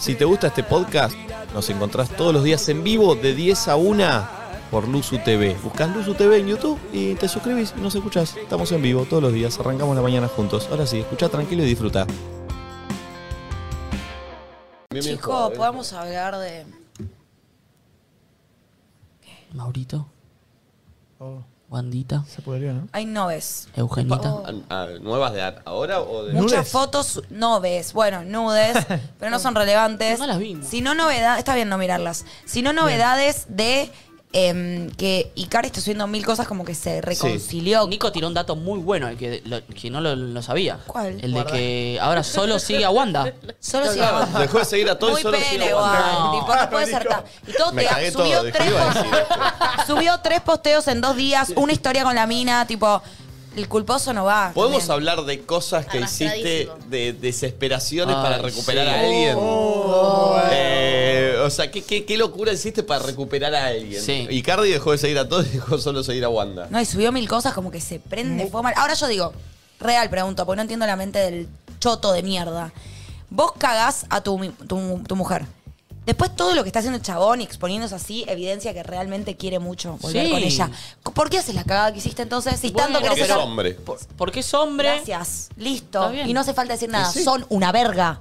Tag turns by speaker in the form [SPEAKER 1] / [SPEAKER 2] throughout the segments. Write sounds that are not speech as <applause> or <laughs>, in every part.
[SPEAKER 1] Si te gusta este podcast, nos encontrás todos los días en vivo de 10 a 1 por Luzu TV. Buscás Luzu TV en YouTube y te suscribís y nos escuchás. Estamos en vivo todos los días, arrancamos la mañana juntos. Ahora sí, escuchá tranquilo y disfruta.
[SPEAKER 2] Chicos, podemos hablar de.
[SPEAKER 3] Maurito. Wandita.
[SPEAKER 4] Se podría, ¿no?
[SPEAKER 2] Hay noves.
[SPEAKER 3] Eugenita.
[SPEAKER 2] Oh.
[SPEAKER 5] Ah, ¿Nuevas de ahora o de.?
[SPEAKER 4] No.
[SPEAKER 2] Muchas
[SPEAKER 4] ¿Nudes?
[SPEAKER 2] fotos noves, bueno,
[SPEAKER 5] <laughs>
[SPEAKER 2] nudes, pero no son relevantes.
[SPEAKER 3] No las vimos.
[SPEAKER 2] Si no novedades, está bien no mirarlas. Si no novedades de em, que Icari está subiendo mil cosas como que se reconcilió.
[SPEAKER 3] Nico tiró un dato muy bueno, el que, lo- que no lo, lo sabía.
[SPEAKER 2] ¿Cuál?
[SPEAKER 3] El de que ahora solo sigue a <laughs> Wanda.
[SPEAKER 2] Solo si
[SPEAKER 5] Dejó de seguir a todos
[SPEAKER 2] Muy
[SPEAKER 5] y solo sigue
[SPEAKER 2] pene,
[SPEAKER 5] a Wanda.
[SPEAKER 2] guay.
[SPEAKER 3] No.
[SPEAKER 2] Tipo, no puede ser tan- Y todo
[SPEAKER 5] Me
[SPEAKER 2] te-
[SPEAKER 5] cagué
[SPEAKER 2] subió,
[SPEAKER 5] todo, dije,
[SPEAKER 2] tres
[SPEAKER 5] iba a
[SPEAKER 2] pos- <laughs> subió tres posteos en dos días, una historia con la mina, tipo, el culposo no va.
[SPEAKER 5] ¿Podemos
[SPEAKER 2] también.
[SPEAKER 5] hablar de cosas que hiciste
[SPEAKER 6] Arrastradísimo.
[SPEAKER 5] de desesperaciones
[SPEAKER 3] Ay,
[SPEAKER 5] para recuperar a
[SPEAKER 3] sí. Oh,
[SPEAKER 5] alguien? Eh, o sea, ¿qué, qué, qué locura hiciste para recuperar a alguien?
[SPEAKER 3] Sí.
[SPEAKER 5] Y Cardi dejó de seguir a todos y dejó solo seguir a Wanda.
[SPEAKER 2] No, y subió mil cosas como que se prende fuego mal. Ahora yo digo, real pregunto, porque no entiendo la mente del choto de mierda. Vos cagás a tu, mi- tu- tu mujer. Después todo lo que está haciendo el chabón y exponiéndose así, evidencia que realmente quiere mucho volver
[SPEAKER 3] Sí.
[SPEAKER 2] con ella. ¿Por qué haces la cagada que hiciste entonces? Si
[SPEAKER 3] Bueno,
[SPEAKER 2] tanto querés
[SPEAKER 5] Porque es
[SPEAKER 2] estar-
[SPEAKER 5] hombre.
[SPEAKER 3] Porque es hombre.
[SPEAKER 2] Gracias.
[SPEAKER 3] Está
[SPEAKER 2] Listo.
[SPEAKER 3] bien.
[SPEAKER 2] Y no hace falta decir nada. Son una verga.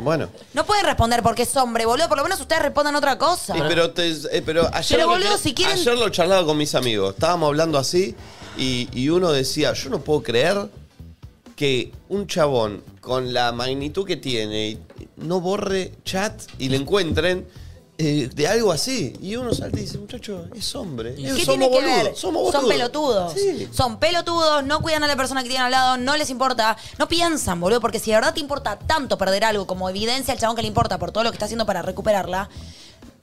[SPEAKER 5] Bueno.
[SPEAKER 2] No pueden responder porque es hombre, boludo. Por lo menos ustedes respondan otra cosa.
[SPEAKER 5] Sí, pero, te- eh, pero ayer,
[SPEAKER 2] Pero,
[SPEAKER 5] lo
[SPEAKER 2] boludo, si quieren-
[SPEAKER 5] ayer lo charlaba con mis amigos. Estábamos hablando así y, y uno decía, yo no puedo creer que un chabón con la magnitud que tiene y- no borre chat y le encuentren eh, de algo así. Y uno salta y dice, muchacho, es hombre. Es-
[SPEAKER 2] ¿Qué
[SPEAKER 5] somos
[SPEAKER 2] tiene que
[SPEAKER 5] boludos,
[SPEAKER 2] ver?
[SPEAKER 5] Somos
[SPEAKER 2] Son
[SPEAKER 5] boludos".
[SPEAKER 2] pelotudos.
[SPEAKER 5] Sí.
[SPEAKER 2] Son pelotudos, no cuidan a la persona que tienen al lado, no les importa. No piensan, boludo, porque si de verdad te importa tanto perder algo como evidencia al chabón que le importa por todo lo que está haciendo para recuperarla.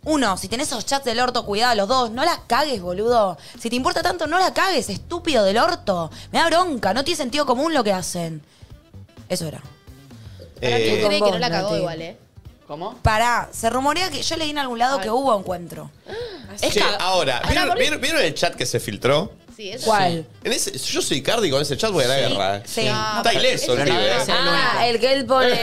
[SPEAKER 2] Uno, si tenés esos chats del orto, cuidado los dos, no la cagues, boludo. Si te importa tanto, no la cagues, estúpido del orto. Me da bronca, no tiene sentido común lo que hacen. Eso era.
[SPEAKER 6] Ahora, ¿quién
[SPEAKER 5] Eh,
[SPEAKER 6] cree que no la
[SPEAKER 2] Con vos,
[SPEAKER 6] cagó
[SPEAKER 2] Nati.
[SPEAKER 6] igual, eh?
[SPEAKER 3] ¿Cómo?
[SPEAKER 2] Pará, se rumorea que yo leí en algún lado que hubo encuentro.
[SPEAKER 3] Es
[SPEAKER 5] che,
[SPEAKER 3] ca-
[SPEAKER 5] ahora, Ah, ¿vieron,
[SPEAKER 6] por-
[SPEAKER 5] vieron- vieron el chat que se filtró?
[SPEAKER 6] Sí, eso
[SPEAKER 2] ¿Cuál?
[SPEAKER 5] En ese, yo soy Cardi con ese chat voy a la guerra. eh.
[SPEAKER 2] Sí. No,
[SPEAKER 5] Está ileso el
[SPEAKER 3] Pero no
[SPEAKER 5] pibe,
[SPEAKER 3] debe
[SPEAKER 5] eh.
[SPEAKER 3] ser el único.
[SPEAKER 7] Ah, el que él <laughs> pone. Yo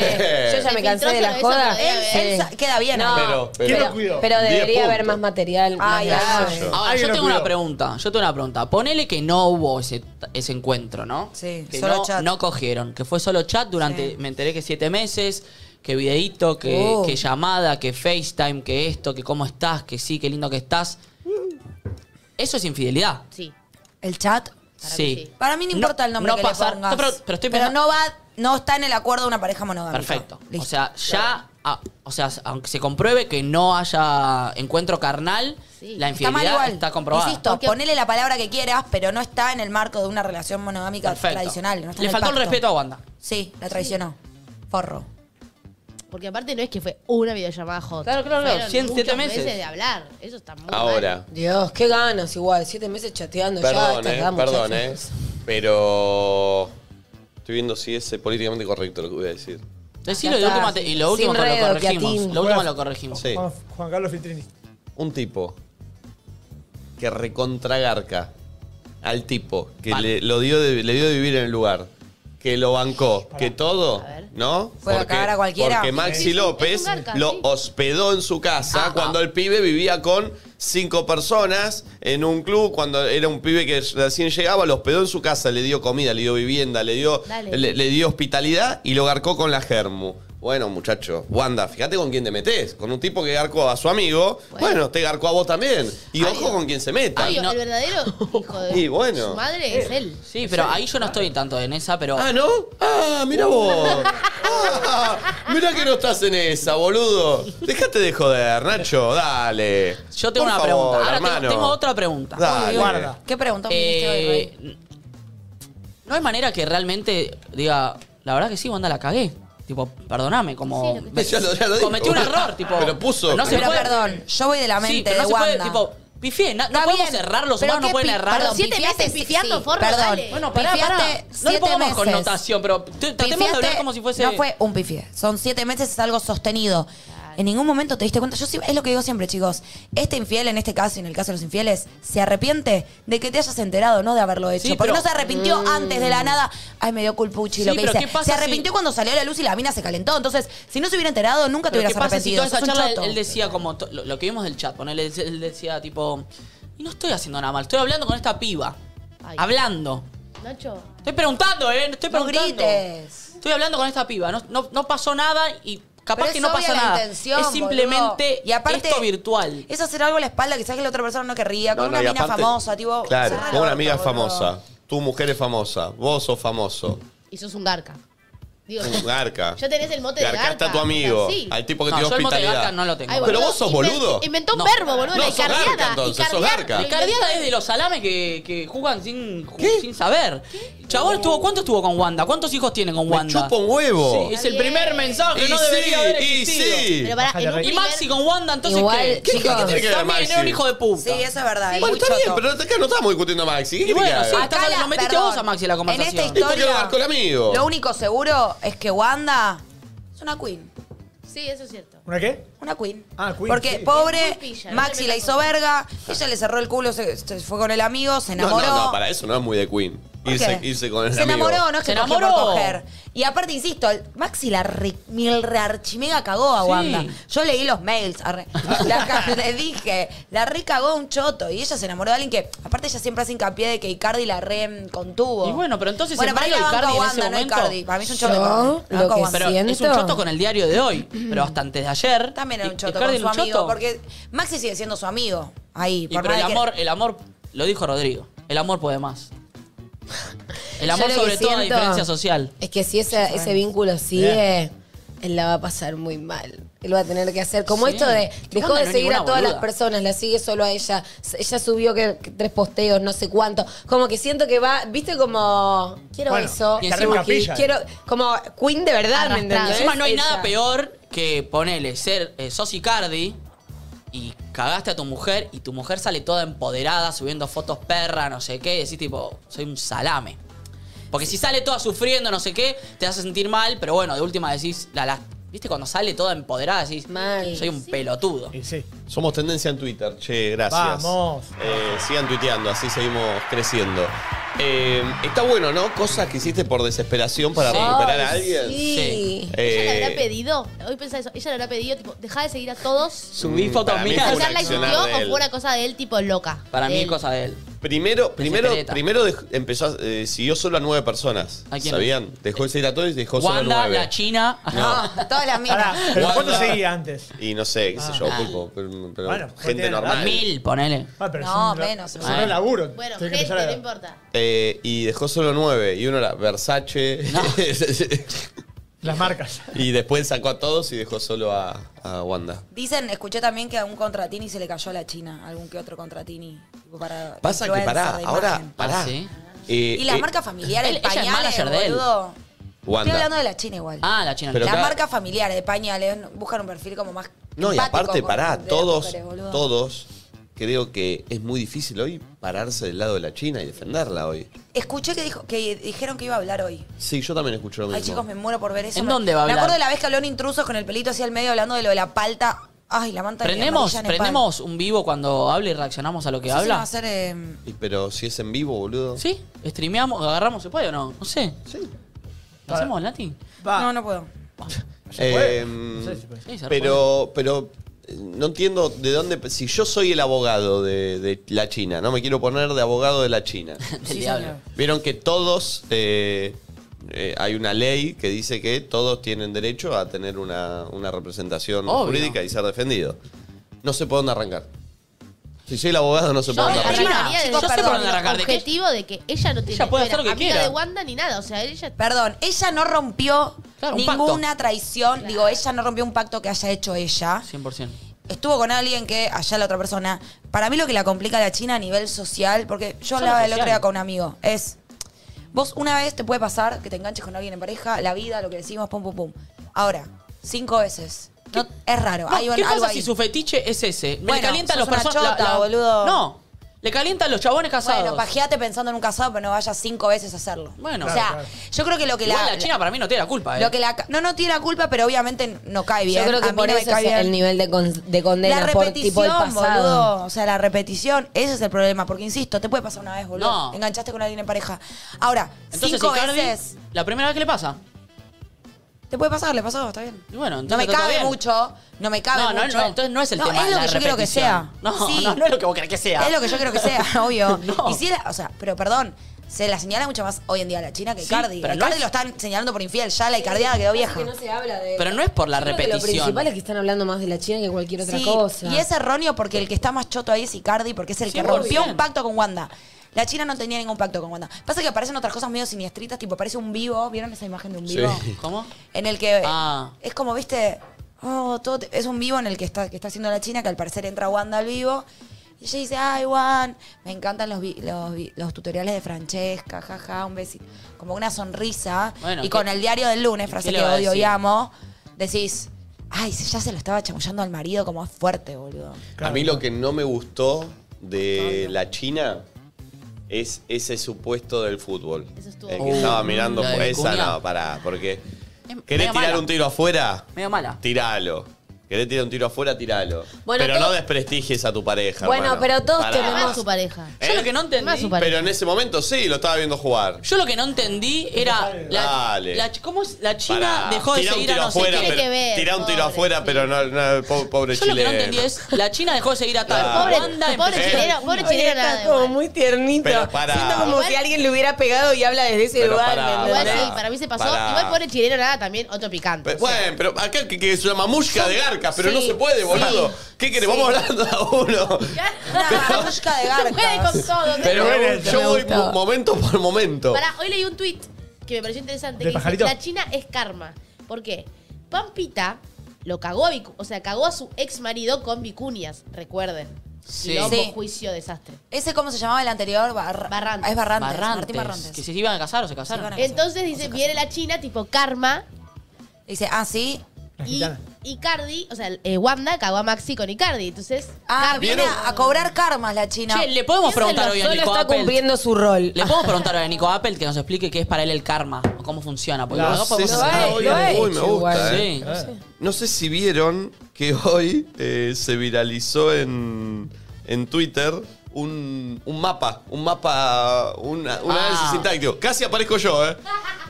[SPEAKER 7] ya
[SPEAKER 6] Se
[SPEAKER 7] me cansé
[SPEAKER 6] filtró,
[SPEAKER 7] de
[SPEAKER 6] se
[SPEAKER 7] las
[SPEAKER 6] lo hizo
[SPEAKER 7] jodas.
[SPEAKER 6] otro día,
[SPEAKER 7] Sí.
[SPEAKER 2] Él sa- queda bien.
[SPEAKER 7] No,
[SPEAKER 2] ahí.
[SPEAKER 5] Pero-
[SPEAKER 7] pero,
[SPEAKER 5] ¿Quién
[SPEAKER 4] lo cuidó?
[SPEAKER 7] pero
[SPEAKER 5] Diez
[SPEAKER 7] debería haber
[SPEAKER 5] puntos.
[SPEAKER 7] más material. más
[SPEAKER 2] Ay,
[SPEAKER 7] material.
[SPEAKER 2] ay, ay.
[SPEAKER 3] Ahora,
[SPEAKER 4] Alguien
[SPEAKER 3] yo
[SPEAKER 4] lo
[SPEAKER 3] tengo
[SPEAKER 4] cuidó.
[SPEAKER 3] una pregunta. Yo tengo una pregunta. Ponele que no hubo ese, ese encuentro, ¿no?
[SPEAKER 2] Sí,
[SPEAKER 3] que
[SPEAKER 2] solo
[SPEAKER 3] no,
[SPEAKER 2] chat.
[SPEAKER 3] no cogieron. Que fue solo chat durante,
[SPEAKER 2] Sí.
[SPEAKER 3] me enteré que siete meses, que videíto, que,
[SPEAKER 2] Oh.
[SPEAKER 3] que llamada, que FaceTime, que esto, que cómo estás, que sí, qué lindo que estás. Eso es infidelidad.
[SPEAKER 6] Sí.
[SPEAKER 2] El chat.
[SPEAKER 6] Para
[SPEAKER 3] sí.
[SPEAKER 6] mí sí.
[SPEAKER 2] Para mí no importa el nombre
[SPEAKER 3] no
[SPEAKER 2] que
[SPEAKER 3] pasar-
[SPEAKER 2] le pongas.
[SPEAKER 3] no, pero, pero estoy
[SPEAKER 2] Pero
[SPEAKER 3] pensando-
[SPEAKER 2] no va, no está en el acuerdo de una pareja monogámica.
[SPEAKER 3] Perfecto.
[SPEAKER 2] Listo.
[SPEAKER 3] O sea, ya, ah, o sea, aunque se compruebe que no haya encuentro carnal,
[SPEAKER 6] Sí.
[SPEAKER 3] la
[SPEAKER 2] está mal
[SPEAKER 3] infidelidad está,
[SPEAKER 2] igual.
[SPEAKER 3] comprobada.
[SPEAKER 2] Insisto,
[SPEAKER 6] Porque-
[SPEAKER 2] ponele la palabra que quieras, pero no está en el marco de una relación monogámica
[SPEAKER 3] Perfecto.
[SPEAKER 2] tradicional. no está
[SPEAKER 3] Le
[SPEAKER 2] en
[SPEAKER 3] faltó el
[SPEAKER 2] pacto.
[SPEAKER 3] respeto a Wanda.
[SPEAKER 2] Sí, la traicionó. Forro.
[SPEAKER 6] Porque aparte no es que fue una videollamada hot.
[SPEAKER 3] Claro, claro, claro.
[SPEAKER 6] Fueron
[SPEAKER 3] Cien- siete
[SPEAKER 6] muchos
[SPEAKER 3] meses.
[SPEAKER 6] de hablar. Eso está muy
[SPEAKER 5] Ahora.
[SPEAKER 7] Dios, qué ganas igual. Siete meses chateando
[SPEAKER 5] Perdón,
[SPEAKER 7] ya.
[SPEAKER 5] eh, perdón, eh. Pero. Estoy viendo si es eh, políticamente correcto lo que voy a decir.
[SPEAKER 3] Decilo y de
[SPEAKER 7] Ya está.
[SPEAKER 3] última te- y lo último con
[SPEAKER 7] Sin
[SPEAKER 3] lo
[SPEAKER 7] redo,
[SPEAKER 3] corregimos.
[SPEAKER 7] Kiatín.
[SPEAKER 3] Lo último lo corregimos.
[SPEAKER 5] Sí.
[SPEAKER 4] Juan, Juan Carlos Filtrini.
[SPEAKER 5] Un tipo que recontragarca al tipo que
[SPEAKER 3] Vale.
[SPEAKER 5] le, lo dio de, le dio de vivir en el lugar, que lo bancó, que todo,
[SPEAKER 6] A ver.
[SPEAKER 5] ¿no?
[SPEAKER 2] Fue a cagar a cualquiera.
[SPEAKER 5] Porque Maxi
[SPEAKER 6] Sí, sí,
[SPEAKER 5] López
[SPEAKER 6] es un garca,
[SPEAKER 5] lo
[SPEAKER 6] sí.
[SPEAKER 5] hospedó en su casa
[SPEAKER 3] Ah,
[SPEAKER 5] cuando
[SPEAKER 3] ah.
[SPEAKER 5] el pibe vivía con cinco personas en un club, cuando era un pibe que recién llegaba, lo hospedó en su casa, le dio comida, le dio vivienda, le dio,
[SPEAKER 6] Dale.
[SPEAKER 5] le, le dio hospitalidad y lo garcó con la germu. Bueno, muchacho, Wanda, fíjate con quién te metes. Con un tipo que garcó a su amigo, bueno, te garcó a vos también. Y ojo con quién se meta.
[SPEAKER 6] Ay,
[SPEAKER 3] no.
[SPEAKER 6] El verdadero hijo de
[SPEAKER 5] <laughs> Y bueno.
[SPEAKER 6] su madre es él.
[SPEAKER 3] Sí, pero ahí yo no estoy tanto en esa, pero.
[SPEAKER 5] Ah, ¿no? Ah, mira vos. Ah, mira que no estás en esa, boludo. Déjate de joder, Nacho, dale.
[SPEAKER 3] Yo tengo
[SPEAKER 5] Por
[SPEAKER 3] una
[SPEAKER 5] favor,
[SPEAKER 3] pregunta. Ahora tengo,
[SPEAKER 5] hermano.
[SPEAKER 3] tengo otra pregunta.
[SPEAKER 5] Dale.
[SPEAKER 4] Guarda.
[SPEAKER 2] ¿Qué preguntas me hiciste hoy,
[SPEAKER 3] Eh,
[SPEAKER 2] Rey?
[SPEAKER 3] no hay manera que realmente diga, la verdad que sí, Wanda, la cagué. Tipo, perdoname, como.
[SPEAKER 6] Sí, lo que
[SPEAKER 5] Me- <laughs> ya lo- ya lo dijo.
[SPEAKER 3] Cometí un error, tipo.
[SPEAKER 5] <laughs> Pero puso-
[SPEAKER 3] No se
[SPEAKER 2] pero
[SPEAKER 3] puede.
[SPEAKER 2] perdón, yo voy de la
[SPEAKER 3] Sí,
[SPEAKER 2] mente
[SPEAKER 3] pero no
[SPEAKER 2] de
[SPEAKER 3] se puede,
[SPEAKER 2] Wanda.
[SPEAKER 3] tipo, pifié. No, no
[SPEAKER 2] Está
[SPEAKER 3] podemos
[SPEAKER 2] bien,
[SPEAKER 3] errar, los
[SPEAKER 2] pero
[SPEAKER 3] humanos no
[SPEAKER 2] qué
[SPEAKER 3] pueden
[SPEAKER 2] pi-
[SPEAKER 3] errar.
[SPEAKER 2] perdón,
[SPEAKER 6] Siete
[SPEAKER 2] pifiaste,
[SPEAKER 6] meses pifiando,
[SPEAKER 2] sí,
[SPEAKER 6] forro,
[SPEAKER 2] perdón.
[SPEAKER 6] dale.
[SPEAKER 3] Bueno, pará,
[SPEAKER 2] pifiaste
[SPEAKER 3] pará. No le
[SPEAKER 2] siete
[SPEAKER 3] pongamos
[SPEAKER 2] meses.
[SPEAKER 3] connotación, pero t- tratemos de
[SPEAKER 2] Pifiaste,
[SPEAKER 3] hablar como si fuese.
[SPEAKER 2] No fue un pifié. Son siete meses, es algo sostenido. En ningún momento te diste cuenta. Yo sí- es lo que digo siempre, chicos. Este infiel, en este caso y en el caso de los infieles, se arrepiente de que te hayas enterado, no de haberlo hecho.
[SPEAKER 3] Sí,
[SPEAKER 2] Porque
[SPEAKER 3] pero-
[SPEAKER 2] no se arrepintió antes de la nada. Ay, me dio culpuchi
[SPEAKER 3] Sí,
[SPEAKER 2] lo que
[SPEAKER 3] pero
[SPEAKER 2] hice.
[SPEAKER 3] ¿qué pasa
[SPEAKER 2] Se arrepintió
[SPEAKER 3] si-
[SPEAKER 2] cuando salió a la luz y la mina se calentó. Entonces, si no se hubiera enterado, nunca te
[SPEAKER 3] Pero
[SPEAKER 2] hubieras
[SPEAKER 3] ¿qué pasa si
[SPEAKER 2] arrepentido.
[SPEAKER 3] toda esa
[SPEAKER 2] Sos un
[SPEAKER 3] charla él,
[SPEAKER 2] choto.
[SPEAKER 3] él decía como to- lo, lo que vimos del chat, ponele, él, él decía tipo, y no estoy haciendo nada mal, estoy hablando con esta piba.
[SPEAKER 6] Ay.
[SPEAKER 3] Hablando.
[SPEAKER 6] Nacho.
[SPEAKER 3] Estoy preguntando, eh, estoy
[SPEAKER 2] No
[SPEAKER 3] preguntando.
[SPEAKER 2] grites.
[SPEAKER 3] Estoy hablando con esta piba, no, no, no pasó nada y capaz
[SPEAKER 7] Pero
[SPEAKER 3] que
[SPEAKER 7] es
[SPEAKER 3] no
[SPEAKER 7] obvia
[SPEAKER 3] pasa
[SPEAKER 7] la
[SPEAKER 3] nada.
[SPEAKER 7] intención,
[SPEAKER 3] es simplemente
[SPEAKER 2] Y aparte-
[SPEAKER 3] esto virtual.
[SPEAKER 2] Es hacer algo a la espalda que sabes que la otra persona no querría. Con
[SPEAKER 5] No,
[SPEAKER 2] una
[SPEAKER 5] no, y
[SPEAKER 2] mina
[SPEAKER 5] aparte-
[SPEAKER 2] famosa, tipo.
[SPEAKER 5] Claro,
[SPEAKER 2] cerrá la
[SPEAKER 5] con una
[SPEAKER 2] boca,
[SPEAKER 5] amiga
[SPEAKER 2] boludo.
[SPEAKER 5] famosa. Tu mujer es famosa. Vos sos famoso.
[SPEAKER 6] Y sos un garca. Digo,
[SPEAKER 5] Un garca.
[SPEAKER 6] Ya tenés el mote de garca.
[SPEAKER 5] Garcaste a tu
[SPEAKER 6] o sea,
[SPEAKER 5] amigo.
[SPEAKER 6] sí.
[SPEAKER 5] Al tipo que
[SPEAKER 3] No,
[SPEAKER 5] te
[SPEAKER 3] yo
[SPEAKER 5] dio
[SPEAKER 3] el mote de
[SPEAKER 5] hospitalidad.
[SPEAKER 3] garca no lo tengo.
[SPEAKER 6] Ay,
[SPEAKER 5] Pero
[SPEAKER 6] boludo,
[SPEAKER 5] vos sos
[SPEAKER 6] inven-
[SPEAKER 5] boludo.
[SPEAKER 6] Inventó un
[SPEAKER 3] No.
[SPEAKER 6] verbo, boludo.
[SPEAKER 5] No,
[SPEAKER 6] la
[SPEAKER 5] sos garca,
[SPEAKER 6] icardiada.
[SPEAKER 5] entonces, sos
[SPEAKER 6] icardiar-
[SPEAKER 5] garca.
[SPEAKER 6] lo
[SPEAKER 5] La
[SPEAKER 3] Cardiada es
[SPEAKER 6] inventó.
[SPEAKER 3] de los salames que, que juegan sin, sin saber. Chabón, estuvo, ¿cuánto estuvo con Wanda? ¿Cuántos hijos tiene con
[SPEAKER 5] Me
[SPEAKER 3] Wanda?
[SPEAKER 5] chupa un huevo.
[SPEAKER 3] Sí, es el primer mensaje,
[SPEAKER 5] y
[SPEAKER 3] no
[SPEAKER 5] sí,
[SPEAKER 3] debería haber
[SPEAKER 5] y
[SPEAKER 3] existido.
[SPEAKER 5] sí.
[SPEAKER 6] Pero pará,
[SPEAKER 4] Bájale,
[SPEAKER 6] en un
[SPEAKER 4] Rey.
[SPEAKER 3] Y
[SPEAKER 6] primer-
[SPEAKER 3] Maxi con Wanda, entonces
[SPEAKER 7] Igual,
[SPEAKER 3] ¿qué?
[SPEAKER 7] ¿Qué- chicos, qué tiene
[SPEAKER 5] que ver
[SPEAKER 3] también
[SPEAKER 5] Maxi?
[SPEAKER 3] era un hijo de puta.
[SPEAKER 2] Sí, eso es verdad. es
[SPEAKER 5] Bueno,
[SPEAKER 2] muy
[SPEAKER 5] está bien,
[SPEAKER 2] choto.
[SPEAKER 5] pero acá no estamos discutiendo a Maxi.
[SPEAKER 3] Y bueno, sí,
[SPEAKER 2] Acá
[SPEAKER 3] estás-
[SPEAKER 2] la-
[SPEAKER 3] lo metiste
[SPEAKER 2] perdón,
[SPEAKER 3] vos a Maxi en la conversación.
[SPEAKER 2] En esta
[SPEAKER 5] ¿Y por qué
[SPEAKER 2] historia,
[SPEAKER 5] lo marcó el amigo?
[SPEAKER 2] Lo único seguro es que Wanda es una queen.
[SPEAKER 6] Sí, eso es cierto.
[SPEAKER 4] ¿Una qué?
[SPEAKER 2] Una queen.
[SPEAKER 4] Ah, queen,
[SPEAKER 2] Porque
[SPEAKER 4] sí.
[SPEAKER 6] Es
[SPEAKER 2] pobre,
[SPEAKER 6] muy pilla, no
[SPEAKER 2] Maxi
[SPEAKER 6] te
[SPEAKER 2] la
[SPEAKER 6] metas
[SPEAKER 2] hizo
[SPEAKER 6] con-
[SPEAKER 2] verga, ella le cerró el culo, se, se fue con el amigo, se
[SPEAKER 5] No,
[SPEAKER 2] enamoró.
[SPEAKER 5] no, no, para eso no es muy de Queen.
[SPEAKER 2] ¿Por
[SPEAKER 5] Irse,
[SPEAKER 2] qué?
[SPEAKER 5] irse con el
[SPEAKER 2] Se
[SPEAKER 5] amigo.
[SPEAKER 2] enamoró, no es que
[SPEAKER 3] Se
[SPEAKER 2] cogió por
[SPEAKER 3] enamoró.
[SPEAKER 2] coger. Y aparte, insisto, el- Maxi la re, mil rearchimega cagó a
[SPEAKER 3] Sí.
[SPEAKER 2] Wanda. Yo leí los mails, arre. La ca- <laughs> le dije, la re cagó un choto. Y ella se enamoró de alguien que, aparte, ella siempre hace hincapié de que Icardi la re mm, contuvo.
[SPEAKER 3] Y bueno, pero entonces
[SPEAKER 2] bueno,
[SPEAKER 3] el
[SPEAKER 2] para mí
[SPEAKER 3] malo
[SPEAKER 2] la banco
[SPEAKER 3] Icardi en
[SPEAKER 2] Wanda,
[SPEAKER 3] ese
[SPEAKER 2] no
[SPEAKER 3] momento-
[SPEAKER 2] Icardi. Para mí es un choto.
[SPEAKER 7] Yo,
[SPEAKER 2] Icardi. La banco
[SPEAKER 7] lo que
[SPEAKER 2] Wanda.
[SPEAKER 3] Pero es un
[SPEAKER 7] Siento.
[SPEAKER 3] choto con el diario de hoy, pero hasta antes de ayer.
[SPEAKER 2] También era
[SPEAKER 3] I-
[SPEAKER 2] un choto
[SPEAKER 3] Icardi
[SPEAKER 2] con su
[SPEAKER 3] era un
[SPEAKER 2] amigo,
[SPEAKER 3] choto.
[SPEAKER 2] porque Maxi sigue siendo su amigo. Ahí,
[SPEAKER 3] Y
[SPEAKER 2] por
[SPEAKER 3] pero
[SPEAKER 2] más
[SPEAKER 3] el
[SPEAKER 2] que-
[SPEAKER 3] amor, el amor, lo dijo Rodrigo, el amor puede más. El
[SPEAKER 7] Yo
[SPEAKER 3] amor
[SPEAKER 7] lo que
[SPEAKER 3] sobre toda
[SPEAKER 7] siento
[SPEAKER 3] diferencia social.
[SPEAKER 7] Es que si esa- ese vínculo sigue, él la va a pasar muy mal. Él va a tener que hacer como
[SPEAKER 3] Sí.
[SPEAKER 7] esto de
[SPEAKER 3] Wanda
[SPEAKER 7] dejó
[SPEAKER 3] no
[SPEAKER 7] de
[SPEAKER 3] es
[SPEAKER 7] seguir a
[SPEAKER 3] ninguna
[SPEAKER 7] todas
[SPEAKER 3] boluda.
[SPEAKER 7] las personas, la sigue solo a ella. S- Ella subió que, que tres posteos, no sé cuánto. Como que siento que va, viste como quiero
[SPEAKER 4] Bueno,
[SPEAKER 7] eso,
[SPEAKER 3] y
[SPEAKER 7] quiero
[SPEAKER 4] encima-
[SPEAKER 7] aquí,
[SPEAKER 4] capilla.
[SPEAKER 7] quiero como Queen de verdad, ¿me
[SPEAKER 6] Arrastrada.
[SPEAKER 7] entendés?
[SPEAKER 3] Encima no hay
[SPEAKER 7] Ella.
[SPEAKER 3] nada peor que ponele ser eh, sos Icardi y cagaste a tu mujer y tu mujer sale toda empoderada subiendo fotos perra, no sé qué, y decís tipo, soy un salame. Porque si sale toda sufriendo, no sé qué, te hace sentir mal, pero bueno, de última decís, la, la- ¿viste? Cuando sale toda empoderada decís,
[SPEAKER 7] Mal.
[SPEAKER 3] soy un pelotudo.
[SPEAKER 4] Y sí.
[SPEAKER 5] Somos tendencia en Twitter. Che, gracias.
[SPEAKER 4] Vamos.
[SPEAKER 5] Eh, sigan tuiteando, así seguimos creciendo. Eh, está bueno, ¿no? Cosas que hiciste por desesperación para
[SPEAKER 3] Sí.
[SPEAKER 5] recuperar a
[SPEAKER 7] Ay,
[SPEAKER 5] alguien.
[SPEAKER 7] Sí.
[SPEAKER 5] Eh,
[SPEAKER 6] Ella le habrá pedido, hoy pensá eso, ella le habrá pedido, tipo, dejá de seguir a todos.
[SPEAKER 3] Subí fotos
[SPEAKER 5] Mm, para mí
[SPEAKER 3] mías.
[SPEAKER 5] fue
[SPEAKER 6] O
[SPEAKER 5] un
[SPEAKER 6] sea, la
[SPEAKER 5] accionar
[SPEAKER 6] insistió o
[SPEAKER 5] de
[SPEAKER 6] fue
[SPEAKER 5] él.
[SPEAKER 6] una cosa de él, tipo, loca.
[SPEAKER 3] Para
[SPEAKER 6] De
[SPEAKER 3] mí
[SPEAKER 6] él.
[SPEAKER 3] es cosa de él.
[SPEAKER 5] Primero, primero,
[SPEAKER 3] secreta.
[SPEAKER 5] primero dej- empezó, a- eh, siguió solo a nueve personas.
[SPEAKER 3] ¿A quién?
[SPEAKER 5] ¿Sabían? Dejó de seguir a todos y dejó solo a
[SPEAKER 3] Wanda,
[SPEAKER 5] nueve.
[SPEAKER 3] la China.
[SPEAKER 2] No, todas las
[SPEAKER 4] Pará,
[SPEAKER 2] minas.
[SPEAKER 4] ¿pero
[SPEAKER 5] Guarda.
[SPEAKER 4] cuánto seguía antes?
[SPEAKER 5] Y no sé, qué sé yo,
[SPEAKER 3] Ah.
[SPEAKER 5] pulpo. Pero, pero
[SPEAKER 4] Bueno, pues
[SPEAKER 5] gente
[SPEAKER 4] tiene-
[SPEAKER 3] <laughs>
[SPEAKER 5] normal.
[SPEAKER 3] Mil, ponele.
[SPEAKER 4] Ah, pero es
[SPEAKER 2] No,
[SPEAKER 4] un la-
[SPEAKER 2] menos,
[SPEAKER 4] Es
[SPEAKER 3] seguro.
[SPEAKER 4] un laburo.
[SPEAKER 6] Bueno,
[SPEAKER 4] Tenés que
[SPEAKER 6] gente,
[SPEAKER 4] empezar a-
[SPEAKER 6] no importa.
[SPEAKER 5] Eh, y dejó solo nueve. Y uno era Versace.
[SPEAKER 4] Las marcas.
[SPEAKER 5] <laughs> y después sacó a todos y dejó solo a, a Wanda.
[SPEAKER 2] Dicen, escuché también que a un contratini se le cayó a la China, algún que otro contratini. tipo, para
[SPEAKER 5] Pasa que
[SPEAKER 2] influencer
[SPEAKER 5] pará,
[SPEAKER 2] de imagen.
[SPEAKER 5] ahora, pará.
[SPEAKER 3] Ah, sí.
[SPEAKER 5] Eh,
[SPEAKER 2] Y las
[SPEAKER 5] eh,
[SPEAKER 2] marcas familiares,
[SPEAKER 3] él- <laughs>
[SPEAKER 2] de
[SPEAKER 3] ella es
[SPEAKER 2] pañales,
[SPEAKER 3] manager de él.
[SPEAKER 2] boludo. Estoy
[SPEAKER 5] Wanda.
[SPEAKER 2] hablando de la China igual.
[SPEAKER 3] Ah, la China.
[SPEAKER 5] Pero
[SPEAKER 2] las
[SPEAKER 5] acá-
[SPEAKER 2] marcas familiares de pañales buscan un perfil como más.
[SPEAKER 5] No, y
[SPEAKER 2] empático
[SPEAKER 5] aparte,
[SPEAKER 2] con-
[SPEAKER 5] pará,
[SPEAKER 2] de las
[SPEAKER 5] todos,
[SPEAKER 2] mujeres, boludo.
[SPEAKER 5] todos, creo que es muy difícil hoy pararse del lado de la China y defenderla hoy.
[SPEAKER 2] Escuché que, dijo, que dijeron que iba a hablar hoy.
[SPEAKER 5] Sí, yo también escucho lo mismo.
[SPEAKER 2] Ay, chicos, me muero por ver eso.
[SPEAKER 3] ¿En
[SPEAKER 2] Me-
[SPEAKER 3] dónde va a
[SPEAKER 2] Me
[SPEAKER 3] hablar?
[SPEAKER 2] acuerdo de la vez que habló un intruso con el pelito hacia el medio hablando de lo de la palta. Ay, la manta de
[SPEAKER 3] ¿Prendemos,
[SPEAKER 2] amarilla en Nepal.
[SPEAKER 3] ¿Prendemos un vivo cuando hable y reaccionamos a lo que
[SPEAKER 2] No sé si va
[SPEAKER 3] habla?
[SPEAKER 2] a ser, eh,
[SPEAKER 5] Y pero si es en vivo, boludo.
[SPEAKER 3] ¿Sí? ¿Streameamos? ¿Agarramos? ¿Se puede o no? No sé.
[SPEAKER 5] Sí.
[SPEAKER 3] ¿Lo hacemos, Nati?
[SPEAKER 4] Va.
[SPEAKER 2] No, no puedo.
[SPEAKER 4] ¿Se puede?
[SPEAKER 5] Eh,
[SPEAKER 4] No sé si puede.
[SPEAKER 3] Sí, se
[SPEAKER 5] Pero, pero eh, no entiendo de dónde. Si yo soy el abogado de, de la China, no me quiero poner de abogado de
[SPEAKER 3] <laughs>
[SPEAKER 5] la China.
[SPEAKER 3] puede. Del
[SPEAKER 2] Sí,
[SPEAKER 3] diablo.
[SPEAKER 2] señor.
[SPEAKER 5] Vieron que todos. eh, eh, hay una ley que dice que todos tienen derecho a tener una, una representación
[SPEAKER 3] Obvio.
[SPEAKER 5] jurídica y ser defendido. No sé por dónde arrancar. Si soy el abogado, no sé
[SPEAKER 3] Yo
[SPEAKER 5] por dónde
[SPEAKER 3] arranco.
[SPEAKER 5] arrancar.
[SPEAKER 3] China,
[SPEAKER 6] María,
[SPEAKER 3] chicos,
[SPEAKER 6] de-
[SPEAKER 3] yo sé por dónde
[SPEAKER 6] digo,
[SPEAKER 3] arrancar, ¿de qué?
[SPEAKER 6] objetivo de que ella no tiene
[SPEAKER 3] Ella puede
[SPEAKER 6] no era
[SPEAKER 3] hacer lo que
[SPEAKER 6] amiga
[SPEAKER 3] quiera.
[SPEAKER 6] de Wanda ni nada, o sea, ella
[SPEAKER 2] Perdón, ella no rompió
[SPEAKER 3] Claro, un
[SPEAKER 2] ninguna traición. Digo, ella no rompió un pacto que haya hecho ella.
[SPEAKER 3] 100%.
[SPEAKER 2] Estuvo con alguien que allá la otra persona. Para mí lo que la complica a la China a nivel social, porque yo hablaba el otro
[SPEAKER 3] social.
[SPEAKER 2] día con un amigo, es. Vos una vez te puede pasar que te enganches con alguien en pareja, la vida, lo que decimos, pum, pum, pum. Ahora, cinco veces. No, es raro.
[SPEAKER 3] No,
[SPEAKER 2] hay un-
[SPEAKER 3] ¿Qué
[SPEAKER 2] algo
[SPEAKER 3] pasa
[SPEAKER 2] ahí.
[SPEAKER 3] si su fetiche es ese? Me
[SPEAKER 2] Bueno,
[SPEAKER 3] calienta
[SPEAKER 2] sos
[SPEAKER 3] los
[SPEAKER 2] una
[SPEAKER 3] personajes.
[SPEAKER 2] chota, boludo.
[SPEAKER 3] No. Le Te calientan los chabones casados.
[SPEAKER 2] Bueno, pajeate pensando en un casado, pero no vayas cinco veces a hacerlo.
[SPEAKER 3] Bueno.
[SPEAKER 2] o sea,
[SPEAKER 3] Claro,
[SPEAKER 4] claro.
[SPEAKER 2] yo creo que lo que
[SPEAKER 3] Igual
[SPEAKER 2] la,
[SPEAKER 3] la China para mí no tiene la culpa, ¿eh?
[SPEAKER 2] lo que la no no tiene la culpa, pero obviamente no cae bien.
[SPEAKER 7] Yo creo
[SPEAKER 2] A
[SPEAKER 7] que
[SPEAKER 2] mí
[SPEAKER 7] por
[SPEAKER 2] no me
[SPEAKER 7] eso
[SPEAKER 2] cae
[SPEAKER 7] es
[SPEAKER 2] bien.
[SPEAKER 7] el nivel de, con- de condena
[SPEAKER 2] La
[SPEAKER 7] por
[SPEAKER 2] repetición,
[SPEAKER 7] tipo el pasado.
[SPEAKER 2] boludo. O sea, la repetición, ese es el problema. Porque insisto, te puede pasar una vez, boludo.
[SPEAKER 3] No.
[SPEAKER 2] Enganchaste con alguien en pareja. Ahora,
[SPEAKER 3] Entonces,
[SPEAKER 2] cinco
[SPEAKER 3] Icardi,
[SPEAKER 2] veces.
[SPEAKER 3] la primera vez que le pasa.
[SPEAKER 2] Te puede pasar, le pasó, está bien.
[SPEAKER 3] Y bueno, entonces
[SPEAKER 2] no me
[SPEAKER 3] está todo
[SPEAKER 2] cabe
[SPEAKER 3] bien.
[SPEAKER 2] mucho, no me cabe
[SPEAKER 3] No, no,
[SPEAKER 2] mucho.
[SPEAKER 3] no, entonces no es el tema.
[SPEAKER 2] es lo
[SPEAKER 3] la
[SPEAKER 2] que yo quiero que
[SPEAKER 3] repetición.
[SPEAKER 2] sea.
[SPEAKER 3] No,
[SPEAKER 2] Sí.
[SPEAKER 3] no, no es lo que vos querés que sea.
[SPEAKER 2] Es lo que yo quiero que
[SPEAKER 3] <laughs>
[SPEAKER 2] sea, obvio.
[SPEAKER 3] No.
[SPEAKER 2] Y si era- o sea, pero perdón, se la señala mucho más hoy en día a la China que
[SPEAKER 3] Sí,
[SPEAKER 2] Cardi.
[SPEAKER 3] pero
[SPEAKER 2] A
[SPEAKER 3] no
[SPEAKER 2] Cardi
[SPEAKER 3] es-
[SPEAKER 2] lo están señalando por infiel, ya la Icardiada quedó vieja.
[SPEAKER 7] Que no se habla de-
[SPEAKER 3] Pero no es por la
[SPEAKER 7] Yo creo que
[SPEAKER 3] repetición.
[SPEAKER 7] Lo principal es que están hablando más de la China que cualquier otra
[SPEAKER 2] Sí,
[SPEAKER 7] cosa.
[SPEAKER 2] Y es erróneo porque el que está más choto ahí es Icardi, porque es el que
[SPEAKER 3] 100%.
[SPEAKER 2] rompió un pacto con Wanda. La China no tenía ningún pacto con Wanda. Pasa que aparecen otras cosas medio siniestritas, tipo aparece un vivo. ¿Vieron esa imagen de un vivo?
[SPEAKER 3] ¿Cómo?
[SPEAKER 2] En el que
[SPEAKER 3] Ah.
[SPEAKER 2] es como, viste, oh, todo te- es un vivo en el que está, que está haciendo la China, que al parecer entra Wanda al vivo. Y ella dice, ay, Wan, me encantan los, vi- los, vi- los tutoriales de Francesca, jaja, un besito. Como una sonrisa.
[SPEAKER 3] Bueno,
[SPEAKER 2] y
[SPEAKER 3] ¿qué-
[SPEAKER 2] con el diario del lunes, frase
[SPEAKER 3] qué le
[SPEAKER 2] que
[SPEAKER 3] va a
[SPEAKER 2] odio y
[SPEAKER 3] decir?
[SPEAKER 2] amo, decís, ay, si ya se lo estaba chamullando al marido, como es fuerte, boludo.
[SPEAKER 5] A mí lo que no me gustó de la China es ese supuesto del fútbol.
[SPEAKER 6] Eso estuvo
[SPEAKER 5] el que
[SPEAKER 3] bueno.
[SPEAKER 5] estaba
[SPEAKER 3] Uh,
[SPEAKER 5] mirando
[SPEAKER 3] la
[SPEAKER 5] por
[SPEAKER 3] de
[SPEAKER 5] esa,
[SPEAKER 3] Cunha.
[SPEAKER 5] no, pará, porque
[SPEAKER 3] Es
[SPEAKER 5] querés
[SPEAKER 3] medio
[SPEAKER 5] tirar
[SPEAKER 3] mala.
[SPEAKER 5] un tiro afuera,
[SPEAKER 3] Medio mala.
[SPEAKER 5] tiralo. Querés tirar un tiro afuera, tiralo.
[SPEAKER 7] Bueno,
[SPEAKER 5] pero
[SPEAKER 7] todo-
[SPEAKER 5] no desprestigies a tu pareja.
[SPEAKER 7] Bueno,
[SPEAKER 5] hermano.
[SPEAKER 7] pero todos
[SPEAKER 5] Pará.
[SPEAKER 7] tenemos-
[SPEAKER 6] Más su pareja.
[SPEAKER 5] ¿Eh?
[SPEAKER 3] Yo lo que no entendí.
[SPEAKER 6] Más su pareja.
[SPEAKER 5] Pero en ese momento sí, lo estaba viendo jugar.
[SPEAKER 3] Yo lo que no entendí era. La,
[SPEAKER 5] Dale.
[SPEAKER 3] la- ¿Cómo es? La China
[SPEAKER 5] Pará,
[SPEAKER 3] dejó de
[SPEAKER 5] tirá un
[SPEAKER 3] seguir a
[SPEAKER 5] tiro
[SPEAKER 3] no sé
[SPEAKER 5] afuera,
[SPEAKER 3] qué.
[SPEAKER 6] Tiene
[SPEAKER 5] pero-
[SPEAKER 6] que ver,
[SPEAKER 5] tirá un tiro
[SPEAKER 6] pobre,
[SPEAKER 5] afuera,
[SPEAKER 6] sí.
[SPEAKER 5] pero no, no, po- pobre
[SPEAKER 3] Yo
[SPEAKER 5] chileno.
[SPEAKER 3] lo que no entendí es. La China dejó de seguir a tal.
[SPEAKER 5] Claro.
[SPEAKER 6] Pobre,
[SPEAKER 3] Ah, Wanda
[SPEAKER 6] pobre
[SPEAKER 3] empezó-
[SPEAKER 2] <laughs>
[SPEAKER 6] chileno, pobre
[SPEAKER 7] Oye,
[SPEAKER 6] chileno
[SPEAKER 7] está
[SPEAKER 6] nada
[SPEAKER 7] como
[SPEAKER 6] igual.
[SPEAKER 7] muy tiernito.
[SPEAKER 5] Pero pará.
[SPEAKER 7] Siento como
[SPEAKER 6] Igual-
[SPEAKER 7] si alguien le hubiera pegado y habla desde ese
[SPEAKER 5] Pero
[SPEAKER 7] lugar.
[SPEAKER 5] pará.
[SPEAKER 7] ¿me
[SPEAKER 6] Igual
[SPEAKER 7] entendés?
[SPEAKER 6] sí, para mí se pasó.
[SPEAKER 5] Pará.
[SPEAKER 6] Igual pobre chileno nada, también otro picante.
[SPEAKER 5] Pe-
[SPEAKER 6] o sea.
[SPEAKER 5] Bueno, pero acá que, que es una mamushka de garca, pero no se puede, boludo.
[SPEAKER 6] sí,
[SPEAKER 5] ¿Qué querés? Vamos hablando a uno.
[SPEAKER 6] <laughs>
[SPEAKER 2] Una <laughs> busca de
[SPEAKER 6] Se puede
[SPEAKER 2] garcas.
[SPEAKER 6] con todo. ¿no?
[SPEAKER 5] Pero bueno,
[SPEAKER 7] me
[SPEAKER 5] yo voy
[SPEAKER 7] gustó.
[SPEAKER 5] mo- momento por momento.
[SPEAKER 6] Pará, hoy leí un tuit que me pareció interesante.
[SPEAKER 4] ¿De
[SPEAKER 6] Que dice,
[SPEAKER 4] pajarito?
[SPEAKER 6] la China es karma. ¿Por qué? Pampita lo cagó a Vicu- o sea, cagó a su ex marido con vicuñas, recuerden.
[SPEAKER 3] Sí.
[SPEAKER 6] Sí. Loco,
[SPEAKER 2] Sí.
[SPEAKER 6] juicio, desastre.
[SPEAKER 2] ¿Ese cómo se llamaba el anterior? Barra-
[SPEAKER 6] Barrantes.
[SPEAKER 2] Ah, Es Barrantes.
[SPEAKER 3] Barrantes.
[SPEAKER 2] Martín Barrantes.
[SPEAKER 3] Que si se iban a casar o se casaron.
[SPEAKER 2] iban a-
[SPEAKER 6] Entonces dice, viene la China, tipo karma,
[SPEAKER 2] Dice, ah, sí.
[SPEAKER 4] La
[SPEAKER 6] y
[SPEAKER 4] gitana.
[SPEAKER 6] Icardi, o sea, eh, Wanda cagó a Maxi con Icardi. Entonces,
[SPEAKER 2] Ah,
[SPEAKER 6] karma.
[SPEAKER 2] viene a, a cobrar karmas la China.
[SPEAKER 3] Che, le podemos
[SPEAKER 6] Piénsalo,
[SPEAKER 3] preguntar hoy a
[SPEAKER 7] Solo
[SPEAKER 3] Nico
[SPEAKER 7] está
[SPEAKER 3] Apple.
[SPEAKER 7] cumpliendo su rol.
[SPEAKER 3] Le podemos preguntar hoy a <laughs> Nico Apple que nos explique qué es para él el karma o cómo funciona. Porque
[SPEAKER 4] Las
[SPEAKER 3] los dos podemos
[SPEAKER 5] Sí,
[SPEAKER 7] Lo
[SPEAKER 5] sí,
[SPEAKER 7] ha-
[SPEAKER 3] hacer-
[SPEAKER 5] sí.
[SPEAKER 7] lo ha
[SPEAKER 5] Uy, me
[SPEAKER 7] hecho
[SPEAKER 5] gusta,
[SPEAKER 7] igual.
[SPEAKER 5] eh.
[SPEAKER 3] Sí.
[SPEAKER 4] Ah.
[SPEAKER 5] No sé si vieron que <laughs> hoy eh, se viralizó en, en Twitter un, un mapa, un mapa, una- un
[SPEAKER 3] Ah.
[SPEAKER 5] análisis sintáctico. Casi aparezco yo, ¿eh?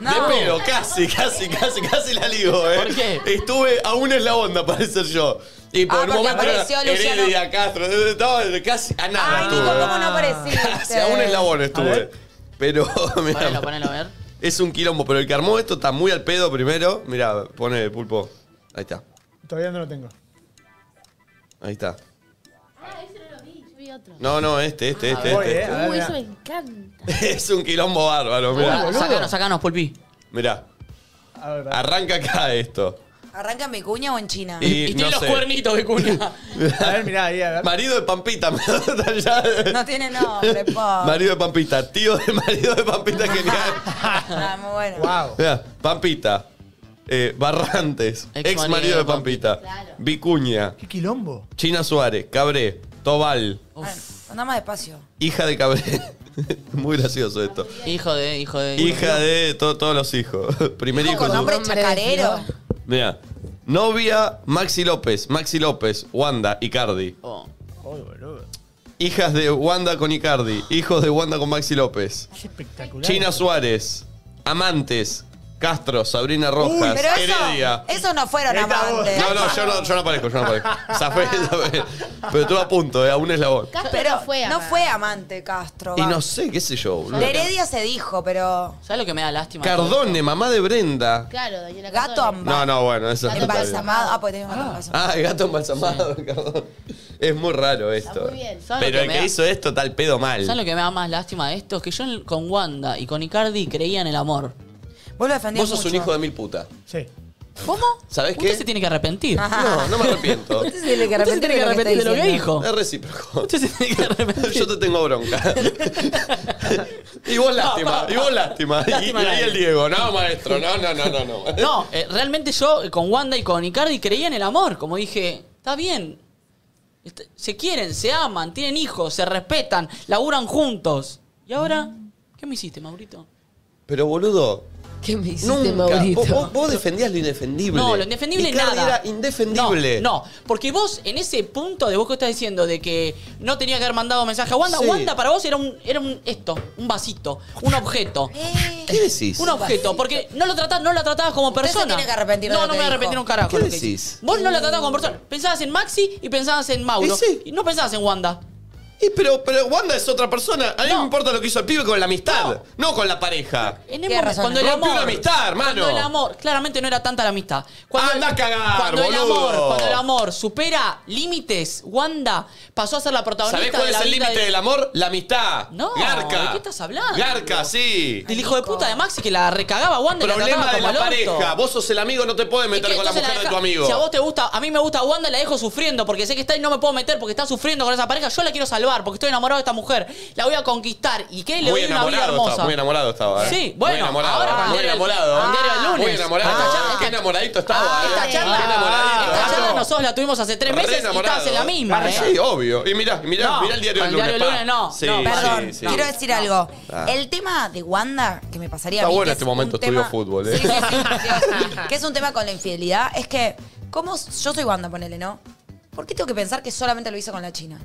[SPEAKER 2] No.
[SPEAKER 5] De pedo, casi, casi, casi, casi la ligo, ¿eh?
[SPEAKER 3] ¿Por qué?
[SPEAKER 5] Estuve a una eslabón de aparecer yo. Y por
[SPEAKER 2] Ah,
[SPEAKER 5] un
[SPEAKER 2] porque
[SPEAKER 5] momento era
[SPEAKER 2] apareció Luciano.
[SPEAKER 5] Heredia, Castro, no, casi a nada
[SPEAKER 2] Ay, Nico,
[SPEAKER 5] estuve. <laughs>
[SPEAKER 2] ¿cómo no
[SPEAKER 3] <laughs>
[SPEAKER 2] apareciste?
[SPEAKER 5] Casi a un eslabón
[SPEAKER 4] A
[SPEAKER 5] estuve.
[SPEAKER 4] ver.
[SPEAKER 5] Pero, <laughs> mira,
[SPEAKER 3] Ponelo, ponelo, a ver.
[SPEAKER 5] es un quilombo, pero el que armó esto está muy al pedo primero. Mira, pone pulpo. Ahí está.
[SPEAKER 4] Todavía no lo tengo.
[SPEAKER 5] Ahí está.
[SPEAKER 6] Ah, ese no lo vi, yo vi otro.
[SPEAKER 5] No, no, este, este, este.
[SPEAKER 4] Voy, eh.
[SPEAKER 5] este.
[SPEAKER 4] A ver,
[SPEAKER 6] Uh,
[SPEAKER 4] mirá.
[SPEAKER 6] eso me encanta.
[SPEAKER 5] <laughs> Es un quilombo bárbaro, mirá.
[SPEAKER 4] boludo.
[SPEAKER 3] Sacanos, sacanos, Pulpi.
[SPEAKER 5] Mirá.
[SPEAKER 4] A ver, a ver.
[SPEAKER 5] Arranca acá esto.
[SPEAKER 2] ¿Arranca en Vicuña o en China?
[SPEAKER 5] Y-
[SPEAKER 3] Y, tiene
[SPEAKER 5] no
[SPEAKER 3] los
[SPEAKER 5] sé.
[SPEAKER 3] cuernitos de
[SPEAKER 5] <laughs>
[SPEAKER 3] cuna.
[SPEAKER 4] A ver, mirá, ahí, a ver.
[SPEAKER 5] Marido de Pampita, <laughs> me lo dan ya.
[SPEAKER 2] No tiene
[SPEAKER 5] <laughs>
[SPEAKER 2] nombre, po.
[SPEAKER 5] Marido de Pampita, tío de marido de Pampita, genial.
[SPEAKER 2] Ah, muy bueno.
[SPEAKER 4] Wow.
[SPEAKER 5] Mirá, Pampita. eh, Barrantes,
[SPEAKER 3] Ex
[SPEAKER 5] ex marido de Pampita.
[SPEAKER 6] Claro.
[SPEAKER 5] Vicuña,
[SPEAKER 4] Qué quilombo.
[SPEAKER 5] China Suárez, Cabré, Tobal,
[SPEAKER 2] Ah, Anda más despacio.
[SPEAKER 5] hija de Cabré. <laughs> Muy gracioso esto.
[SPEAKER 3] hijo de, hijo de.
[SPEAKER 5] Hija de to- todos los hijos. <laughs> Primer hijo.
[SPEAKER 2] Con
[SPEAKER 5] segundo-
[SPEAKER 2] nombre
[SPEAKER 7] Nombre de
[SPEAKER 2] chacarero.
[SPEAKER 7] flor.
[SPEAKER 5] Mira, novia Maxi López, Maxi López, Wanda, Icardi.
[SPEAKER 3] Oh.
[SPEAKER 4] Uy, boludo.
[SPEAKER 5] Hijas de Wanda con Icardi, hijos de Wanda con Maxi López.
[SPEAKER 4] Es espectacular.
[SPEAKER 5] China Suárez, amantes, Castro, Sabrina Rojas,
[SPEAKER 2] Pero eso,
[SPEAKER 5] Heredia.
[SPEAKER 2] eso no fueron
[SPEAKER 4] Ahí está
[SPEAKER 2] amantes.
[SPEAKER 5] No, no yo, no, yo no aparezco, yo no aparezco. Zafé, zafé. Pero estuve a punto, eh, a un eslabón.
[SPEAKER 6] Castro
[SPEAKER 2] Pero
[SPEAKER 6] no fue amada.
[SPEAKER 2] amante, Castro.
[SPEAKER 5] Y
[SPEAKER 2] va.
[SPEAKER 5] no sé, qué sé yo, boludo.
[SPEAKER 2] De Heredia se dijo, pero.
[SPEAKER 3] ¿Sabes lo que me da lástima?
[SPEAKER 5] Cardone, mamá de Brenda.
[SPEAKER 6] Claro, Daniela
[SPEAKER 2] Gato
[SPEAKER 6] Cardone.
[SPEAKER 2] am-
[SPEAKER 5] No, no, bueno, eso no está bien.
[SPEAKER 2] Embalsamado. Ah, pues tenés un gato
[SPEAKER 5] Ah, el gato embalsamado, Cardone. Es muy raro esto.
[SPEAKER 6] Está muy bien.
[SPEAKER 3] ¿Sabes lo
[SPEAKER 5] Pero
[SPEAKER 3] que
[SPEAKER 5] el
[SPEAKER 3] me
[SPEAKER 5] que
[SPEAKER 3] da-
[SPEAKER 5] hizo esto tal pedo mal.
[SPEAKER 3] ¿Sabes lo que me da más lástima de esto? Es que yo en- con Wanda y con Icardi creía en el amor.
[SPEAKER 2] embalsamado. Vos lo defendías.
[SPEAKER 5] Vos sos un
[SPEAKER 2] mucho.
[SPEAKER 5] hijo de mil puta.
[SPEAKER 4] Sí.
[SPEAKER 3] ¿Cómo?
[SPEAKER 5] ¿Sabés
[SPEAKER 3] Usted
[SPEAKER 5] qué?
[SPEAKER 3] se tiene que arrepentir.
[SPEAKER 5] No, no me
[SPEAKER 3] <laughs>
[SPEAKER 5] arrepiento.
[SPEAKER 7] Usted se tiene
[SPEAKER 3] Usted se
[SPEAKER 7] que arrepentir
[SPEAKER 3] tiene que arrepentir de lo que
[SPEAKER 7] diciendo.
[SPEAKER 3] dijo.
[SPEAKER 5] Es recíproco. <laughs>
[SPEAKER 3] Usted se tiene que arrepentir.
[SPEAKER 5] Yo te tengo bronca. <laughs> y vos lástima, y vos lástima. Y-
[SPEAKER 3] Lástima
[SPEAKER 5] y,
[SPEAKER 3] a
[SPEAKER 5] ahí
[SPEAKER 3] nadie.
[SPEAKER 5] el Diego, no, maestro, no, no, no, no. No,
[SPEAKER 3] No, eh, realmente yo eh, con Wanda y con Icardi creía en el amor. Como dije, está bien. Este- Se quieren, se aman, tienen hijos, se respetan, laburan juntos. ¿Y ahora? ¿Qué me hiciste, Maurito?
[SPEAKER 5] Pero boludo,
[SPEAKER 7] ¿Qué me hiciste,
[SPEAKER 5] nunca. Vos,
[SPEAKER 7] Maurito?
[SPEAKER 5] vos- vos defendías lo indefendible.
[SPEAKER 3] No, lo indefendible
[SPEAKER 5] Y Cardi
[SPEAKER 3] nada.
[SPEAKER 5] era indefendible.
[SPEAKER 3] No, no, porque vos en ese punto de vos que estás diciendo de que no tenía que haber mandado mensaje a Wanda,
[SPEAKER 5] Sí.
[SPEAKER 3] Wanda para vos era un, era un esto, un vasito, un
[SPEAKER 2] <laughs>
[SPEAKER 3] objeto.
[SPEAKER 5] ¿Qué decís?
[SPEAKER 3] Un objeto, porque no lo tratás, no la tratabas como
[SPEAKER 2] Usted se
[SPEAKER 3] persona.
[SPEAKER 2] tiene que arrepentir de
[SPEAKER 3] No,
[SPEAKER 2] lo
[SPEAKER 3] no
[SPEAKER 2] que
[SPEAKER 3] me
[SPEAKER 2] dijo.
[SPEAKER 3] arrepentí un carajo.
[SPEAKER 5] ¿Qué
[SPEAKER 3] lo que
[SPEAKER 5] decís? Mm.
[SPEAKER 3] hice. Vos no la tratabas como persona. Pensabas en Maxi y pensabas en Mauro.
[SPEAKER 5] Y sí.
[SPEAKER 3] Y no pensabas en Wanda.
[SPEAKER 5] Y pero, pero Wanda es otra persona. A mí
[SPEAKER 3] No.
[SPEAKER 5] me importa lo que hizo el pibe con la amistad, no, con la pareja.
[SPEAKER 3] En
[SPEAKER 2] Tiene razón.
[SPEAKER 3] cuando el
[SPEAKER 5] Rompió
[SPEAKER 3] amor,
[SPEAKER 5] una amistad, hermano.
[SPEAKER 3] Cuando el amor, claramente no era tanta la amistad. Cuando
[SPEAKER 5] Anda a cagar,
[SPEAKER 3] cuando el
[SPEAKER 5] boludo.
[SPEAKER 3] amor, cuando el amor supera límites, Wanda pasó a ser la protagonista
[SPEAKER 5] ¿Sabés cuál
[SPEAKER 3] de
[SPEAKER 5] es
[SPEAKER 3] la
[SPEAKER 5] el
[SPEAKER 3] vida
[SPEAKER 5] límite
[SPEAKER 3] de-
[SPEAKER 5] del amor? La amistad.
[SPEAKER 3] No,
[SPEAKER 5] Garca.
[SPEAKER 3] ¿de qué estás hablando?
[SPEAKER 5] Garca, sí.
[SPEAKER 3] del hijo de puta de Maxi que la recagaba a Wanda y
[SPEAKER 5] Problema
[SPEAKER 3] la
[SPEAKER 5] de
[SPEAKER 3] trataba
[SPEAKER 5] la
[SPEAKER 3] como el orto.
[SPEAKER 5] pareja. Vos sos el amigo, no te puedes
[SPEAKER 3] Es
[SPEAKER 5] meter
[SPEAKER 3] que
[SPEAKER 5] con la
[SPEAKER 3] entonces
[SPEAKER 5] mujer de
[SPEAKER 3] deja-
[SPEAKER 5] tu amigo.
[SPEAKER 3] Si a vos te gusta, a mí me gusta Wanda, la dejo sufriendo porque sé que está y no me puedo meter porque está sufriendo con esa pareja. Yo la quiero salvar porque estoy enamorado de esta mujer. La voy a conquistar y que le
[SPEAKER 5] muy
[SPEAKER 3] doy una vida
[SPEAKER 5] enamorado estaba,
[SPEAKER 3] hermosa.
[SPEAKER 5] muy enamorado estaba. ¿eh?
[SPEAKER 3] Sí,
[SPEAKER 5] Muy
[SPEAKER 3] bueno,
[SPEAKER 5] enamorado,
[SPEAKER 3] ahora
[SPEAKER 5] ¿eh?
[SPEAKER 3] cuando
[SPEAKER 5] muy
[SPEAKER 3] era el-
[SPEAKER 5] enamorado. ¿eh?
[SPEAKER 3] cuando era el lunes.
[SPEAKER 5] Muy enamorado.
[SPEAKER 3] Ah, esta charla-
[SPEAKER 5] Qué enamoradito estaba.
[SPEAKER 3] Ah,
[SPEAKER 5] ¿eh?
[SPEAKER 3] esta charla,
[SPEAKER 5] Qué enamoradito,
[SPEAKER 3] esta charla
[SPEAKER 5] gato.
[SPEAKER 3] nosotros la tuvimos hace tres
[SPEAKER 5] Re
[SPEAKER 3] meses y
[SPEAKER 5] enamorado,
[SPEAKER 3] estás en la
[SPEAKER 5] ¿eh?
[SPEAKER 3] misma, ¿eh?
[SPEAKER 5] Sí, obvio. Y mirá, mirá,
[SPEAKER 3] No,
[SPEAKER 5] mirá el diario
[SPEAKER 3] con el
[SPEAKER 5] del lunes.
[SPEAKER 3] diario del
[SPEAKER 5] pa.
[SPEAKER 3] lunes no,
[SPEAKER 5] Sí,
[SPEAKER 3] no,
[SPEAKER 5] sí,
[SPEAKER 2] Perdón,
[SPEAKER 5] sí. Ah.
[SPEAKER 2] quiero decir algo. El tema de Wanda, que me pasaría
[SPEAKER 5] Está
[SPEAKER 2] a mí,
[SPEAKER 5] bueno
[SPEAKER 2] que
[SPEAKER 5] este
[SPEAKER 2] es
[SPEAKER 5] momento
[SPEAKER 2] un tema-
[SPEAKER 5] estudio fútbol, ¿eh?
[SPEAKER 2] Sí, sí, sí, sí. que es un tema con la infidelidad, es que, ¿cómo yo soy Wanda, ponele, no? ¿Por qué tengo que pensar que solamente lo hizo con la China?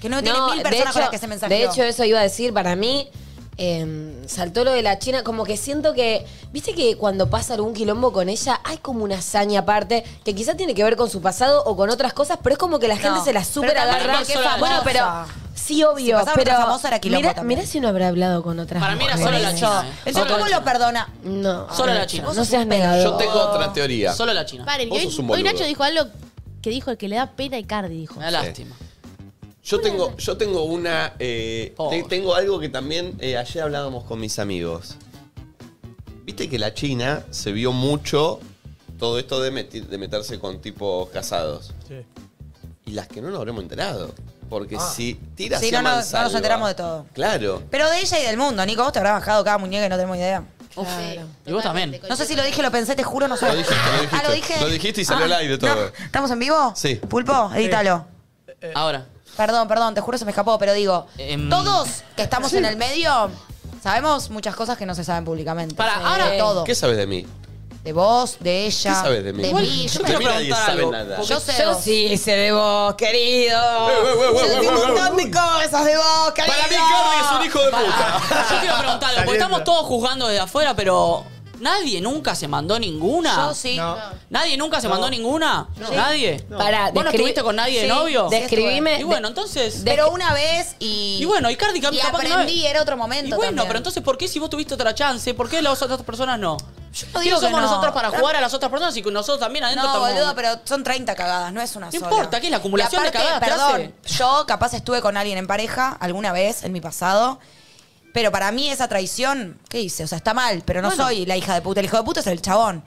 [SPEAKER 2] Que no, tiene mil personas con las que se mensajeó.
[SPEAKER 7] De hecho, eso iba a decir, para mí, eh, saltó lo de la China, como que siento que, viste que cuando pasa algún quilombo con ella, hay como una hazaña aparte, que quizás tiene que ver con su pasado o con otras cosas, pero es como que la gente
[SPEAKER 2] No,
[SPEAKER 7] se la
[SPEAKER 2] pero
[SPEAKER 7] super
[SPEAKER 2] también
[SPEAKER 7] agarra.
[SPEAKER 3] porque es famosa.
[SPEAKER 7] Bueno, pero... Sí, obvio,
[SPEAKER 2] pasaba por
[SPEAKER 7] pero...
[SPEAKER 2] otra famosa era quilombo
[SPEAKER 7] mirá,
[SPEAKER 2] también.
[SPEAKER 7] mirá si no habrá hablado con otras
[SPEAKER 3] Para mí era solo
[SPEAKER 7] mujeres.
[SPEAKER 3] la China. ¿eh?
[SPEAKER 2] Entonces,
[SPEAKER 3] Solo
[SPEAKER 2] ¿cómo
[SPEAKER 3] la
[SPEAKER 2] lo
[SPEAKER 3] China.
[SPEAKER 2] perdona?
[SPEAKER 7] No,
[SPEAKER 3] Ah, Solo la
[SPEAKER 7] Nacho,
[SPEAKER 3] China.
[SPEAKER 7] No seas negador.
[SPEAKER 5] Yo tengo otra teoría.
[SPEAKER 3] Solo la China.
[SPEAKER 6] Paren,
[SPEAKER 5] Vos
[SPEAKER 6] que hoy,
[SPEAKER 5] sos un
[SPEAKER 6] hoy
[SPEAKER 5] boludo.
[SPEAKER 6] Nacho dijo algo que dijo que le da pena y Cardi, dijo.
[SPEAKER 3] Me da lástima.
[SPEAKER 5] Yo tengo, yo tengo una. eh,
[SPEAKER 3] Oh.
[SPEAKER 5] te- tengo algo que también eh, ayer hablábamos con mis amigos. Viste que la China se vio mucho todo esto de, meti- de meterse con tipos casados.
[SPEAKER 4] Sí.
[SPEAKER 5] Y las que no nos habremos enterado. Porque si tiras
[SPEAKER 2] Sí, no, no, no nos enteramos de todo.
[SPEAKER 5] Claro.
[SPEAKER 2] Pero de ella y del mundo, Nico, vos te habrás bajado cada muñeca y no tenemos idea.
[SPEAKER 3] Uf.
[SPEAKER 6] Claro.
[SPEAKER 3] Y vos también.
[SPEAKER 2] No sé si lo dije, lo pensé, te juro, no sé.
[SPEAKER 5] Lo dijiste, lo dijiste.
[SPEAKER 2] Ah, lo dije.
[SPEAKER 5] Lo dijiste y salió al aire todo.
[SPEAKER 2] ¿Estamos en vivo?
[SPEAKER 5] Sí.
[SPEAKER 2] Pulpo, edítalo.
[SPEAKER 3] Ahora.
[SPEAKER 2] Perdón, perdón, te juro se me escapó, pero digo,
[SPEAKER 3] Em.
[SPEAKER 2] todos que estamos en el medio sabemos muchas cosas que no se saben públicamente.
[SPEAKER 3] Para,
[SPEAKER 2] Sí.
[SPEAKER 3] ahora-
[SPEAKER 2] todo.
[SPEAKER 5] ¿Qué sabes de mí?
[SPEAKER 2] De vos, de
[SPEAKER 5] ¿Qué
[SPEAKER 2] ella.
[SPEAKER 5] sabes de mí?
[SPEAKER 2] De
[SPEAKER 5] Igual,
[SPEAKER 2] mí. Yo,
[SPEAKER 5] de
[SPEAKER 2] me-
[SPEAKER 3] quiero
[SPEAKER 5] mí nadie
[SPEAKER 3] preguntar
[SPEAKER 5] sabe
[SPEAKER 3] algo,
[SPEAKER 5] nada.
[SPEAKER 3] porque
[SPEAKER 2] yo sé. de
[SPEAKER 7] Yo
[SPEAKER 2] vos.
[SPEAKER 7] sí sé de vos, querido.
[SPEAKER 5] eh, eh, eh,
[SPEAKER 7] Yo sé un
[SPEAKER 5] eh,
[SPEAKER 7] montón de cosas de vos, querido.
[SPEAKER 5] Para mí, Carly es un hijo de
[SPEAKER 2] Ah.
[SPEAKER 5] puta.
[SPEAKER 3] Yo quiero preguntar algo, porque
[SPEAKER 4] Saliendo.
[SPEAKER 3] estamos todos juzgando desde afuera, pero ¿nadie nunca se mandó ninguna?
[SPEAKER 2] Yo sí.
[SPEAKER 4] No.
[SPEAKER 3] ¿Nadie nunca se mandó ninguna? ¿Nadie?
[SPEAKER 7] Pará,
[SPEAKER 3] ¿Vos no
[SPEAKER 7] descri-
[SPEAKER 3] estuviste con nadie de
[SPEAKER 2] Sí.
[SPEAKER 3] novio?
[SPEAKER 2] De-
[SPEAKER 7] Describime.
[SPEAKER 3] Y bueno, entonces...
[SPEAKER 2] Pero una vez y.
[SPEAKER 3] Y bueno, y Cardi
[SPEAKER 2] y
[SPEAKER 3] capaz que no-
[SPEAKER 2] aprendí, era otro
[SPEAKER 3] Y
[SPEAKER 2] momento.
[SPEAKER 3] bueno,
[SPEAKER 2] también.
[SPEAKER 3] pero entonces, ¿por qué si vos tuviste otra chance? ¿Por qué las otras personas no?
[SPEAKER 2] Yo no
[SPEAKER 3] ¿Quién
[SPEAKER 2] digo que
[SPEAKER 3] somos
[SPEAKER 2] no.
[SPEAKER 3] nosotros para jugar a las otras personas y que nosotros también adentro
[SPEAKER 2] No,
[SPEAKER 3] estamos-
[SPEAKER 2] boludo, pero son 30 cagadas, no es una
[SPEAKER 3] No
[SPEAKER 2] sola.
[SPEAKER 3] importa, ¿qué es la acumulación
[SPEAKER 2] Y
[SPEAKER 3] de
[SPEAKER 2] aparte,
[SPEAKER 3] cagadas que
[SPEAKER 2] Perdón, yo capaz estuve con alguien en pareja alguna vez en mi pasado, pero para mí esa traición, ¿qué hice? O sea, está mal, pero no
[SPEAKER 3] Bueno.
[SPEAKER 2] soy la hija de puta. El hijo de puta es el chabón.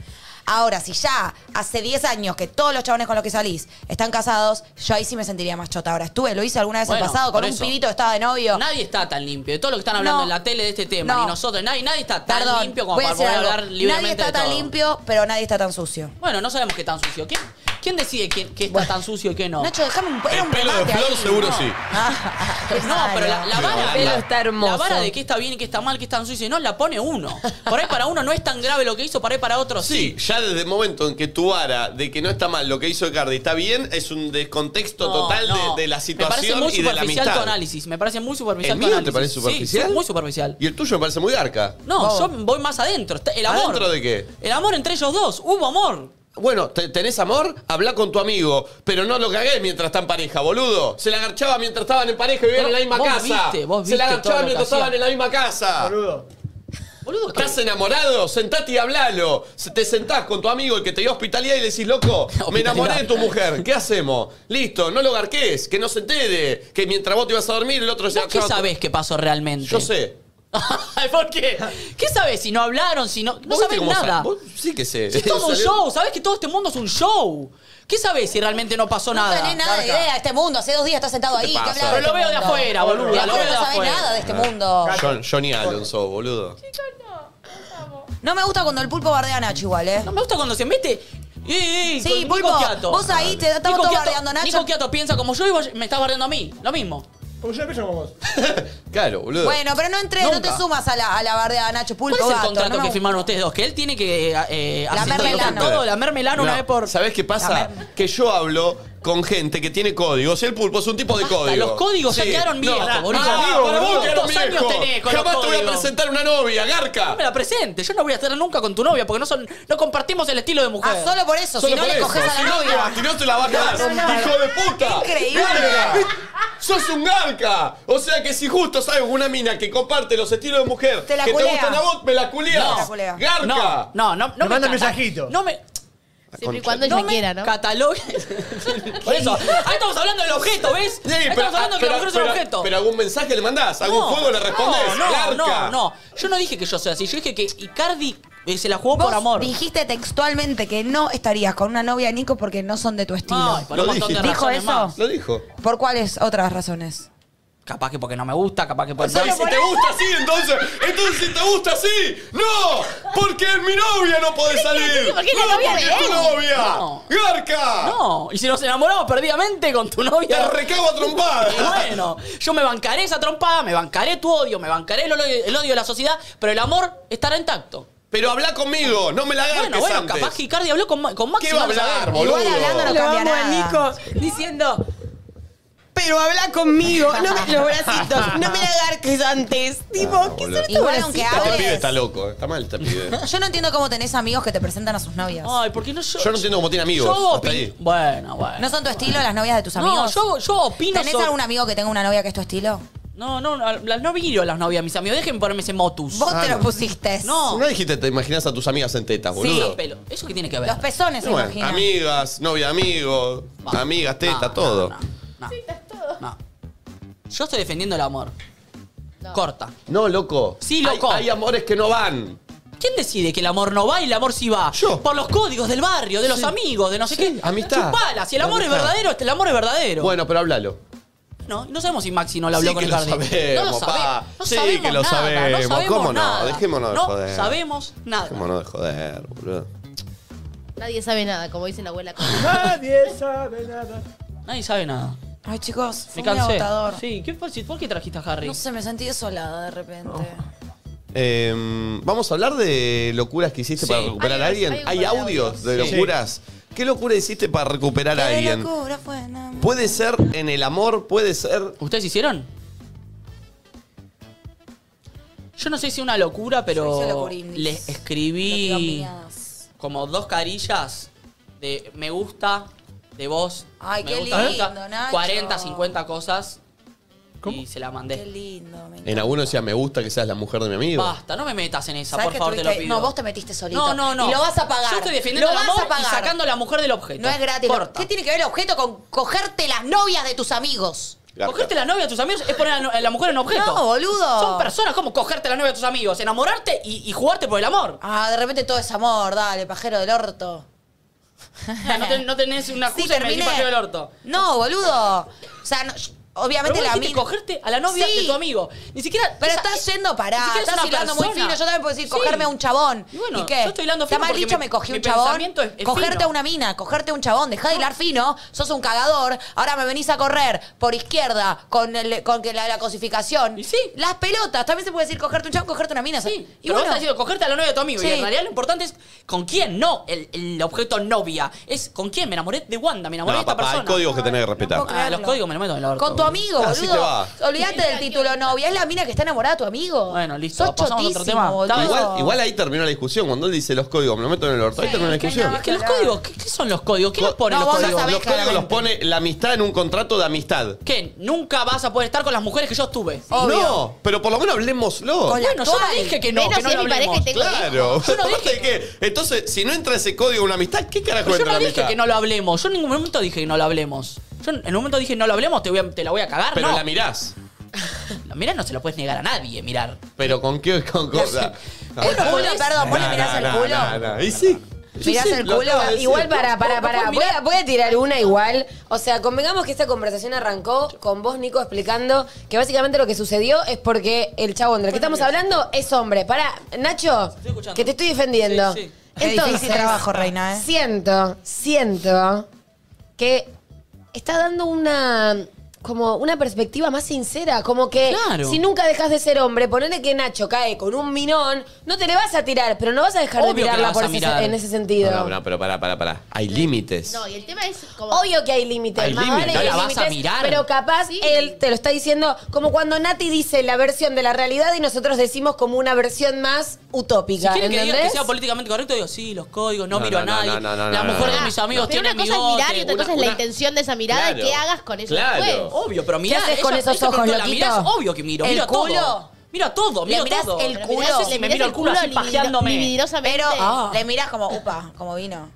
[SPEAKER 2] Ahora, si ya hace 10 años que todos los chabones con los que salís están casados, yo ahí sí me sentiría más chota. Ahora estuve, lo hice alguna vez en
[SPEAKER 3] Bueno,
[SPEAKER 2] pasado con
[SPEAKER 3] por
[SPEAKER 2] un
[SPEAKER 3] eso.
[SPEAKER 2] pibito que estaba de novio.
[SPEAKER 3] Nadie está tan limpio. De todo lo que están hablando
[SPEAKER 2] No.
[SPEAKER 3] en la tele de este tema,
[SPEAKER 2] No.
[SPEAKER 3] ni nosotros, nadie, nadie está tan
[SPEAKER 2] Perdón,
[SPEAKER 3] limpio como
[SPEAKER 2] voy a
[SPEAKER 3] para
[SPEAKER 2] decir
[SPEAKER 3] poder
[SPEAKER 2] algo.
[SPEAKER 3] hablar libremente
[SPEAKER 2] Nadie está
[SPEAKER 3] de
[SPEAKER 2] tan
[SPEAKER 3] todo.
[SPEAKER 2] limpio, pero nadie está tan sucio.
[SPEAKER 3] Bueno, no sabemos qué tan sucio. ¿Quién, quién decide quién- qué está tan sucio y qué no?
[SPEAKER 2] Nacho, déjame un, era
[SPEAKER 5] El
[SPEAKER 2] un
[SPEAKER 5] pelo de
[SPEAKER 2] remate
[SPEAKER 5] Flor
[SPEAKER 2] ahí,
[SPEAKER 5] seguro
[SPEAKER 2] ¿no? <laughs>
[SPEAKER 5] sí.
[SPEAKER 2] Ah, qué
[SPEAKER 3] No, pero la,
[SPEAKER 2] malo.
[SPEAKER 3] la vara.
[SPEAKER 7] El pelo
[SPEAKER 3] la-
[SPEAKER 7] está hermoso.
[SPEAKER 3] La vara de qué está bien y qué está mal, qué es tan sucio y no la pone uno. Por ahí para uno no es tan grave lo que hizo, por ahí para otro sí.
[SPEAKER 5] Sí, ya desde el momento en que tu vara de que no está mal lo que hizo Cardi está bien, es un descontexto
[SPEAKER 3] No,
[SPEAKER 5] total de-
[SPEAKER 3] no.
[SPEAKER 5] De, la
[SPEAKER 3] Me
[SPEAKER 5] situación
[SPEAKER 3] parece
[SPEAKER 5] y
[SPEAKER 3] muy
[SPEAKER 5] de la
[SPEAKER 3] superficial
[SPEAKER 5] amistad.
[SPEAKER 3] tu análisis. Me parece muy superficial
[SPEAKER 5] ¿El
[SPEAKER 3] tu
[SPEAKER 5] mío te
[SPEAKER 3] análisis.
[SPEAKER 5] parece superficial?
[SPEAKER 3] Sí, sí, muy superficial.
[SPEAKER 5] Y el tuyo me parece muy arca.
[SPEAKER 3] No,
[SPEAKER 2] Vos.
[SPEAKER 3] yo voy más adentro. Está- El amor.
[SPEAKER 5] ¿Adentro de qué?
[SPEAKER 3] El amor entre ellos dos. Hubo amor.
[SPEAKER 5] Bueno, te- ¿tenés amor? Habla con tu amigo, pero no lo cagué mientras está en pareja, boludo. Se la agarchaba mientras estaban en pareja y vivían en la misma
[SPEAKER 3] Vos
[SPEAKER 5] casa.
[SPEAKER 3] viste, vos
[SPEAKER 5] Se la
[SPEAKER 3] viste todo
[SPEAKER 5] agarchaba
[SPEAKER 3] lo
[SPEAKER 5] mientras
[SPEAKER 3] que hacía.
[SPEAKER 5] estaban en la misma casa.
[SPEAKER 4] Boludo.
[SPEAKER 3] Boludo, ¿qué?
[SPEAKER 5] ¿Estás enamorado? Sentate y hablalo. Se- Te sentás con tu amigo el que te dio hospitalidad y le
[SPEAKER 3] <laughs>
[SPEAKER 5] decís, loco, me enamoré de tu mujer. ¿Qué hacemos? Listo, no lo garques, que no se entere. Que mientras vos te ibas a dormir, el otro
[SPEAKER 3] ¿Vos
[SPEAKER 5] se
[SPEAKER 3] qué
[SPEAKER 5] acaba-
[SPEAKER 3] sabés que pasó realmente?
[SPEAKER 5] Yo sé.
[SPEAKER 3] <laughs> Ay, ¿Por qué? ¿Qué sabés? Si no hablaron, si no. No
[SPEAKER 5] ¿Vos viste
[SPEAKER 3] sabés
[SPEAKER 5] cómo sa-
[SPEAKER 3] nada.
[SPEAKER 5] vos sí que sé.
[SPEAKER 3] Si es todo un
[SPEAKER 5] <laughs> Salió-
[SPEAKER 3] show, sabés que todo este mundo es un show. ¿Qué sabés si realmente no pasó
[SPEAKER 2] No
[SPEAKER 3] nada?
[SPEAKER 2] tenés nada de
[SPEAKER 4] Garca.
[SPEAKER 2] idea de este mundo. Hace dos días estás sentado ahí. ¿qué
[SPEAKER 5] pasa?
[SPEAKER 2] hablas
[SPEAKER 3] Pero lo
[SPEAKER 2] este
[SPEAKER 3] veo de
[SPEAKER 2] mundo?
[SPEAKER 3] afuera, boludo.
[SPEAKER 2] De
[SPEAKER 3] Lo veo
[SPEAKER 2] afuera
[SPEAKER 3] de
[SPEAKER 2] no sabés
[SPEAKER 3] afuera.
[SPEAKER 2] nada de este mundo.
[SPEAKER 5] John- Johnny Allen sos, boludo.
[SPEAKER 2] No me gusta cuando el pulpo bardea a Nacho igual, ¿eh?
[SPEAKER 3] No me gusta cuando se mete. ¡Ey, ey,
[SPEAKER 2] Sí,
[SPEAKER 3] con
[SPEAKER 2] Pulpo,
[SPEAKER 3] Nico Quiato.
[SPEAKER 2] vos ahí te
[SPEAKER 3] Nico
[SPEAKER 2] estamos todos
[SPEAKER 3] Quiato-
[SPEAKER 2] bardeando, Nacho.
[SPEAKER 3] Nico Quiato piensa como yo y vos me estás bardeando a mí. Lo mismo.
[SPEAKER 4] Porque yo empiezo con vos.
[SPEAKER 5] <laughs> Claro, boludo.
[SPEAKER 2] Bueno, pero no entré, no te
[SPEAKER 3] Nunca.
[SPEAKER 2] sumas a la, a la bardeada, Nacho. Pulpo
[SPEAKER 3] ¿Cuál es el
[SPEAKER 2] gato,
[SPEAKER 3] contrato
[SPEAKER 2] no me
[SPEAKER 3] que firmaron ustedes dos? Que él tiene que eh,
[SPEAKER 2] Lamer
[SPEAKER 3] hacer
[SPEAKER 2] melano.
[SPEAKER 3] todo, lamer melano una vez por...
[SPEAKER 5] ¿Sabés qué pasa?
[SPEAKER 2] Dame.
[SPEAKER 5] Que yo hablo con gente que tiene códigos. El pulpo es un tipo de
[SPEAKER 3] Basta,
[SPEAKER 5] código. Ah,
[SPEAKER 3] los códigos ya quedaron viejos, boludo. Amigo,
[SPEAKER 5] para
[SPEAKER 3] boludo,
[SPEAKER 5] vos quedaron
[SPEAKER 3] ¿cuántos años
[SPEAKER 5] viejos.
[SPEAKER 3] tenés con los
[SPEAKER 5] Jamás te voy a
[SPEAKER 3] códigos?
[SPEAKER 5] presentar una novia, garca.
[SPEAKER 3] No me la presente. Yo no voy a estar nunca con tu novia porque no son, no compartimos el estilo de mujer.
[SPEAKER 2] Ah, solo por eso, si
[SPEAKER 5] Solo
[SPEAKER 2] no
[SPEAKER 5] por
[SPEAKER 2] le
[SPEAKER 5] eso.
[SPEAKER 2] coges a
[SPEAKER 5] Si
[SPEAKER 2] la
[SPEAKER 5] no,
[SPEAKER 2] novia.
[SPEAKER 5] te- Si no te la bajás, hijo de puta.
[SPEAKER 2] Qué increíble.
[SPEAKER 5] Verga. ¡Sos un garca! O sea que si justo sabes una mina que comparte los estilos de mujer
[SPEAKER 2] Te la
[SPEAKER 5] que
[SPEAKER 2] culea.
[SPEAKER 5] te gustan a vos, me la culiás.
[SPEAKER 2] No. Te la culea.
[SPEAKER 5] ¡Garca!
[SPEAKER 3] No, no, no, no
[SPEAKER 4] Me manda
[SPEAKER 3] cata-
[SPEAKER 4] mensajito.
[SPEAKER 3] No me
[SPEAKER 6] Siempre y cuando
[SPEAKER 3] no
[SPEAKER 6] ella
[SPEAKER 3] me
[SPEAKER 6] quiera, ¿no?
[SPEAKER 2] <laughs>
[SPEAKER 3] catalogue. Por eso, ahí estamos hablando del objeto, ¿ves?
[SPEAKER 5] Sí,
[SPEAKER 3] Ahí estamos hablando de que la mujer es un
[SPEAKER 5] pero-
[SPEAKER 3] objeto.
[SPEAKER 5] pero algún mensaje le mandás, algún juego le respondés.
[SPEAKER 3] No, no,
[SPEAKER 5] garca.
[SPEAKER 3] no, no. Yo no dije que yo soy así. Yo dije que Icardi eh, se la jugó
[SPEAKER 2] Vos
[SPEAKER 3] por amor.
[SPEAKER 2] dijiste textualmente que no estarías con una novia de Nico porque no son de tu estilo.
[SPEAKER 3] Ay, por
[SPEAKER 5] Lo
[SPEAKER 3] un montón de
[SPEAKER 5] dijiste.
[SPEAKER 2] ¿Dijo
[SPEAKER 3] razones
[SPEAKER 2] eso?
[SPEAKER 3] más.
[SPEAKER 5] Lo dijo.
[SPEAKER 2] ¿Por cuáles otras razones?
[SPEAKER 3] Capaz que porque no me gusta, capaz que porque...
[SPEAKER 5] Ay, si te gusta así, entonces, entonces si te gusta así, no, porque es mi novia no podés salir.
[SPEAKER 6] porque es la
[SPEAKER 5] no,
[SPEAKER 6] novia
[SPEAKER 5] porque
[SPEAKER 6] de
[SPEAKER 5] es tu
[SPEAKER 6] él.
[SPEAKER 5] novia.
[SPEAKER 3] No.
[SPEAKER 5] Garca.
[SPEAKER 3] No, y si nos enamoramos perdidamente con tu
[SPEAKER 5] Te
[SPEAKER 3] novia...
[SPEAKER 5] recago a trompada.
[SPEAKER 3] Y bueno, yo me bancaré esa trompada, me bancaré tu odio, me bancaré el, odio- el odio de la sociedad, pero el amor estará intacto.
[SPEAKER 5] Pero habla conmigo, no me la agarques
[SPEAKER 3] Bueno, bueno,
[SPEAKER 5] antes.
[SPEAKER 3] capaz que Icardi habló con, Ma- con Maxi.
[SPEAKER 5] ¿Qué va a
[SPEAKER 3] vamos
[SPEAKER 5] hablar,
[SPEAKER 3] ver.
[SPEAKER 5] boludo?
[SPEAKER 2] Igual hablando no
[SPEAKER 8] Lo
[SPEAKER 2] cambia
[SPEAKER 8] amo
[SPEAKER 2] nada.
[SPEAKER 8] a Nico diciendo. Pero habla conmigo, no me los
[SPEAKER 3] <laughs>
[SPEAKER 8] bracitos, no me la agarques antes. Tipo,
[SPEAKER 5] Ah,
[SPEAKER 8] ¿qué
[SPEAKER 5] boludo.
[SPEAKER 8] son estos
[SPEAKER 2] Igual aunque
[SPEAKER 8] bracitos?
[SPEAKER 5] Este pibe
[SPEAKER 2] hables.
[SPEAKER 5] está loco, eh. está mal este pibe.
[SPEAKER 2] Yo no entiendo cómo tenés amigos que te presentan a sus novias.
[SPEAKER 3] Ay, porque no yo.
[SPEAKER 5] Yo no entiendo cómo tiene amigos,
[SPEAKER 3] Yo hago
[SPEAKER 5] hasta
[SPEAKER 3] opin-
[SPEAKER 5] ahí.
[SPEAKER 3] Bueno, bueno.
[SPEAKER 2] ¿No son tu estilo las novias de tus amigos?
[SPEAKER 3] No, yo, yo opino.
[SPEAKER 2] ¿Tenés
[SPEAKER 3] sobre-
[SPEAKER 2] algún amigo que tenga una novia que es tu estilo?
[SPEAKER 3] No, no, no, las no viro las novias, mis amigos. Déjenme ponerme ese motus.
[SPEAKER 2] Vos
[SPEAKER 5] Ah,
[SPEAKER 2] te lo
[SPEAKER 5] no.
[SPEAKER 2] pusiste.
[SPEAKER 3] No.
[SPEAKER 5] No dijiste, te imaginas a tus amigas en tetas, boludo.
[SPEAKER 3] Esos pelos. ¿Eso qué tiene que ver?
[SPEAKER 2] Los pezones, se
[SPEAKER 5] Bueno,
[SPEAKER 2] imagina.
[SPEAKER 5] amigas, novia, amigo,
[SPEAKER 3] Va.
[SPEAKER 5] amigas,
[SPEAKER 3] No,
[SPEAKER 5] tetas,
[SPEAKER 3] no,
[SPEAKER 5] todo.
[SPEAKER 3] No, no, no. Yo estoy defendiendo el amor. Corta.
[SPEAKER 5] No, loco.
[SPEAKER 3] Sí,
[SPEAKER 5] Hay-
[SPEAKER 3] loco.
[SPEAKER 5] Hay, amores que no van.
[SPEAKER 3] ¿Quién decide que el amor no va y el amor sí va?
[SPEAKER 5] Yo.
[SPEAKER 3] Por los códigos del barrio, de los
[SPEAKER 5] Sí.
[SPEAKER 3] amigos, de no sé
[SPEAKER 5] Sí,
[SPEAKER 3] qué.
[SPEAKER 5] amistad.
[SPEAKER 3] Chupala. Si el amor es
[SPEAKER 5] Amistad.
[SPEAKER 3] verdadero, este- el amor es verdadero.
[SPEAKER 5] Bueno, pero háblalo.
[SPEAKER 3] No, no sabemos si Maxi no lo habló
[SPEAKER 5] Sí
[SPEAKER 3] con
[SPEAKER 5] que
[SPEAKER 3] el
[SPEAKER 5] lo
[SPEAKER 3] jardín.
[SPEAKER 5] sabemos,
[SPEAKER 3] no lo
[SPEAKER 5] pa.
[SPEAKER 3] sabemos. No
[SPEAKER 5] Sí
[SPEAKER 3] sabemos
[SPEAKER 5] que lo
[SPEAKER 3] nada,
[SPEAKER 5] sabemos.
[SPEAKER 3] No sabemos
[SPEAKER 5] ¿Cómo no?
[SPEAKER 3] nada.
[SPEAKER 5] Dejémonos de
[SPEAKER 3] No
[SPEAKER 5] joder.
[SPEAKER 3] sabemos nada.
[SPEAKER 5] Cómo no de joder, boludo.
[SPEAKER 6] Nadie sabe nada, como dice la
[SPEAKER 3] <laughs>
[SPEAKER 6] abuela.
[SPEAKER 4] Nadie sabe nada.
[SPEAKER 3] Nadie sabe nada.
[SPEAKER 2] Ay, chicos, fue
[SPEAKER 3] Me
[SPEAKER 2] muy
[SPEAKER 3] cansé.
[SPEAKER 2] agotador.
[SPEAKER 3] Sí, ¿qué, por, ¿por qué trajiste a Harry?
[SPEAKER 2] No sé, me sentí desolada de repente.
[SPEAKER 5] Oh, Eh, Vamos a hablar de locuras que hiciste
[SPEAKER 3] Sí.
[SPEAKER 5] para recuperar a
[SPEAKER 6] Hay-
[SPEAKER 5] alguien.
[SPEAKER 6] hay un
[SPEAKER 5] Hay,
[SPEAKER 6] par de
[SPEAKER 5] audios de
[SPEAKER 4] Sí.
[SPEAKER 5] locuras. ¿Qué locura hiciste para recuperar a
[SPEAKER 2] Qué
[SPEAKER 5] alguien?
[SPEAKER 2] locura fue enamorar.
[SPEAKER 5] Puede ser en el amor, puede ser.
[SPEAKER 3] ¿Ustedes hicieron? Yo no sé si una locura,
[SPEAKER 2] Yo hice
[SPEAKER 3] pero
[SPEAKER 2] locurindis.
[SPEAKER 3] les
[SPEAKER 2] Las
[SPEAKER 3] escribí
[SPEAKER 2] piropiñadas.
[SPEAKER 3] como dos carillas de me gusta, de vos.
[SPEAKER 2] Ay,
[SPEAKER 3] me
[SPEAKER 2] qué
[SPEAKER 3] gusta, me
[SPEAKER 2] lindo,
[SPEAKER 3] gusta,
[SPEAKER 2] Nacho.
[SPEAKER 3] 40, 50 cosas.
[SPEAKER 4] ¿Cómo?
[SPEAKER 3] Y se la
[SPEAKER 2] Qué
[SPEAKER 3] mandé.
[SPEAKER 2] lindo, me
[SPEAKER 5] En
[SPEAKER 2] encanta.
[SPEAKER 5] alguno decía, me gusta que seas la mujer de mi amigo.
[SPEAKER 3] Basta, no me metas en esa,
[SPEAKER 2] ¿Sabés
[SPEAKER 3] por
[SPEAKER 2] que
[SPEAKER 3] favor, te lo
[SPEAKER 2] tuviste-
[SPEAKER 3] pido.
[SPEAKER 2] No, vos te metiste solito.
[SPEAKER 3] No, no, no.
[SPEAKER 2] Y lo vas a pagar.
[SPEAKER 3] Yo estoy defendiendo
[SPEAKER 2] Lo
[SPEAKER 3] el
[SPEAKER 2] vas
[SPEAKER 3] amor
[SPEAKER 2] a pagar.
[SPEAKER 3] y sacando a la mujer del objeto.
[SPEAKER 2] No es gratis.
[SPEAKER 3] Corta.
[SPEAKER 2] ¿Qué tiene que ver el objeto con cogerte las novias de tus amigos?
[SPEAKER 5] Garca.
[SPEAKER 3] Cogerte este la novia de tus amigos es poner a la, a la mujer en objeto.
[SPEAKER 2] No, boludo.
[SPEAKER 3] Son personas como cogerte la novia de tus amigos, enamorarte y, y jugarte por el amor.
[SPEAKER 2] Ah, de repente todo es amor, dale, pajero del orto.
[SPEAKER 3] No, ten- no tenés una
[SPEAKER 2] Sí,
[SPEAKER 3] excusa y me
[SPEAKER 2] terminé.
[SPEAKER 3] decís pajero del orto.
[SPEAKER 2] No, boludo. O sea, no-
[SPEAKER 3] Pero
[SPEAKER 2] obviamente
[SPEAKER 3] vos
[SPEAKER 2] la
[SPEAKER 3] dijiste
[SPEAKER 2] mina-
[SPEAKER 3] cogerte a la novia
[SPEAKER 2] Sí.
[SPEAKER 3] de tu amigo. Ni siquiera.
[SPEAKER 2] Pero
[SPEAKER 3] esa-
[SPEAKER 2] estás yendo
[SPEAKER 3] ni
[SPEAKER 2] pará,
[SPEAKER 3] siquiera es
[SPEAKER 2] estás
[SPEAKER 3] una
[SPEAKER 2] hilando muy
[SPEAKER 3] persona.
[SPEAKER 2] fino. Yo también puedo decir,
[SPEAKER 3] Sí.
[SPEAKER 2] cogerme a un chabón.
[SPEAKER 3] Y bueno,
[SPEAKER 2] qué?
[SPEAKER 3] yo estoy hilando
[SPEAKER 2] Está
[SPEAKER 3] fino
[SPEAKER 2] mal
[SPEAKER 3] porque
[SPEAKER 2] dicho,
[SPEAKER 3] mi-
[SPEAKER 2] me cogí
[SPEAKER 3] mi
[SPEAKER 2] un chabón.
[SPEAKER 3] pensamiento es- es
[SPEAKER 2] cogerte
[SPEAKER 3] fino.
[SPEAKER 2] a una mina, cogerte a un chabón. Dejá de hilar fino, sos un cagador. Ahora me venís a correr por izquierda con, el, con que la, la cosificación.
[SPEAKER 3] Y sí.
[SPEAKER 2] Las pelotas. También se puede decir cogerte un chabón, cogerte una mina.
[SPEAKER 3] Sí,
[SPEAKER 2] y
[SPEAKER 3] pero vos
[SPEAKER 2] bueno,
[SPEAKER 3] estás diciendo cogerte a la novia de tu amigo.
[SPEAKER 2] Sí.
[SPEAKER 3] Y en realidad lo importante es con quién, no el, el objeto novia. Es con quién. Me enamoré de Wanda, me
[SPEAKER 5] No,
[SPEAKER 3] enamoré de esta
[SPEAKER 5] papá, hay
[SPEAKER 3] persona.
[SPEAKER 5] códigos que tenés que respetar.
[SPEAKER 2] puedo
[SPEAKER 3] Ah,
[SPEAKER 2] creerlo.
[SPEAKER 3] los códigos me lo meto en el orto.
[SPEAKER 2] con tu amigo,
[SPEAKER 5] Así te
[SPEAKER 2] boludo.
[SPEAKER 5] va.
[SPEAKER 2] Olvídate del título novia. Es la mina que está enamorada de tu amigo.
[SPEAKER 3] Bueno, listo,
[SPEAKER 2] Sos
[SPEAKER 3] pasamos a otro
[SPEAKER 2] chotísimo,
[SPEAKER 3] tema.
[SPEAKER 2] boludo.
[SPEAKER 5] Igual, igual ahí terminó la discusión. Cuando él dice los códigos, me lo meto en el orto. Ahí terminó la discusión.
[SPEAKER 3] Es que los códigos, ¿qué, qué son los códigos? ¿Qué
[SPEAKER 5] Co-
[SPEAKER 3] nos ponen
[SPEAKER 2] No,
[SPEAKER 3] los
[SPEAKER 2] vos no
[SPEAKER 3] códigos?
[SPEAKER 2] sabés
[SPEAKER 5] los códigos los
[SPEAKER 2] claramente.
[SPEAKER 5] pone la amistad en un contrato de amistad.
[SPEAKER 3] ¿Qué? Nunca vas a poder estar con las mujeres que yo estuve.
[SPEAKER 2] Obvio.
[SPEAKER 5] No, pero por lo menos hablemoslo.
[SPEAKER 2] Con la
[SPEAKER 3] Bueno, yo no
[SPEAKER 2] actual.
[SPEAKER 3] dije que no,
[SPEAKER 6] Menos
[SPEAKER 3] que no
[SPEAKER 6] si
[SPEAKER 3] lo
[SPEAKER 6] es mi pareja
[SPEAKER 3] hablemos.
[SPEAKER 6] y tengo
[SPEAKER 5] Claro.
[SPEAKER 3] Yo no
[SPEAKER 5] <laughs> Aparte
[SPEAKER 3] dije-
[SPEAKER 5] que, entonces, si no entra ese código en una amistad, ¿qué carajo
[SPEAKER 3] Pero yo
[SPEAKER 5] entra
[SPEAKER 3] no
[SPEAKER 5] en la
[SPEAKER 3] dije
[SPEAKER 5] amistad?
[SPEAKER 3] que no lo hablemos. Yo en ningún momento dije que no lo hablemos. Yo en un momento dije no lo hablemos, te, voy a- te la voy a cagar.
[SPEAKER 5] Pero
[SPEAKER 3] no.
[SPEAKER 5] la mirás.
[SPEAKER 3] La mirá no se lo puedes negar a nadie, mirar.
[SPEAKER 5] Pero con qué con cosa.
[SPEAKER 2] El culo, perdón, vos le mirás el culo.
[SPEAKER 5] Y sí.
[SPEAKER 2] Mirás
[SPEAKER 5] Sí, sí,
[SPEAKER 2] el
[SPEAKER 5] lo
[SPEAKER 2] culo.
[SPEAKER 5] acabo de decir.
[SPEAKER 7] Igual para, para,
[SPEAKER 3] no puedes
[SPEAKER 7] para. Voy a,
[SPEAKER 3] mirar.
[SPEAKER 7] voy a tirar una igual. O sea, convengamos que esta conversación arrancó con vos, Nico, explicando que básicamente lo que sucedió es porque el chabón del que estamos hablando es hombre. Para, Nacho,
[SPEAKER 3] escuchando.
[SPEAKER 7] que te estoy defendiendo.
[SPEAKER 3] Sí, sí.
[SPEAKER 2] Qué difícil trabajo, reina, ¿eh?
[SPEAKER 7] Siento, siento que está dando una como una perspectiva más sincera, como que
[SPEAKER 3] Claro.
[SPEAKER 7] si nunca dejas de ser hombre, ponele que Nacho cae con un minón, no te le vas a tirar, pero no vas a dejar
[SPEAKER 3] Obvio que
[SPEAKER 7] de
[SPEAKER 3] la
[SPEAKER 7] tirarla
[SPEAKER 3] vas
[SPEAKER 7] por
[SPEAKER 3] a
[SPEAKER 7] ese-
[SPEAKER 3] mirar.
[SPEAKER 7] en ese
[SPEAKER 5] No,
[SPEAKER 7] sentido.
[SPEAKER 5] no, no, pero pará, pará, pará. Hay límites.
[SPEAKER 6] No, y el tema es como.
[SPEAKER 7] Obvio que hay límites,
[SPEAKER 5] Hay
[SPEAKER 7] más
[SPEAKER 5] límites.
[SPEAKER 7] vale
[SPEAKER 5] No
[SPEAKER 7] que
[SPEAKER 3] la
[SPEAKER 7] hay
[SPEAKER 3] vas a
[SPEAKER 7] límites,
[SPEAKER 3] mirar.
[SPEAKER 7] pero capaz
[SPEAKER 6] Sí.
[SPEAKER 7] él te lo está diciendo como cuando Nati dice la versión de la realidad y nosotros decimos como una versión más
[SPEAKER 3] Si
[SPEAKER 7] utópica,
[SPEAKER 3] quieren que, diga que
[SPEAKER 7] ¿entendés?
[SPEAKER 3] sea políticamente correcto, digo, sí, los códigos, no,
[SPEAKER 5] No,
[SPEAKER 3] miro
[SPEAKER 5] no,
[SPEAKER 3] a
[SPEAKER 5] no,
[SPEAKER 3] nadie.
[SPEAKER 5] no, no, no,
[SPEAKER 3] la
[SPEAKER 5] no,
[SPEAKER 3] mujer
[SPEAKER 5] no,
[SPEAKER 3] de
[SPEAKER 5] no.
[SPEAKER 3] mis amigos
[SPEAKER 6] Ah, Pero
[SPEAKER 3] tiene
[SPEAKER 6] una cosa es mirar y otra
[SPEAKER 3] bigote,
[SPEAKER 6] cosa es la
[SPEAKER 3] una-
[SPEAKER 6] intención de esa mirada y
[SPEAKER 5] Claro.
[SPEAKER 6] qué hagas con eso
[SPEAKER 5] Claro.
[SPEAKER 6] después.
[SPEAKER 3] Obvio, pero mirá.
[SPEAKER 7] ¿Qué haces
[SPEAKER 3] ella-
[SPEAKER 7] con esos
[SPEAKER 3] ella preguntó,
[SPEAKER 7] ojos,
[SPEAKER 3] ¿la
[SPEAKER 7] loquito?
[SPEAKER 3] mirás? Obvio que miro.
[SPEAKER 7] ¿El
[SPEAKER 3] miro todo.
[SPEAKER 7] culo?
[SPEAKER 3] Mira todo,
[SPEAKER 2] ¿Le
[SPEAKER 3] miro
[SPEAKER 2] mirás
[SPEAKER 3] todo.
[SPEAKER 2] el
[SPEAKER 6] Pero
[SPEAKER 2] culo?
[SPEAKER 6] mirás-
[SPEAKER 3] No sé si
[SPEAKER 6] le
[SPEAKER 3] me
[SPEAKER 6] mirás
[SPEAKER 3] miro el culo así
[SPEAKER 6] libido-
[SPEAKER 3] pajeándome. ah,
[SPEAKER 6] libidinosamente.
[SPEAKER 2] Pero le mirás como, upa, como vino.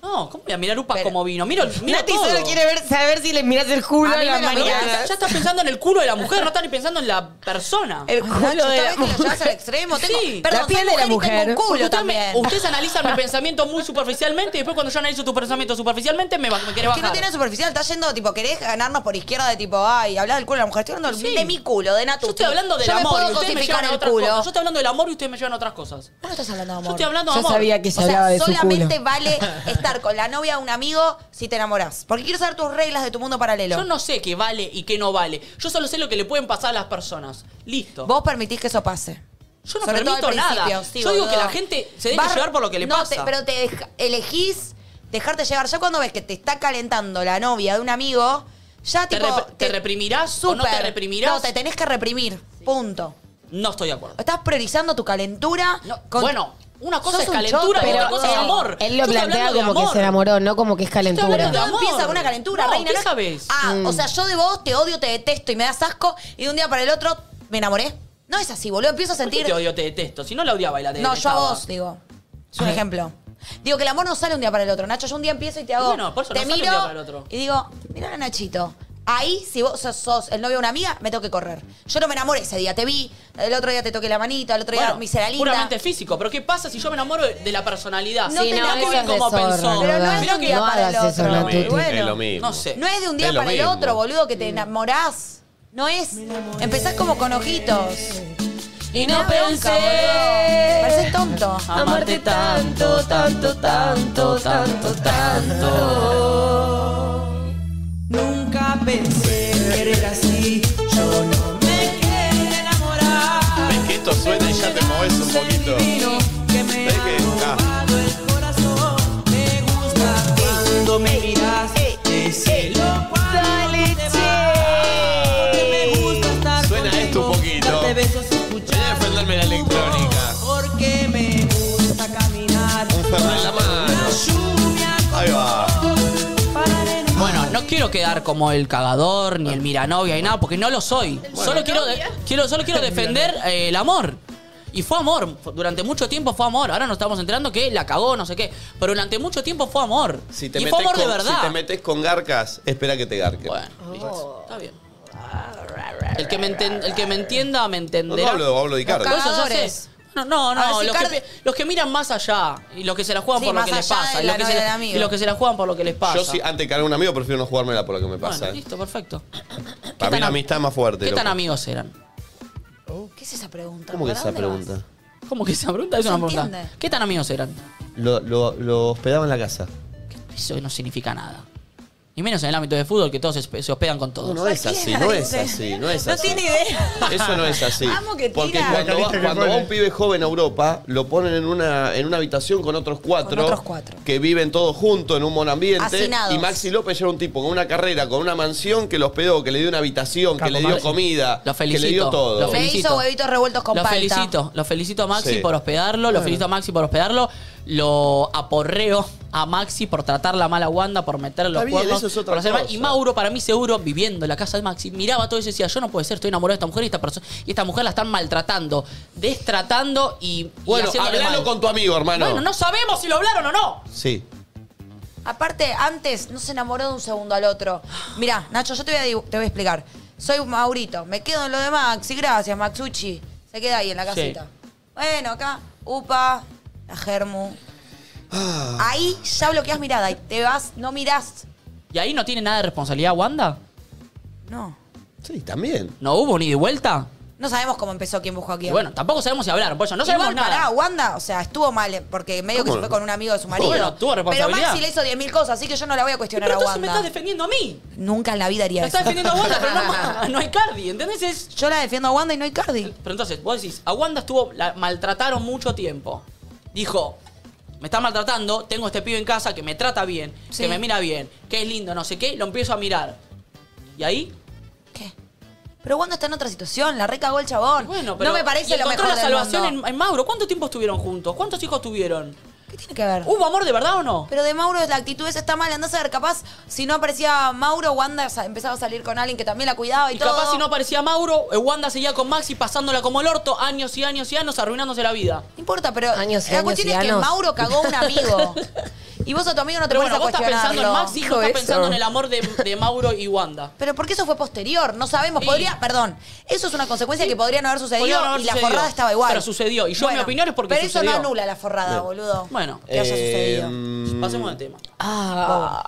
[SPEAKER 3] No, ¿cómo voy a mirar upas
[SPEAKER 2] Pero-
[SPEAKER 3] como vino? Miro, el- miro
[SPEAKER 8] Nati
[SPEAKER 3] todo.
[SPEAKER 8] solo quiere ver, saber si le miras el culo
[SPEAKER 2] A
[SPEAKER 8] a,
[SPEAKER 2] mí
[SPEAKER 8] la
[SPEAKER 2] me lo
[SPEAKER 3] Pero
[SPEAKER 2] mirás.
[SPEAKER 8] mañana.
[SPEAKER 3] ya, ya estás pensando en el culo de la mujer, no estás ni pensando en la persona.
[SPEAKER 8] El
[SPEAKER 2] Ay,
[SPEAKER 8] culo
[SPEAKER 2] Nacho,
[SPEAKER 8] de la
[SPEAKER 2] esta vez que lo llevas al
[SPEAKER 8] mujer.
[SPEAKER 2] extremo.
[SPEAKER 3] Sí,
[SPEAKER 2] Tengo,
[SPEAKER 3] la
[SPEAKER 2] perdón,
[SPEAKER 8] piel de
[SPEAKER 2] soy
[SPEAKER 8] la
[SPEAKER 2] y tengo
[SPEAKER 8] mujer.
[SPEAKER 2] un
[SPEAKER 3] Porque
[SPEAKER 2] culo
[SPEAKER 3] usted me-
[SPEAKER 2] también.
[SPEAKER 3] ustedes analizan mi pensamiento muy superficialmente y después cuando yo analizo tu pensamiento superficialmente me, va- me quiere
[SPEAKER 2] que
[SPEAKER 3] bajar.
[SPEAKER 2] no tiene superficial, está yendo, tipo, querés ganarnos por izquierda de tipo, ay, hablar del culo de la mujer. Estoy hablando del-
[SPEAKER 3] Sí.
[SPEAKER 2] de mi culo, de Natu.
[SPEAKER 3] yo estoy hablando del
[SPEAKER 2] Yo me
[SPEAKER 3] amor y
[SPEAKER 2] puedo
[SPEAKER 3] ustedes me
[SPEAKER 2] cosificar
[SPEAKER 3] llevan a
[SPEAKER 2] el
[SPEAKER 3] otras
[SPEAKER 2] culo.
[SPEAKER 3] cosas. Yo estoy hablando del amor y ustedes me llevan a otras cosas.
[SPEAKER 2] Vos no estás hablando de amor.
[SPEAKER 3] Yo estoy hablando de
[SPEAKER 8] Yo
[SPEAKER 3] amor.
[SPEAKER 8] sabía que se
[SPEAKER 2] o sea,
[SPEAKER 8] hablaba de su culo. <laughs>
[SPEAKER 2] solamente vale estar con la novia de un amigo si te enamorás. Porque quiero saber tus reglas de tu mundo paralelo.
[SPEAKER 3] Yo no sé qué vale y qué no vale. Yo solo sé lo que le pueden pasar a las personas. Listo.
[SPEAKER 2] Vos permitís que eso pase.
[SPEAKER 3] Yo no
[SPEAKER 2] Sobre todo al
[SPEAKER 3] permito nada.
[SPEAKER 2] principio, sí,
[SPEAKER 3] Yo digo
[SPEAKER 2] boludo.
[SPEAKER 3] que la gente se deje
[SPEAKER 2] Vas-
[SPEAKER 3] llevar por lo que le
[SPEAKER 2] no,
[SPEAKER 3] pasa.
[SPEAKER 2] te- pero te dej- elegís dejarte llevar. Ya cuando ves que te está calentando la novia de un amigo, ya
[SPEAKER 3] Te
[SPEAKER 2] tipo,
[SPEAKER 3] rep- te reprimirás o no te reprimirás.
[SPEAKER 2] No, te tenés que reprimir. Punto.
[SPEAKER 3] No estoy de acuerdo.
[SPEAKER 2] Estás priorizando tu calentura.
[SPEAKER 3] No,
[SPEAKER 2] con-
[SPEAKER 3] bueno, una cosa
[SPEAKER 2] Sos
[SPEAKER 3] es
[SPEAKER 2] un
[SPEAKER 3] calentura y
[SPEAKER 2] choto,
[SPEAKER 3] otra
[SPEAKER 2] boludo.
[SPEAKER 3] cosa es amor.
[SPEAKER 7] Él
[SPEAKER 3] Yo
[SPEAKER 7] lo
[SPEAKER 3] estoy
[SPEAKER 7] plantea
[SPEAKER 3] hablando de
[SPEAKER 7] como que
[SPEAKER 3] amor.
[SPEAKER 7] se enamoró, no como que
[SPEAKER 3] Yo
[SPEAKER 7] es
[SPEAKER 3] estoy
[SPEAKER 7] calentura.
[SPEAKER 3] hablando
[SPEAKER 2] Todo
[SPEAKER 3] de amor.
[SPEAKER 2] empieza con una calentura,
[SPEAKER 3] No,
[SPEAKER 2] reina.
[SPEAKER 3] ¿qué
[SPEAKER 2] ¿no?
[SPEAKER 3] sabes?
[SPEAKER 2] Ah, o sea, yo de vos te odio, te detesto y me das asco y de un día para el otro me enamoré. No es así, boludo. Empiezo a
[SPEAKER 3] ¿Por qué
[SPEAKER 2] sentir.
[SPEAKER 3] te odio, te detesto. Si no la odiaba y la
[SPEAKER 2] No, yo a
[SPEAKER 3] detestaba.
[SPEAKER 2] vos, digo. Es un ejemplo. Digo que el amor no sale un día para el otro. Nacho, yo un día empiezo y te hago.
[SPEAKER 3] Bueno, por eso
[SPEAKER 2] te
[SPEAKER 3] no sale un
[SPEAKER 2] miro
[SPEAKER 3] día para el otro.
[SPEAKER 2] y digo, mirá a Nachito. Ahí, si vos sos, sos el novio de una amiga, me tengo que correr. Yo no me enamoré ese día. Te vi, el otro día te toqué la manita, el otro día
[SPEAKER 3] Bueno,
[SPEAKER 2] me hice la linda.
[SPEAKER 3] Puramente físico. Pero ¿qué pasa si yo me enamoro de la personalidad?
[SPEAKER 2] No Sí, te no,
[SPEAKER 3] Mirá
[SPEAKER 2] enamores. eso
[SPEAKER 3] qué
[SPEAKER 2] es
[SPEAKER 3] bien cómo
[SPEAKER 7] deshonra,
[SPEAKER 3] pensó.
[SPEAKER 2] Pero no
[SPEAKER 7] ¿verdad?
[SPEAKER 2] es de
[SPEAKER 3] Mirá
[SPEAKER 2] un
[SPEAKER 3] que-
[SPEAKER 2] día
[SPEAKER 7] No
[SPEAKER 2] para el
[SPEAKER 7] hagas
[SPEAKER 2] otro.
[SPEAKER 7] eso,
[SPEAKER 5] <laughs> Es lo
[SPEAKER 7] Natuti.
[SPEAKER 5] mismo,
[SPEAKER 2] Bueno.
[SPEAKER 5] es lo mismo.
[SPEAKER 3] No sé.
[SPEAKER 2] No es de un
[SPEAKER 5] Es
[SPEAKER 2] día
[SPEAKER 5] lo
[SPEAKER 2] para el
[SPEAKER 5] mismo.
[SPEAKER 2] otro, boludo, que te enamorás. No es. Empezás como con ojitos.
[SPEAKER 7] Y
[SPEAKER 2] Me da bronca, boludo. Pareces tonto.
[SPEAKER 7] amarte tanto, tanto, tanto, tanto, tanto.
[SPEAKER 8] Nunca pensé querer así. Yo no me quería enamorar.
[SPEAKER 5] Ves que esto suena y ya te moves un poquito.
[SPEAKER 8] que me
[SPEAKER 5] Ves que- ah.
[SPEAKER 8] el corazón. Me gusta cuando me miras. Ese lo cual me gusta estar
[SPEAKER 5] Suena esto un poquito.
[SPEAKER 8] Te
[SPEAKER 5] Voy
[SPEAKER 8] besos escuchar.
[SPEAKER 5] a defenderme la electrónica.
[SPEAKER 8] Porque me gusta caminar.
[SPEAKER 5] Un ferro en la mano.
[SPEAKER 8] Lluvia
[SPEAKER 5] <laughs> Ahí va.
[SPEAKER 8] para en
[SPEAKER 3] Bueno, no quiero quedar como el cagador, ni el miranovia, ni nada, porque no lo soy. solo, quiero de- quiero, solo quiero defender eh, el amor. Y fue amor. Fu- Durante mucho tiempo fue amor. Ahora nos estamos enterando que la cagó, no sé qué. Pero durante mucho tiempo fue amor.
[SPEAKER 5] Si te,
[SPEAKER 3] y fue
[SPEAKER 5] metes
[SPEAKER 3] amor
[SPEAKER 5] con,
[SPEAKER 3] de verdad.
[SPEAKER 5] si te metes con garcas, espera que te garquen.
[SPEAKER 3] Bueno, listo. Está bien. El que, me enten- el que me entienda, me
[SPEAKER 5] no,
[SPEAKER 3] entenderá.
[SPEAKER 5] no hablo, hablo de Icardi.
[SPEAKER 3] Por eso ya
[SPEAKER 2] Cagadores.
[SPEAKER 3] sé. No, no,
[SPEAKER 2] A ver,
[SPEAKER 3] no.
[SPEAKER 2] si
[SPEAKER 3] los, que,
[SPEAKER 2] Icardi-
[SPEAKER 3] pi- los que miran más allá y los que se la juegan
[SPEAKER 2] Sí,
[SPEAKER 3] por lo
[SPEAKER 2] más
[SPEAKER 3] que les
[SPEAKER 2] allá
[SPEAKER 3] pasa.
[SPEAKER 2] de
[SPEAKER 3] y los
[SPEAKER 2] la
[SPEAKER 3] que se
[SPEAKER 2] novia
[SPEAKER 3] la-
[SPEAKER 2] del amigo.
[SPEAKER 3] y los que se la juegan por lo que les pasa.
[SPEAKER 5] Yo si antes de cagar a un amigo prefiero no jugármela por lo que me
[SPEAKER 3] bueno,
[SPEAKER 5] pasa. eh.
[SPEAKER 3] listo, perfecto.
[SPEAKER 5] Para mí
[SPEAKER 3] tan
[SPEAKER 5] la
[SPEAKER 3] am-
[SPEAKER 5] amistad es más fuerte.
[SPEAKER 3] ¿Qué tan
[SPEAKER 5] loco.
[SPEAKER 3] amigos eran?
[SPEAKER 2] ¿Qué es esa pregunta?
[SPEAKER 5] ¿Cómo que
[SPEAKER 2] ¿Para
[SPEAKER 5] esa
[SPEAKER 2] dónde vas?
[SPEAKER 5] pregunta?
[SPEAKER 3] ¿Cómo que esa pregunta? Es
[SPEAKER 2] No
[SPEAKER 3] una
[SPEAKER 2] se
[SPEAKER 3] pregunta.
[SPEAKER 2] entiende.
[SPEAKER 3] ¿Qué tan amigos eran?
[SPEAKER 5] Lo, lo, lo hospedaba en la casa.
[SPEAKER 3] Eso no significa nada. Y menos en el ámbito de fútbol, que todos se se hospedan con todos.
[SPEAKER 5] No, no es así, no es así, no es
[SPEAKER 8] No
[SPEAKER 5] así.
[SPEAKER 8] tiene idea.
[SPEAKER 5] Eso no es así.
[SPEAKER 2] Amo que
[SPEAKER 5] Porque
[SPEAKER 2] tira.
[SPEAKER 5] cuando,
[SPEAKER 4] La
[SPEAKER 5] va,
[SPEAKER 4] carita que
[SPEAKER 5] cuando
[SPEAKER 4] pone.
[SPEAKER 5] va un pibe joven a Europa, lo ponen en una, en una habitación con otros cuatro.
[SPEAKER 2] Con otros cuatro.
[SPEAKER 5] Que viven todos juntos en un buen ambiente.
[SPEAKER 2] Hacinados.
[SPEAKER 5] Y Maxi López era un tipo con una carrera, con una mansión que los hospedó, que le dio una habitación, que
[SPEAKER 4] Capo,
[SPEAKER 5] le dio
[SPEAKER 4] Maxi.
[SPEAKER 5] comida,
[SPEAKER 3] Lo
[SPEAKER 5] que
[SPEAKER 3] felicito.
[SPEAKER 5] le dio todo.
[SPEAKER 3] Lo
[SPEAKER 2] Me
[SPEAKER 3] felicito.
[SPEAKER 2] hizo huevitos revueltos con
[SPEAKER 3] lo
[SPEAKER 2] palta.
[SPEAKER 3] felicito, lo felicito a Maxi
[SPEAKER 5] Sí.
[SPEAKER 3] por hospedarlo, lo felicito a Maxi por hospedarlo, lo aporreo a Maxi por tratar la mala Wanda, por meter los
[SPEAKER 5] Está bien,
[SPEAKER 3] cuernos,
[SPEAKER 5] eso es otra
[SPEAKER 3] por hacer mal.
[SPEAKER 5] cosa.
[SPEAKER 3] Y Mauro, para mí seguro, viviendo en la casa de Maxi, miraba todo eso y decía, yo no puede ser, estoy enamorado de esta mujer y esta persona, y esta mujer la están maltratando, destratando y, y
[SPEAKER 5] Bueno,
[SPEAKER 3] haciéndole
[SPEAKER 5] hablalo
[SPEAKER 3] mal".
[SPEAKER 5] con tu amigo, hermano.
[SPEAKER 3] Bueno, no sabemos si lo hablaron o no.
[SPEAKER 5] Sí.
[SPEAKER 2] Aparte, antes no se enamoró de un segundo al otro. Mirá, Nacho, yo te voy a, dibu- te voy a explicar. Soy Maurito, me quedo en lo de Maxi, gracias, Maxucci. Se queda ahí en la casita. Bueno, acá, upa, la germu. Ahí ya bloqueas mirada y te vas, no mirás.
[SPEAKER 3] ¿Y ahí no tiene nada de responsabilidad Wanda?
[SPEAKER 2] No.
[SPEAKER 5] Sí, también.
[SPEAKER 3] ¿No hubo ni de vuelta?
[SPEAKER 2] No sabemos cómo empezó, quién buscó a
[SPEAKER 3] Y
[SPEAKER 2] quién.
[SPEAKER 3] bueno, tampoco sabemos si hablaron, por eso no sabemos
[SPEAKER 2] Igual, pará,
[SPEAKER 3] nada.
[SPEAKER 2] Wanda, o sea, estuvo mal eh, porque medio que
[SPEAKER 5] ¿Cómo?
[SPEAKER 2] se fue con un amigo de su marido.
[SPEAKER 3] Bueno, tuvo
[SPEAKER 2] pero
[SPEAKER 3] responsabilidad.
[SPEAKER 2] Maxi le hizo 10.000 cosas, así que yo no la voy a cuestionar
[SPEAKER 3] Pero
[SPEAKER 2] a
[SPEAKER 3] tú me
[SPEAKER 2] Wanda.
[SPEAKER 3] estás defendiendo a mí.
[SPEAKER 2] Nunca en la vida haría
[SPEAKER 3] Me
[SPEAKER 2] eso.
[SPEAKER 3] estás defendiendo a Wanda, pero
[SPEAKER 2] <laughs>
[SPEAKER 3] no, a- no a Icardi, ¿entendés? Es-
[SPEAKER 2] Yo la defiendo a Wanda y no a Icardi.
[SPEAKER 3] Pero entonces, vos decís, a Wanda estuvo, la maltrataron mucho tiempo. Dijo, me está maltratando, tengo este pibe en casa que me trata bien,
[SPEAKER 2] Sí.
[SPEAKER 3] que me mira bien, que es lindo, no sé qué, lo empiezo a mirar. Y ahí,
[SPEAKER 2] ¿Qué? Pero Wanda está en otra situación, la recagó el chabón.
[SPEAKER 3] bueno, pero...
[SPEAKER 2] no me
[SPEAKER 3] y
[SPEAKER 2] parece lo
[SPEAKER 3] encontró
[SPEAKER 2] mejor
[SPEAKER 3] la
[SPEAKER 2] del
[SPEAKER 3] salvación
[SPEAKER 2] mundo.
[SPEAKER 3] En, en Mauro. ¿Cuánto tiempo estuvieron juntos? ¿Cuántos hijos tuvieron?
[SPEAKER 2] ¿Qué tiene que ver?
[SPEAKER 3] ¿Hubo amor de verdad o no?
[SPEAKER 2] Pero de Mauro la actitud esa está mal, andás a ver, capaz si no aparecía Mauro, Wanda sa- empezaba a salir con alguien que también la cuidaba y,
[SPEAKER 3] Y
[SPEAKER 2] todo.
[SPEAKER 3] capaz si no aparecía Mauro, eh, Wanda seguía con Maxi pasándola como el orto años y años y años, arruinándose la vida.
[SPEAKER 2] No importa, pero
[SPEAKER 7] Años y
[SPEAKER 2] la
[SPEAKER 7] años
[SPEAKER 2] cuestión
[SPEAKER 7] y
[SPEAKER 2] es que
[SPEAKER 7] años.
[SPEAKER 2] Mauro cagó a un
[SPEAKER 5] <laughs>
[SPEAKER 2] amigo. y vos a tu amigo no te
[SPEAKER 3] Pero
[SPEAKER 2] pones
[SPEAKER 3] bueno,
[SPEAKER 2] a
[SPEAKER 3] vos estás pensando en
[SPEAKER 2] cuestionarlo.
[SPEAKER 3] Maxi, no
[SPEAKER 7] Dijo
[SPEAKER 3] estás
[SPEAKER 7] eso.
[SPEAKER 3] pensando en el amor de, de Mauro y Wanda.
[SPEAKER 2] Pero porque eso fue posterior, no sabemos.
[SPEAKER 3] Sí.
[SPEAKER 2] Podría, perdón, eso es una consecuencia que podría no haber
[SPEAKER 3] Podría
[SPEAKER 2] sucedido
[SPEAKER 3] no haber
[SPEAKER 2] y la
[SPEAKER 3] sucedido.
[SPEAKER 2] forrada estaba igual.
[SPEAKER 3] Pero sucedió, y yo, mi opinión es porque
[SPEAKER 2] Pero
[SPEAKER 3] sucedió.
[SPEAKER 2] eso no anula la forrada, boludo.
[SPEAKER 3] Bueno.
[SPEAKER 2] que haya
[SPEAKER 5] Eh,
[SPEAKER 2] sucedido.
[SPEAKER 5] mm,
[SPEAKER 3] Pasemos al tema.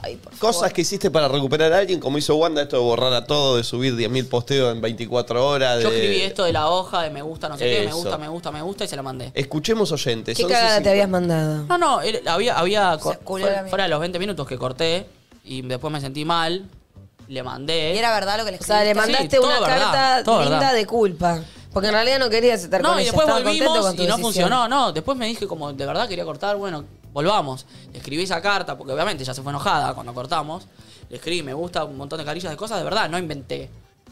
[SPEAKER 7] Ay, por
[SPEAKER 5] Cosas que hiciste para recuperar a alguien, como hizo Wanda, esto de borrar a todo, de subir 10.000 posteos en 24 horas.
[SPEAKER 3] Yo
[SPEAKER 5] de-
[SPEAKER 3] escribí esto de la hoja, de me gusta, no sé qué, me
[SPEAKER 5] eh, Eso.
[SPEAKER 3] gusta, me gusta, me gusta, y se la mandé.
[SPEAKER 5] Escuchemos oyentes.
[SPEAKER 7] ¿Qué
[SPEAKER 5] 11
[SPEAKER 7] cagada te habías
[SPEAKER 5] 50.
[SPEAKER 7] mandado?
[SPEAKER 3] No, no, era- había, había
[SPEAKER 2] Se
[SPEAKER 3] cor-
[SPEAKER 2] culó la
[SPEAKER 3] fuera,
[SPEAKER 2] mía.
[SPEAKER 3] fuera de los 20 minutos que corté y después me sentí mal, le mandé.
[SPEAKER 2] Y era verdad lo que les
[SPEAKER 7] O sea, le mandaste
[SPEAKER 3] todo
[SPEAKER 7] una
[SPEAKER 3] verdad,
[SPEAKER 7] carta
[SPEAKER 3] todo
[SPEAKER 7] linda
[SPEAKER 3] verdad.
[SPEAKER 7] de culpa. Porque en realidad no querías estar con
[SPEAKER 3] No, y
[SPEAKER 7] ella,
[SPEAKER 3] después
[SPEAKER 7] estaba contento
[SPEAKER 3] volvimos
[SPEAKER 7] con
[SPEAKER 3] y
[SPEAKER 7] tu
[SPEAKER 3] no
[SPEAKER 7] decisión.
[SPEAKER 3] funcionó, no. Después me dije como, de verdad quería cortar, bueno, volvamos. Le escribí esa carta, porque obviamente ya se fue enojada cuando cortamos. Le escribí, me gusta un montón de carillas de cosas, de verdad, no inventé.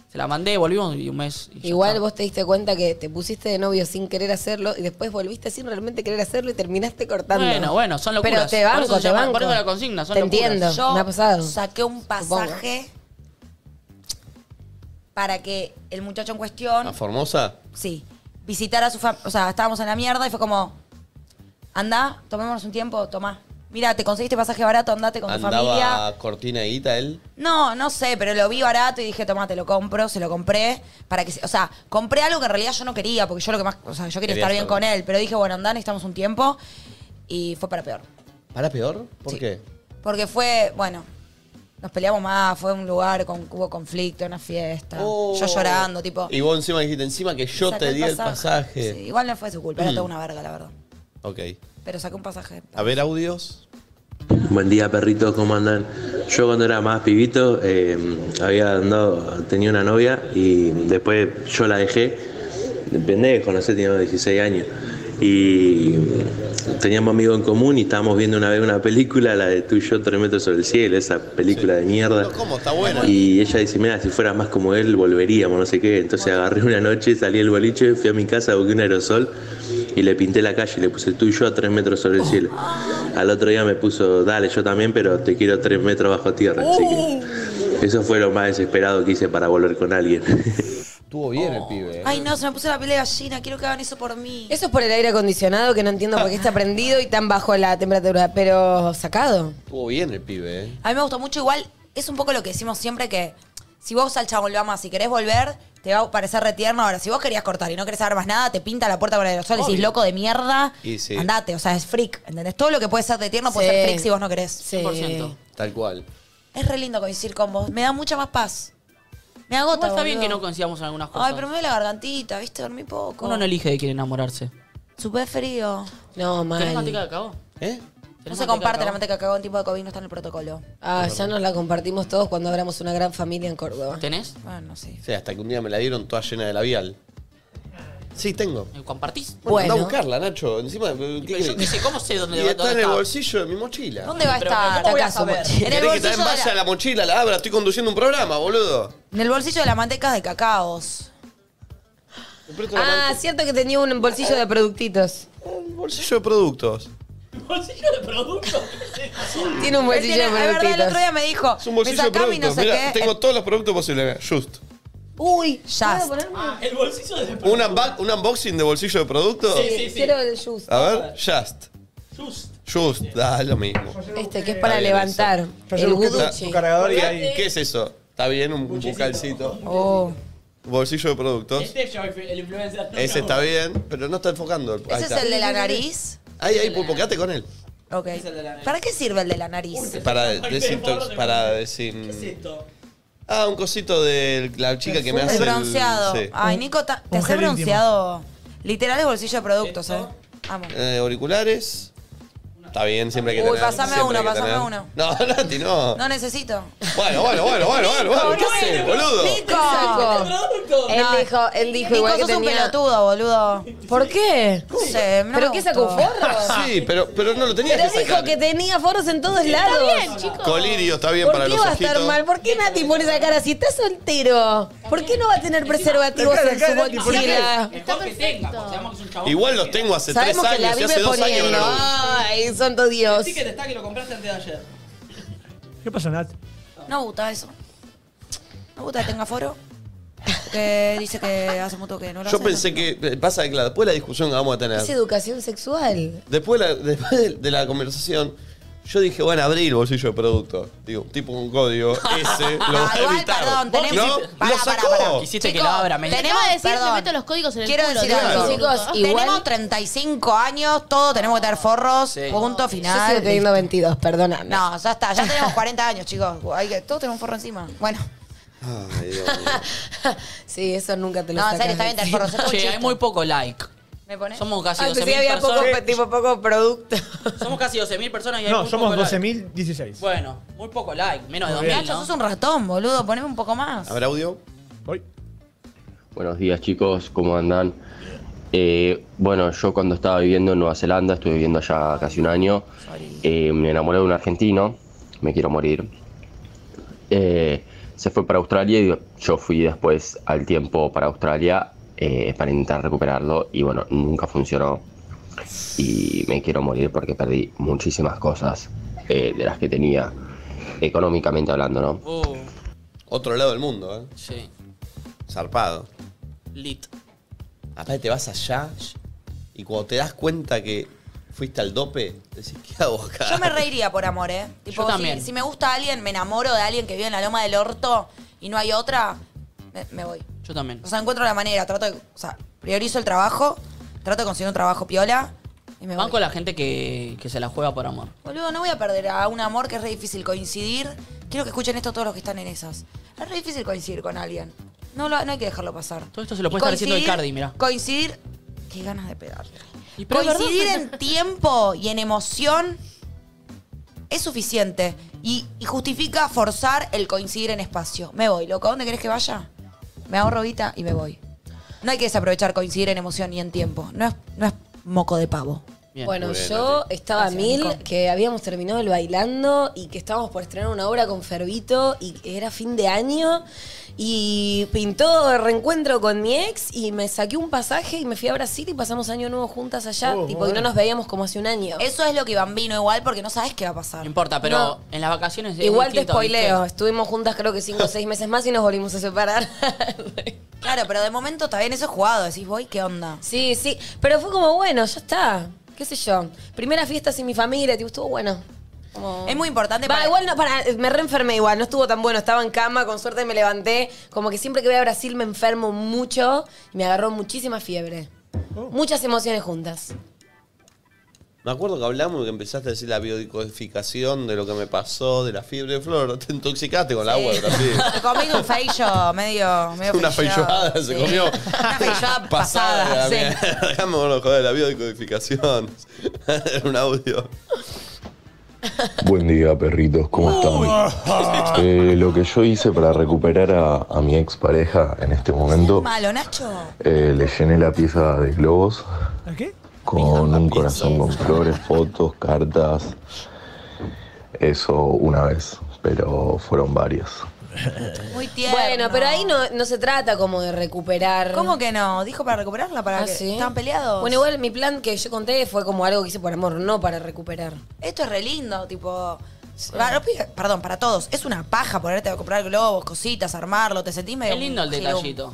[SPEAKER 3] Se la mandé, volvimos y un mes. y ya
[SPEAKER 7] Igual
[SPEAKER 3] está.
[SPEAKER 7] vos te diste cuenta que te pusiste de novio sin querer hacerlo y después volviste sin realmente querer hacerlo y terminaste cortando.
[SPEAKER 3] Bueno, bueno, son locuras.
[SPEAKER 7] Pero te banco,
[SPEAKER 3] Por eso se
[SPEAKER 7] te
[SPEAKER 3] llama-
[SPEAKER 7] banco.
[SPEAKER 3] por eso la consigna, son
[SPEAKER 7] Te
[SPEAKER 3] locuras.
[SPEAKER 7] entiendo,
[SPEAKER 2] Yo
[SPEAKER 7] me ha pasado.
[SPEAKER 2] saqué un pasaje para que el muchacho en cuestión,
[SPEAKER 5] ¿A Formosa?
[SPEAKER 2] sí, visitara a su familia. O sea, estábamos en la mierda y fue como, anda, tomémonos un tiempo, tomá. Mira, te conseguiste pasaje barato, andate con tu familia.
[SPEAKER 5] Andaba cortina de guita él.
[SPEAKER 2] No, no sé, pero lo vi barato y dije, tomá, te lo compro, se lo compré. para que se- O sea, compré algo que en realidad yo no quería, porque yo lo que más, o sea, yo quería
[SPEAKER 5] Querías
[SPEAKER 2] estar bien
[SPEAKER 5] estar
[SPEAKER 2] con
[SPEAKER 5] bien.
[SPEAKER 2] él, pero dije, bueno, andá, necesitamos un tiempo. Y fue para peor.
[SPEAKER 5] ¿Para peor? ¿Por
[SPEAKER 2] Sí.
[SPEAKER 5] qué?
[SPEAKER 2] Porque fue, bueno, nos peleamos más, fue un lugar con hubo conflicto, una fiesta. Yo llorando, tipo.
[SPEAKER 5] Oh. Y vos encima dijiste, encima que yo
[SPEAKER 2] saqué
[SPEAKER 5] te di el pasaje. Mm.
[SPEAKER 2] Sí, igual no fue su culpa, era toda una verga, la verdad.
[SPEAKER 5] Ok.
[SPEAKER 2] Pero saqué un pasaje.
[SPEAKER 5] A ver, audios.
[SPEAKER 9] Buen día, perrito, ¿cómo andan? Yo cuando era más pibito eh, había andado, tenía una novia y después yo la dejé, de pendejo, no sé, tenía 16 años. Y teníamos amigos en común y estábamos viendo una vez una película, la de tú y yo, tres metros sobre el cielo, esa película de mierda.
[SPEAKER 5] No, ¿Cómo? Está buena.
[SPEAKER 9] Y ella dice, mira, si fuera más como él, volveríamos, no sé qué. Entonces agarré una noche, salí al boliche, fui a mi casa, busqué un aerosol y le pinté la calle, le puse tú y yo a tres metros sobre el cielo. Al otro día me puso, dale, yo también, pero te quiero tres metros bajo tierra. Así que eso fue lo más desesperado que hice para volver con alguien. <laughs>
[SPEAKER 5] Estuvo bien el pibe. eh.
[SPEAKER 2] Ay, no, se me puso la piel de gallina, quiero que hagan eso por mí.
[SPEAKER 7] Eso es por el aire acondicionado que no entiendo por qué
[SPEAKER 3] Ah.
[SPEAKER 7] está prendido y tan bajo la temperatura, pero sacado.
[SPEAKER 5] Estuvo bien el pibe, eh.
[SPEAKER 2] A mí me gustó mucho, igual es un poco lo que decimos siempre que si vos al chabón lo amas, si querés volver, te va a parecer retierno. Ahora, si vos querías cortar y no querés saber más nada, te pinta la puerta con el aerosol y decís, loco de mierda,
[SPEAKER 5] Y sí.
[SPEAKER 2] andate. O sea, es freak, ¿entendés? Todo lo que puede ser de tierno puede
[SPEAKER 7] Sí.
[SPEAKER 2] ser freak si vos no querés.
[SPEAKER 7] Sí.
[SPEAKER 3] 100%.
[SPEAKER 5] Tal cual.
[SPEAKER 2] Es re lindo coincidir con vos. Me da mucha más paz. Me agota,
[SPEAKER 3] Igual está bien que
[SPEAKER 2] boludo.
[SPEAKER 3] no coincidamos en algunas cosas.
[SPEAKER 2] Ay, pero me duele la gargantita, ¿viste? Dormí poco.
[SPEAKER 3] Uno no elige de quién enamorarse.
[SPEAKER 2] Súper frío.
[SPEAKER 7] No,
[SPEAKER 3] ¿Tenés manteca
[SPEAKER 7] mal.
[SPEAKER 3] de cabo?
[SPEAKER 2] No
[SPEAKER 5] ¿Eh?
[SPEAKER 3] ¿Tenés
[SPEAKER 2] se
[SPEAKER 3] manteca de
[SPEAKER 2] comparte la
[SPEAKER 3] cabo?
[SPEAKER 2] manteca que hago en tipo de COVID, no está en el protocolo.
[SPEAKER 7] Ah, ya nos la compartimos todos cuando abramos una gran familia en Córdoba.
[SPEAKER 3] ¿Tenés?
[SPEAKER 7] Ah,
[SPEAKER 2] Bueno, sí.
[SPEAKER 5] Sí, hasta que un día me la dieron toda llena de labial. Sí, tengo.
[SPEAKER 3] ¿Me Eh, ¿Compartís?
[SPEAKER 5] Andá a
[SPEAKER 7] Bueno.
[SPEAKER 5] buscarla, Nacho. Encima, ¿qué
[SPEAKER 3] Pero yo qué
[SPEAKER 5] querés?
[SPEAKER 3] sé, ¿cómo sé dónde,
[SPEAKER 5] Y
[SPEAKER 3] dónde
[SPEAKER 5] está en el
[SPEAKER 3] estaba?
[SPEAKER 5] bolsillo de mi mochila.
[SPEAKER 2] ¿Dónde va a
[SPEAKER 3] Pero,
[SPEAKER 2] estar?
[SPEAKER 3] ¿cómo voy a
[SPEAKER 2] Acá,
[SPEAKER 3] saber?
[SPEAKER 2] su mochila. En el
[SPEAKER 5] ¿Querés que
[SPEAKER 2] bolsillo
[SPEAKER 5] también
[SPEAKER 2] de
[SPEAKER 5] vaya
[SPEAKER 2] la-
[SPEAKER 5] a la mochila, la abra? Estoy conduciendo un programa, boludo.
[SPEAKER 2] en el bolsillo de la manteca de cacaos.
[SPEAKER 5] Me presto la
[SPEAKER 7] Ah,
[SPEAKER 5] mante-
[SPEAKER 7] cierto que tenía un bolsillo de productitos.
[SPEAKER 5] el bolsillo de productos.
[SPEAKER 3] ¿Bolsillo de producto?
[SPEAKER 7] Tiene un
[SPEAKER 2] Él
[SPEAKER 7] bolsillo
[SPEAKER 2] tiene-
[SPEAKER 7] de
[SPEAKER 2] es verdad, el
[SPEAKER 7] productitos.
[SPEAKER 2] otro día me dijo,
[SPEAKER 5] Es un
[SPEAKER 2] me
[SPEAKER 5] bolsillo de
[SPEAKER 2] sacame y no
[SPEAKER 5] productos.
[SPEAKER 2] sé
[SPEAKER 5] Mirá,
[SPEAKER 2] qué.
[SPEAKER 5] tengo todos los productos posibles. Mirá, Just.
[SPEAKER 7] Uy,
[SPEAKER 2] Just.
[SPEAKER 7] ¿puedo ponerme?
[SPEAKER 5] Ah,
[SPEAKER 3] ¿El bolsillo de producto?
[SPEAKER 5] ¿Un, unba- un unboxing de bolsillo de productos?
[SPEAKER 7] Quiero el juice.
[SPEAKER 5] A ver, Just. Just. Ah, es lo mismo.
[SPEAKER 7] Este, que es para
[SPEAKER 5] Ahí,
[SPEAKER 7] levantar.
[SPEAKER 4] Yo ayer
[SPEAKER 7] El
[SPEAKER 4] busqué
[SPEAKER 7] guduchi.
[SPEAKER 4] un cargador y ahí.
[SPEAKER 5] ¿Qué es eso? Está bien, un un bucalcito.
[SPEAKER 7] Oh.
[SPEAKER 5] Bolsillo de productos.
[SPEAKER 3] Este el influencer.
[SPEAKER 5] Ese está bien, pero no está enfocando. Ahí
[SPEAKER 2] ¿Ese es
[SPEAKER 5] está.
[SPEAKER 2] el de la nariz?
[SPEAKER 5] Ahí, ahí, Pulpo, quédate con él.
[SPEAKER 2] Ok. ¿Para qué sirve el de la nariz?
[SPEAKER 5] Para desintox... Para desin... Ah, un cosito de la chica que me hace.
[SPEAKER 2] El
[SPEAKER 5] el-
[SPEAKER 2] bronceado.
[SPEAKER 5] sí.
[SPEAKER 2] Ay, Nico, ta- te
[SPEAKER 4] Un
[SPEAKER 2] hace
[SPEAKER 4] gel íntimo.
[SPEAKER 2] bronceado. Literal es bolsillo de productos, eh. Amo.
[SPEAKER 5] Eh, auriculares. Está bien, siempre hay que
[SPEAKER 2] Uy,
[SPEAKER 5] tener.
[SPEAKER 2] pasame
[SPEAKER 5] siempre
[SPEAKER 2] uno,
[SPEAKER 5] hay que
[SPEAKER 2] pasame
[SPEAKER 5] tener.
[SPEAKER 2] uno.
[SPEAKER 5] No, Nati, no.
[SPEAKER 2] No necesito.
[SPEAKER 5] Bueno, bueno, bueno, bueno, bueno, bueno. ¿Qué
[SPEAKER 2] no,
[SPEAKER 5] haces, boludo?
[SPEAKER 7] Saco. Él
[SPEAKER 2] No.
[SPEAKER 7] dijo, él dijo
[SPEAKER 2] Nico,
[SPEAKER 7] igual que
[SPEAKER 2] sos un
[SPEAKER 7] tenía...
[SPEAKER 2] pelotudo, boludo.
[SPEAKER 7] ¿Por qué?
[SPEAKER 2] No sé, no
[SPEAKER 7] ¿Pero
[SPEAKER 2] me
[SPEAKER 7] qué sacó un
[SPEAKER 2] gustó. <laughs>
[SPEAKER 7] forro?
[SPEAKER 5] Sí, pero, pero no lo tenías
[SPEAKER 7] Pero él
[SPEAKER 5] que
[SPEAKER 7] dijo
[SPEAKER 5] sacar.
[SPEAKER 7] que tenía forros en todos lados.
[SPEAKER 6] Está bien, chicos.
[SPEAKER 5] Colirio está bien
[SPEAKER 7] ¿Por
[SPEAKER 5] para
[SPEAKER 7] qué
[SPEAKER 5] los
[SPEAKER 7] va a
[SPEAKER 5] ojitos.
[SPEAKER 7] estar mal? ¿Por qué Nati pone esa cara si está soltero? ¿Por qué no va a tener preservativos
[SPEAKER 4] Acá,
[SPEAKER 7] en
[SPEAKER 4] acá,
[SPEAKER 7] su
[SPEAKER 4] Nati, ¿por qué?
[SPEAKER 7] bolsilla?
[SPEAKER 6] Está
[SPEAKER 3] que tenga, porque
[SPEAKER 6] perfecto.
[SPEAKER 3] sabemos que es un chabón.
[SPEAKER 5] Igual los tengo hace tres
[SPEAKER 7] Sabemos que la
[SPEAKER 5] años y
[SPEAKER 7] vive
[SPEAKER 5] hace dos años que
[SPEAKER 7] poniendo.
[SPEAKER 5] no lo uso.
[SPEAKER 7] Ay, santo Dios.
[SPEAKER 3] Sí que te está que lo compraste antes de ayer.
[SPEAKER 4] ¿Qué pasa, Nat?
[SPEAKER 2] No gusta eso. No gusta que tenga foro. Que dice que hace mucho que no lo
[SPEAKER 5] Yo
[SPEAKER 2] hace.
[SPEAKER 5] pensé que. eh, Pasa que, claro, después de la discusión que vamos a
[SPEAKER 7] Es
[SPEAKER 5] tener.
[SPEAKER 7] educación sexual.
[SPEAKER 5] Después, de la- después de, de la conversación. Yo dije, van a abrir el bolsillo de producto. Digo, tipo un
[SPEAKER 7] <laughs>
[SPEAKER 5] código ese, lo voy
[SPEAKER 2] Ah, igual,
[SPEAKER 5] a evitar.
[SPEAKER 2] perdón, tenemos-
[SPEAKER 5] ¿No?
[SPEAKER 2] Pará,
[SPEAKER 5] lo
[SPEAKER 2] pará,
[SPEAKER 5] sacó.
[SPEAKER 2] pará.
[SPEAKER 3] Quisiste
[SPEAKER 2] Chicos,
[SPEAKER 3] que lo abra, me
[SPEAKER 2] tenemos-
[SPEAKER 6] Tenemos que decir,
[SPEAKER 2] perdón.
[SPEAKER 6] te meto los códigos en el
[SPEAKER 2] Quiero
[SPEAKER 6] culo.
[SPEAKER 2] decir
[SPEAKER 6] te
[SPEAKER 2] algo,
[SPEAKER 6] digo.
[SPEAKER 2] chicos.
[SPEAKER 7] Chicos, igual-
[SPEAKER 2] Tenemos 35 años, todos tenemos que tener forros.
[SPEAKER 3] Sí.
[SPEAKER 2] Punto
[SPEAKER 7] Yo
[SPEAKER 2] final.
[SPEAKER 7] sigo teniendo 22, perdona.
[SPEAKER 2] No, ya está, ya tenemos 40 años, chicos. Hay que, todos tenemos un forro encima. Bueno,
[SPEAKER 5] Ay, Dios mío.
[SPEAKER 7] <laughs> Sí, eso nunca te lo
[SPEAKER 2] no, en
[SPEAKER 7] sacas
[SPEAKER 2] serio, está bien
[SPEAKER 7] de
[SPEAKER 2] <laughs> tener forros.
[SPEAKER 7] encima.
[SPEAKER 2] es un
[SPEAKER 3] Che,
[SPEAKER 2] chiste.
[SPEAKER 3] hay muy poco like.
[SPEAKER 2] ¿Me pones?
[SPEAKER 3] Somos casi
[SPEAKER 7] Ah,
[SPEAKER 3] 12.000
[SPEAKER 7] pensé que había poco,
[SPEAKER 3] personas.
[SPEAKER 7] tipo, poco producto.
[SPEAKER 3] Somos casi 12.000 personas y hay
[SPEAKER 4] No,
[SPEAKER 3] muy
[SPEAKER 4] somos
[SPEAKER 3] poco like.
[SPEAKER 4] 12.016.
[SPEAKER 3] Bueno, muy poco like, menos de
[SPEAKER 4] Muy
[SPEAKER 3] 2.000,
[SPEAKER 4] bien.
[SPEAKER 2] Nacho, sos
[SPEAKER 3] ¿no?
[SPEAKER 2] un ratón, boludo. Poneme un poco más.
[SPEAKER 5] ¿Habrá audio?
[SPEAKER 4] Voy.
[SPEAKER 9] Buenos días chicos, ¿cómo andan? Eh, bueno, yo cuando estaba viviendo en Nueva Zelanda, estuve viviendo allá casi un año, eh, me enamoré de un argentino, me quiero morir. Eh, se fue para Australia y yo fui después al tiempo para Australia eh, para intentar recuperarlo y bueno, nunca funcionó y me quiero morir porque perdí muchísimas cosas eh, de las que tenía, económicamente hablando, ¿no?
[SPEAKER 3] Uh,
[SPEAKER 5] Otro lado del mundo, ¿eh?
[SPEAKER 3] sí.
[SPEAKER 5] Zarpado.
[SPEAKER 3] Lit.
[SPEAKER 5] Aparte te vas allá y cuando te das cuenta que fuiste al dope, decís, ¿qué hago acá?
[SPEAKER 2] Yo me reiría por amor, ¿eh? Tipo,
[SPEAKER 3] Yo también.
[SPEAKER 2] Si, si me gusta alguien, me enamoro de alguien que vive en la loma del orto y no hay otra, me, me voy.
[SPEAKER 3] Yo también.
[SPEAKER 2] O sea, encuentro la manera, trato de. O sea, priorizo el trabajo, trato de conseguir un trabajo piola y me voy.
[SPEAKER 3] Banco la gente que, que se la juega por amor.
[SPEAKER 2] Boludo, no voy a perder a un amor que es re difícil coincidir. Quiero que escuchen esto todos los que están en esas. Es re difícil coincidir con alguien. No, lo- no hay que dejarlo pasar.
[SPEAKER 3] Todo esto se lo puede estar diciendo
[SPEAKER 2] Coincidir-
[SPEAKER 3] Icardi, mirá.
[SPEAKER 2] Coincidir. Qué ganas de pegarle.
[SPEAKER 3] Y pero es
[SPEAKER 2] Coincidir
[SPEAKER 3] verdad.
[SPEAKER 2] en tiempo y en emoción es suficiente. Y, y justifica forzar el coincidir en espacio. Me voy, loco. ¿A dónde querés que vaya? Me ahorro guita y me voy. No hay que desaprovechar coincidir en emoción y en tiempo. No es, no es moco de pavo.
[SPEAKER 3] Bien.
[SPEAKER 7] Bueno,
[SPEAKER 5] Muy bien,
[SPEAKER 7] yo estaba a
[SPEAKER 2] Gracias,
[SPEAKER 7] mil,
[SPEAKER 2] Nico.
[SPEAKER 7] que habíamos terminado el bailando y que estábamos por estrenar una obra con Fervito y que era fin de año y pintó el reencuentro con mi ex y me saqué un pasaje y me fui a Brasil y pasamos año nuevo juntas allá,
[SPEAKER 4] Oh,
[SPEAKER 7] tipo,
[SPEAKER 4] muy
[SPEAKER 7] y no
[SPEAKER 4] bien.
[SPEAKER 7] nos veíamos como hace un año.
[SPEAKER 2] Eso es lo que Bambino igual porque no sabes qué va a pasar.
[SPEAKER 3] No importa, pero
[SPEAKER 7] No.
[SPEAKER 3] en las vacaciones. es
[SPEAKER 7] Igual te
[SPEAKER 3] distinto,
[SPEAKER 7] spoileo,
[SPEAKER 3] ¿viste?
[SPEAKER 7] estuvimos juntas creo que cinco o seis meses más y nos volvimos a separar. <laughs>
[SPEAKER 2] Claro, pero de momento está bien eso es jugado. Decís, voy, ¿qué onda?
[SPEAKER 7] sí, sí, pero fue como bueno, ya está, qué sé yo. Primera fiesta sin mi familia, tipo, estuvo bueno. Como-
[SPEAKER 2] Es muy importante
[SPEAKER 7] Va,
[SPEAKER 2] para- <laughs>
[SPEAKER 7] igual no, para, me reenfermé igual, no estuvo tan bueno, estaba en cama, con suerte me levanté, como que siempre que voy a Brasil me enfermo mucho y me agarró muchísima fiebre. Muchas emociones juntas.
[SPEAKER 5] Me acuerdo que hablamos y que empezaste a decir la biodicodificación de lo que me pasó, de la fiebre de flor. Te intoxicaste con el agua
[SPEAKER 2] <laughs>
[SPEAKER 5] de Brasil.
[SPEAKER 2] Me comí un feillo medio, medio
[SPEAKER 5] Una
[SPEAKER 2] feilloado,
[SPEAKER 5] feijoada se
[SPEAKER 2] sí.
[SPEAKER 5] comió.
[SPEAKER 2] <laughs> Una
[SPEAKER 5] <laughs>
[SPEAKER 2] feijoada pasada,
[SPEAKER 5] la
[SPEAKER 2] sí.
[SPEAKER 5] mierda. Déjame bueno, joder, la biodicodificación. <laughs> Era un audio.
[SPEAKER 9] Buen día, perritos, ¿cómo
[SPEAKER 5] <laughs>
[SPEAKER 9] están? Eh, lo que yo hice para recuperar a, a mi expareja en este momento,
[SPEAKER 2] Malo, Nacho.
[SPEAKER 9] eh, le llené la pieza de globos
[SPEAKER 4] ¿A qué?
[SPEAKER 9] con un corazón con flores, fotos, cartas. Eso una vez, pero fueron varias.
[SPEAKER 2] Muy tierno.
[SPEAKER 7] Bueno, pero ahí no, no se trata como de recuperar.
[SPEAKER 2] ¿Cómo que no? ¿Dijo para recuperarla? ¿Para
[SPEAKER 7] Ah,
[SPEAKER 2] que
[SPEAKER 7] sí.
[SPEAKER 2] estaban peleados?
[SPEAKER 7] Bueno, igual mi plan que yo conté fue como algo que hice por amor, no para recuperar.
[SPEAKER 2] Esto es re lindo, tipo... para los pibes- perdón, para todos. Es una paja ponerte a comprar globos, cositas, armarlo. Te sentís medio...
[SPEAKER 3] Es lindo el
[SPEAKER 2] un
[SPEAKER 3] detallito.
[SPEAKER 2] gilum.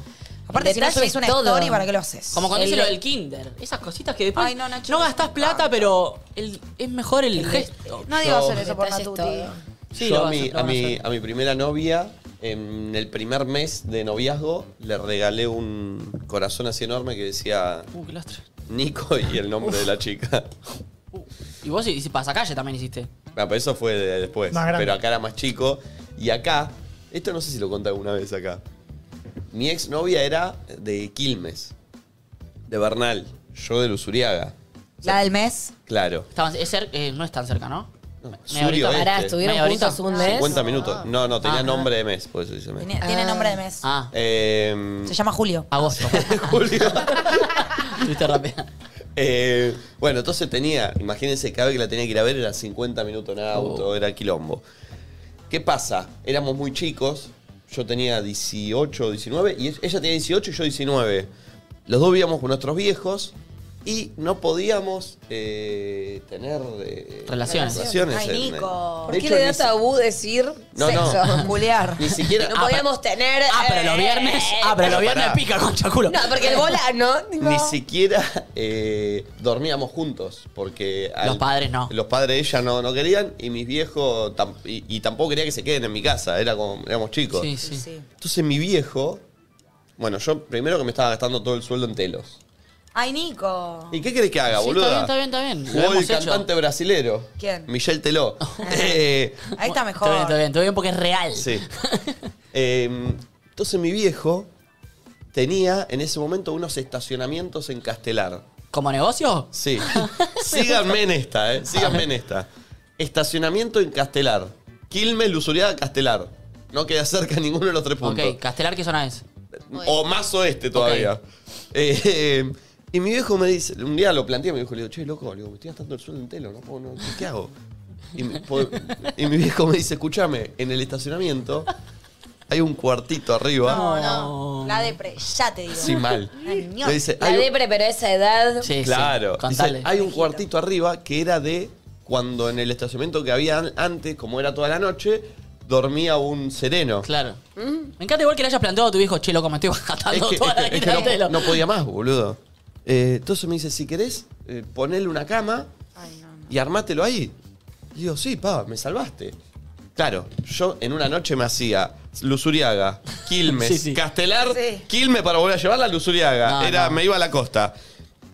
[SPEAKER 2] Aparte,
[SPEAKER 7] El
[SPEAKER 2] si no
[SPEAKER 7] detalle
[SPEAKER 2] subís
[SPEAKER 7] es
[SPEAKER 2] una
[SPEAKER 7] todo.
[SPEAKER 2] story, ¿para qué lo haces?
[SPEAKER 3] Como cuando
[SPEAKER 7] El
[SPEAKER 3] dice lo
[SPEAKER 7] de-
[SPEAKER 3] del kinder. Esas cositas que después.
[SPEAKER 2] Ay, no, Nacho,
[SPEAKER 3] gastás
[SPEAKER 2] no.
[SPEAKER 3] plata, pero el- es mejor el gesto.
[SPEAKER 2] No digo
[SPEAKER 5] Yo-
[SPEAKER 2] hacer eso por
[SPEAKER 7] Detalles
[SPEAKER 2] Natuti.
[SPEAKER 7] todo.
[SPEAKER 3] Sí, lo
[SPEAKER 5] Yo a
[SPEAKER 3] vas a-
[SPEAKER 5] mi,
[SPEAKER 3] lo
[SPEAKER 5] a,
[SPEAKER 3] van a
[SPEAKER 5] mi,
[SPEAKER 3] hacer.
[SPEAKER 5] a mi primera novia, en el primer mes de noviazgo, le regalé un corazón así enorme que decía
[SPEAKER 3] Uh, qué lastre. Uh,
[SPEAKER 5] Nico <laughs> y el nombre de la chica. <laughs>
[SPEAKER 3] Y vos
[SPEAKER 5] Ah,
[SPEAKER 3] hiciste pasacalle también hiciste.
[SPEAKER 5] No, pero eso fue pues de- después.
[SPEAKER 4] Más grande.
[SPEAKER 5] Pero acá era más chico. Y acá Esto no sé si lo conté alguna vez acá. Mi exnovia era de Quilmes, de Bernal, yo de Luzuriaga.
[SPEAKER 2] La del mes.
[SPEAKER 5] Claro.
[SPEAKER 3] Estaban- es cer- eh, no es tan cerca, ¿no?
[SPEAKER 5] Surio
[SPEAKER 3] horita.
[SPEAKER 7] Pará,
[SPEAKER 5] este.
[SPEAKER 7] estuvieron
[SPEAKER 3] Media horita.
[SPEAKER 7] juntos un mes.
[SPEAKER 5] 50 minutos. No, no, tenía
[SPEAKER 3] Ah.
[SPEAKER 5] nombre de mes, por eso dice mes.
[SPEAKER 2] Tiene, tiene nombre de mes.
[SPEAKER 3] Ah,
[SPEAKER 5] Eh,
[SPEAKER 2] Se llama Julio.
[SPEAKER 5] <laughs>
[SPEAKER 3] agosto.
[SPEAKER 5] Julio.
[SPEAKER 3] <laughs> Tuviste rápido.
[SPEAKER 5] Eh, bueno, entonces tenía, imagínense, cada vez que la tenía que ir a ver eran 50 minutos en auto, era quilombo. ¿Qué pasa? Éramos muy chicos, yo tenía 18, 19, y ella tenía 18 y yo 19. Los dos vivíamos con nuestros viejos y no podíamos eh, tener eh,
[SPEAKER 3] Relaciones.
[SPEAKER 5] relaciones
[SPEAKER 2] Ay,
[SPEAKER 5] en-
[SPEAKER 2] Nico.
[SPEAKER 5] de
[SPEAKER 7] ¿Por qué
[SPEAKER 5] hecho,
[SPEAKER 7] le
[SPEAKER 5] ni
[SPEAKER 7] da
[SPEAKER 5] si-
[SPEAKER 7] tabú decir
[SPEAKER 5] No, no.
[SPEAKER 7] sexo?
[SPEAKER 2] Juliar. <laughs>
[SPEAKER 5] Ni siquiera.
[SPEAKER 7] No
[SPEAKER 5] Ah,
[SPEAKER 7] podíamos tener. eh,
[SPEAKER 3] Ah, pero los viernes. Ah, pero los viernes
[SPEAKER 5] pará.
[SPEAKER 3] pica con chaculo.
[SPEAKER 7] No, porque el bola, ¿no?
[SPEAKER 5] Ni siquiera eh, dormíamos juntos, porque...
[SPEAKER 3] Los padres no.
[SPEAKER 5] Los padres de ella no, no querían y mis viejos... tam- y, y tampoco quería que se queden en mi casa, era como, éramos chicos.
[SPEAKER 3] Sí, sí.
[SPEAKER 5] Entonces mi viejo... Bueno, yo primero que me estaba gastando todo el sueldo en telos.
[SPEAKER 2] Ay, Nico.
[SPEAKER 5] ¿Y qué querés que haga,
[SPEAKER 3] Sí,
[SPEAKER 5] boludo?
[SPEAKER 3] está bien, está bien, está bien. Lo
[SPEAKER 5] Jugó el
[SPEAKER 3] hemos hecho. Ah.
[SPEAKER 5] cantante brasilero.
[SPEAKER 2] ¿Quién?
[SPEAKER 5] Michel Teló. Eh,
[SPEAKER 2] Ahí está mejor.
[SPEAKER 3] Todo bien, todo bien, todo bien porque es real. <laughs>
[SPEAKER 5] Sí. Eh, entonces mi viejo tenía en ese momento unos estacionamientos en Castelar.
[SPEAKER 3] ¿Como negocio?
[SPEAKER 5] Sí. Síganme en esta, ¿eh? Síganme en esta. Estacionamiento en Castelar. Quilmes, Lusuriaga, Castelar. No queda cerca ninguno de los tres puntos.
[SPEAKER 3] Ok, Castelar, ¿qué zona es?
[SPEAKER 5] O más oeste todavía. Eh, eh, y mi viejo me dice, un día lo planteé, me dijo, le digo, che, loco, le digo, me estoy gastando el sueldo en telo, no puedo, no, ¿qué- ¿qué hago? Y, me- po- y mi viejo me dice, escúchame, en el estacionamiento hay un cuartito arriba.
[SPEAKER 2] No, no. La depre. Ya te digo.
[SPEAKER 3] <laughs>
[SPEAKER 5] Sí, mal.
[SPEAKER 2] Ay, ñoño.
[SPEAKER 5] Me dice,
[SPEAKER 7] La
[SPEAKER 5] "Hay un-
[SPEAKER 7] depre, pero a esa edad.
[SPEAKER 3] Sí,
[SPEAKER 5] Claro.
[SPEAKER 3] sí.
[SPEAKER 5] Dice,
[SPEAKER 3] Contale.
[SPEAKER 5] hay un cuartito arriba que era de cuando en el estacionamiento que había an- antes, como era toda la noche, dormía un sereno.
[SPEAKER 3] Claro.
[SPEAKER 7] ¿Mm?
[SPEAKER 3] Me encanta igual que le hayas planteado a tu viejo, che, loco, me estoy <laughs>
[SPEAKER 5] Es
[SPEAKER 3] gastando
[SPEAKER 5] que,
[SPEAKER 3] toda
[SPEAKER 5] es
[SPEAKER 3] la
[SPEAKER 5] que- es
[SPEAKER 3] guita de
[SPEAKER 5] que no,
[SPEAKER 3] telo.
[SPEAKER 5] no podía más, boludo. Eh, entonces me dice, si querés, eh, ponele una cama y armátelo ahí. Y digo, sí, pa, me salvaste. Claro, yo en una noche me hacía
[SPEAKER 3] <laughs>
[SPEAKER 5] Luzuriaga, Quilmes,
[SPEAKER 3] Sí, sí.
[SPEAKER 5] Castelar,
[SPEAKER 2] Sí.
[SPEAKER 5] Quilmes para volver a llevarla a Luzuriaga.
[SPEAKER 3] No,
[SPEAKER 5] era,
[SPEAKER 3] no.
[SPEAKER 5] Me iba a la costa.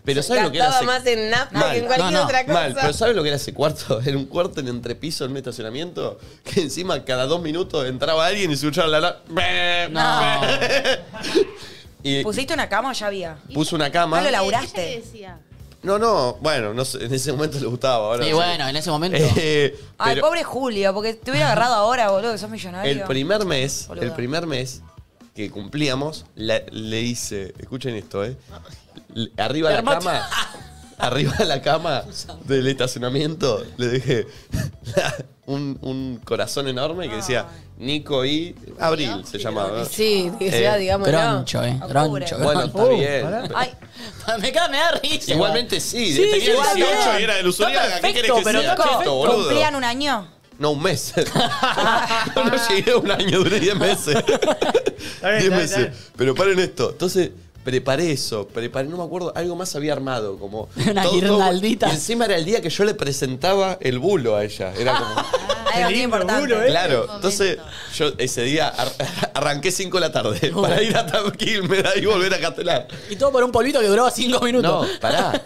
[SPEAKER 5] Pero ¿sabes lo que era?
[SPEAKER 7] Gastaba
[SPEAKER 5] ese-
[SPEAKER 7] más en nafta
[SPEAKER 5] Mal.
[SPEAKER 7] que en cualquier
[SPEAKER 3] No, no.
[SPEAKER 7] otra cosa.
[SPEAKER 5] Mal, pero ¿sabes lo que era ese cuarto? <laughs> Era un cuarto en entrepiso en un estacionamiento que encima cada dos minutos entraba alguien y se escuchaba la... la
[SPEAKER 3] No.
[SPEAKER 5] y
[SPEAKER 2] ¿Pusiste una cama o ya había?
[SPEAKER 5] puso una cama.
[SPEAKER 2] No lo laburo.
[SPEAKER 6] ¿Qué
[SPEAKER 2] ¿Laburaste?
[SPEAKER 6] le decía?
[SPEAKER 5] No, no, bueno, no sé, en ese momento le gustaba. <laughs> Ahora
[SPEAKER 3] Y
[SPEAKER 5] no sé.
[SPEAKER 3] bueno, en ese momento.
[SPEAKER 5] Eh,
[SPEAKER 2] Ay,
[SPEAKER 5] pero
[SPEAKER 2] pobre Julio, porque te hubiera agarrado ahora, boludo, que sos millonario.
[SPEAKER 5] el primer mes,
[SPEAKER 2] Boludo.
[SPEAKER 5] el primer mes que cumplíamos, la- le hice, escuchen esto, ¿eh? Le- arriba de la
[SPEAKER 3] Armate-
[SPEAKER 5] cama, arriba de la cama del estacionamiento, le dejé <laughs> un, un corazón enorme que decía Nico y Abril, se llamaba.
[SPEAKER 7] Sí, que sea,
[SPEAKER 5] Eh,
[SPEAKER 7] digamos, no.
[SPEAKER 3] Groncho, eh.
[SPEAKER 2] Octubre.
[SPEAKER 3] Groncho,
[SPEAKER 5] Bueno,
[SPEAKER 3] groncho.
[SPEAKER 5] está bien.
[SPEAKER 4] Oh,
[SPEAKER 5] Ah.
[SPEAKER 4] pará.
[SPEAKER 5] pero-
[SPEAKER 2] Ay,
[SPEAKER 3] <laughs> me, cae- me da risa.
[SPEAKER 5] Igualmente sí,
[SPEAKER 3] Sí,
[SPEAKER 5] tenía
[SPEAKER 3] sí, está
[SPEAKER 5] 18 y
[SPEAKER 3] bien.
[SPEAKER 5] era de
[SPEAKER 3] Está
[SPEAKER 5] Lusuriaga, ¿qué querés
[SPEAKER 3] perfecto,
[SPEAKER 5] que
[SPEAKER 3] pero
[SPEAKER 5] sea?
[SPEAKER 3] está
[SPEAKER 5] Cheto, boludo.
[SPEAKER 2] ¿cumplían un año?
[SPEAKER 5] No, un mes. <laughs> no, no llegué a un año, duré 10 meses. <laughs> 10
[SPEAKER 4] bien, está
[SPEAKER 5] meses.
[SPEAKER 4] bien.
[SPEAKER 5] Pero paren esto. Entonces, preparé eso, preparé, no me acuerdo, algo más había armado, como.
[SPEAKER 3] Una guirnaldita.
[SPEAKER 5] y encima era el día que yo le presentaba el bulo a ella. Era como.
[SPEAKER 2] Algo Ah, muy
[SPEAKER 4] lindo,
[SPEAKER 2] importante.
[SPEAKER 4] Julio, ¿eh?
[SPEAKER 5] Claro,
[SPEAKER 6] momento.
[SPEAKER 5] entonces yo ese día ar- <laughs> arranqué 5 de la tarde para ir a Taquilmeda y volver a Castelar.
[SPEAKER 3] Y todo por un polvito que duró cinco
[SPEAKER 5] No,
[SPEAKER 3] minutos.
[SPEAKER 5] pará.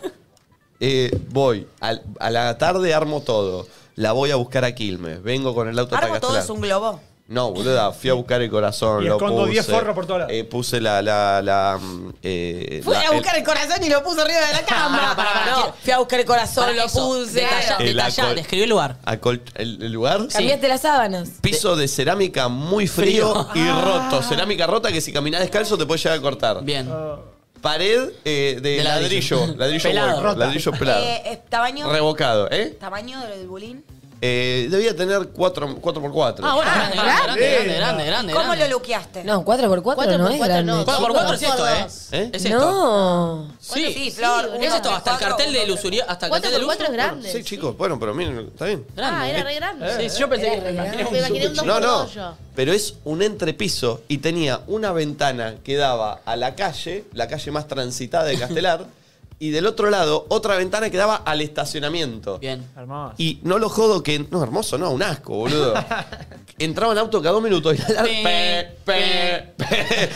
[SPEAKER 5] Eh, voy, al- a la tarde armo todo. La voy a buscar a Quilmes. Vengo con el auto
[SPEAKER 2] Armo
[SPEAKER 5] hasta
[SPEAKER 2] todo
[SPEAKER 5] Castelar.
[SPEAKER 2] es un globo.
[SPEAKER 5] No, boluda, fui a buscar el corazón.
[SPEAKER 4] Y
[SPEAKER 5] lo
[SPEAKER 4] escondo
[SPEAKER 5] puse,
[SPEAKER 4] 10 forros por todos lados.
[SPEAKER 5] Eh, puse la. la, la mm, eh,
[SPEAKER 8] Fui
[SPEAKER 5] la-
[SPEAKER 8] a buscar el corazón y lo puso arriba de la cama.
[SPEAKER 3] Pará, pará, pará,
[SPEAKER 8] No,
[SPEAKER 3] quiero-
[SPEAKER 8] fui a buscar el corazón,
[SPEAKER 3] Para
[SPEAKER 8] lo
[SPEAKER 3] eso,
[SPEAKER 8] puse.
[SPEAKER 3] Detallá,
[SPEAKER 5] El
[SPEAKER 3] detallá,
[SPEAKER 5] alcohol.
[SPEAKER 3] describí el lugar.
[SPEAKER 5] acol- el, el lugar.
[SPEAKER 7] Cambiaste las sábanas.
[SPEAKER 5] Piso de cerámica muy frío, y roto. Cerámica rota que si caminás descalzo te puede llegar a cortar.
[SPEAKER 3] Bien.
[SPEAKER 4] Ah.
[SPEAKER 5] Pared eh, de,
[SPEAKER 3] De
[SPEAKER 5] ladrillo.
[SPEAKER 3] ladrillo.
[SPEAKER 5] Ladrillo,
[SPEAKER 3] Pelado.
[SPEAKER 5] hueco,
[SPEAKER 4] Rota.
[SPEAKER 5] ladrillo pelado.
[SPEAKER 2] Eh, eh, tamaño,
[SPEAKER 5] Revocado, ¿eh?
[SPEAKER 2] tamaño del bulín.
[SPEAKER 5] Eh, Debía tener 4 x 4
[SPEAKER 3] Ah, bueno, grande, grande, grande, grande, grande.
[SPEAKER 2] ¿Cómo
[SPEAKER 3] grande.
[SPEAKER 2] lo luqueaste?
[SPEAKER 7] No, 4x4 no es
[SPEAKER 6] 4x4
[SPEAKER 7] grande.
[SPEAKER 6] no.
[SPEAKER 7] chico.
[SPEAKER 3] 4x4 es esto, ¿eh?
[SPEAKER 5] ¿eh?
[SPEAKER 3] Es esto.
[SPEAKER 7] No.
[SPEAKER 2] Bueno, sí,
[SPEAKER 3] Sí.
[SPEAKER 2] Flor.
[SPEAKER 6] sí,
[SPEAKER 2] uno
[SPEAKER 3] Es esto,
[SPEAKER 2] de
[SPEAKER 3] hasta el
[SPEAKER 2] cuatro,
[SPEAKER 3] cartel
[SPEAKER 2] uno
[SPEAKER 3] de
[SPEAKER 2] de-
[SPEAKER 3] Luzuría. Hasta el
[SPEAKER 6] Cuatro
[SPEAKER 3] cartel de
[SPEAKER 6] por
[SPEAKER 3] Luz.
[SPEAKER 6] cuatro es grande.
[SPEAKER 5] Sí, chicos, bueno, pero miren, está bien.
[SPEAKER 3] Grande.
[SPEAKER 6] Ah, era re grande.
[SPEAKER 3] Sí, sí, yo pensé que
[SPEAKER 6] Me imaginé un dos
[SPEAKER 5] No,
[SPEAKER 6] por
[SPEAKER 5] no.
[SPEAKER 6] dos yo.
[SPEAKER 5] Pero es un entrepiso y tenía una ventana que daba a la calle, la calle más transitada de Castelar, y del otro lado otra ventana que daba al estacionamiento.
[SPEAKER 3] Bien.
[SPEAKER 4] Hermoso.
[SPEAKER 5] Y no lo jodo que. No, hermoso, no, un asco, boludo. Entraba en auto cada dos minutos y la alarma, pe, pe, pe.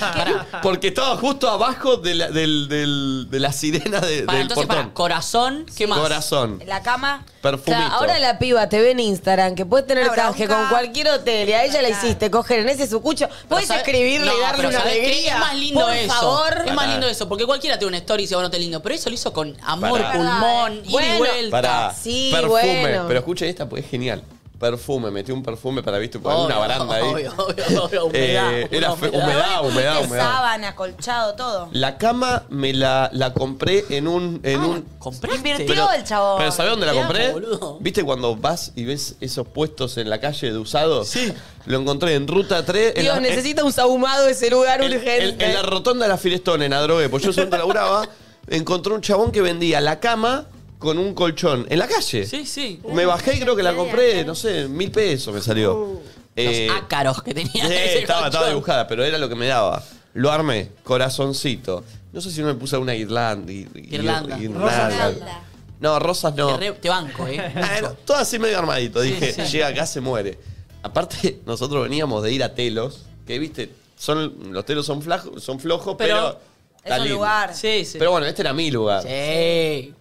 [SPEAKER 5] Porque estaba justo abajo de la, del- del- de la sirena de-
[SPEAKER 3] Para,
[SPEAKER 5] del
[SPEAKER 3] entonces, para,
[SPEAKER 5] portón.
[SPEAKER 3] corazón, ¿qué más?
[SPEAKER 5] Corazón.
[SPEAKER 2] La cama.
[SPEAKER 7] O sea,
[SPEAKER 5] Perfumito.
[SPEAKER 7] ahora la piba te ve en Instagram que puedes tener
[SPEAKER 2] Una
[SPEAKER 7] canje
[SPEAKER 2] bronca.
[SPEAKER 7] con cualquier hotel y a ella la
[SPEAKER 2] Claro.
[SPEAKER 7] hiciste coger en ese sucucho. Puedes
[SPEAKER 3] ¿Sabes?
[SPEAKER 7] escribirle
[SPEAKER 3] No,
[SPEAKER 7] y darle
[SPEAKER 3] pero
[SPEAKER 7] una
[SPEAKER 3] ¿sabes qué?
[SPEAKER 7] alegría.
[SPEAKER 3] Es más lindo
[SPEAKER 7] por
[SPEAKER 3] eso.
[SPEAKER 7] favor.
[SPEAKER 3] Es más
[SPEAKER 5] Pará.
[SPEAKER 3] lindo eso, porque cualquiera tiene una story y dice, bueno, te lindo. Pero eso lo hizo con amor,
[SPEAKER 5] Pará.
[SPEAKER 3] pulmón, ida y
[SPEAKER 7] Bueno.
[SPEAKER 3] vuelta.
[SPEAKER 5] Para
[SPEAKER 7] Sí,
[SPEAKER 5] perfume.
[SPEAKER 7] bueno.
[SPEAKER 5] Pero escucha esta, pues es genial. Perfume, metí un perfume para, viste, poner
[SPEAKER 3] Obvio,
[SPEAKER 5] una baranda ahí.
[SPEAKER 3] Obvio, obvio, obvio, humedad,
[SPEAKER 5] Eh,
[SPEAKER 3] una
[SPEAKER 5] era fe- humedad, humedad,
[SPEAKER 2] Pusiste
[SPEAKER 5] humedad.
[SPEAKER 2] sábana, colchado, todo.
[SPEAKER 5] La cama me la, la compré en un. En un
[SPEAKER 3] ¿Compraste?
[SPEAKER 2] Invirtió el chabón.
[SPEAKER 5] pero ¿sabés dónde la
[SPEAKER 3] Te amo,
[SPEAKER 5] compré?
[SPEAKER 3] boludo.
[SPEAKER 5] ¿Viste cuando vas y ves esos puestos en la calle de usados? Sí. Lo encontré en ruta 3. en
[SPEAKER 7] Dios,
[SPEAKER 5] la-
[SPEAKER 7] necesita un sahumado ese lugar
[SPEAKER 5] en-
[SPEAKER 7] urgente.
[SPEAKER 5] en- en la rotonda de la Firestone, en Adrogué, porque yo siempre laburaba, encontré un chabón que vendía la cama con un colchón en la calle.
[SPEAKER 3] Sí, sí.
[SPEAKER 5] Me bajé y creo que la compré, no sé, mil pesos me salió. Eh,
[SPEAKER 3] Los ácaros que tenía.
[SPEAKER 5] sí,
[SPEAKER 3] <laughs> ese
[SPEAKER 5] estaba, estaba
[SPEAKER 3] colchón.
[SPEAKER 5] dibujada, pero era lo que me daba. Lo armé, corazoncito. No sé si no me puse una guirlanda. y- y-
[SPEAKER 3] Guirlanda.
[SPEAKER 5] guirlanda. No, rosas
[SPEAKER 3] Te,
[SPEAKER 5] no.
[SPEAKER 3] re- te banco,
[SPEAKER 7] <laughs>
[SPEAKER 3] ¿eh?
[SPEAKER 5] Ah, era todo así medio armadito.
[SPEAKER 3] Sí,
[SPEAKER 5] Dije,
[SPEAKER 3] sí.
[SPEAKER 5] llega acá, se muere. Aparte, nosotros veníamos de ir a telos, que viste, son, los telos son, flajos, son flojos,
[SPEAKER 3] Pero
[SPEAKER 5] pero.
[SPEAKER 2] Es
[SPEAKER 5] está
[SPEAKER 2] un
[SPEAKER 5] lindo.
[SPEAKER 2] lugar.
[SPEAKER 3] Sí, sí.
[SPEAKER 5] Pero bueno, este era mi lugar.
[SPEAKER 3] sí.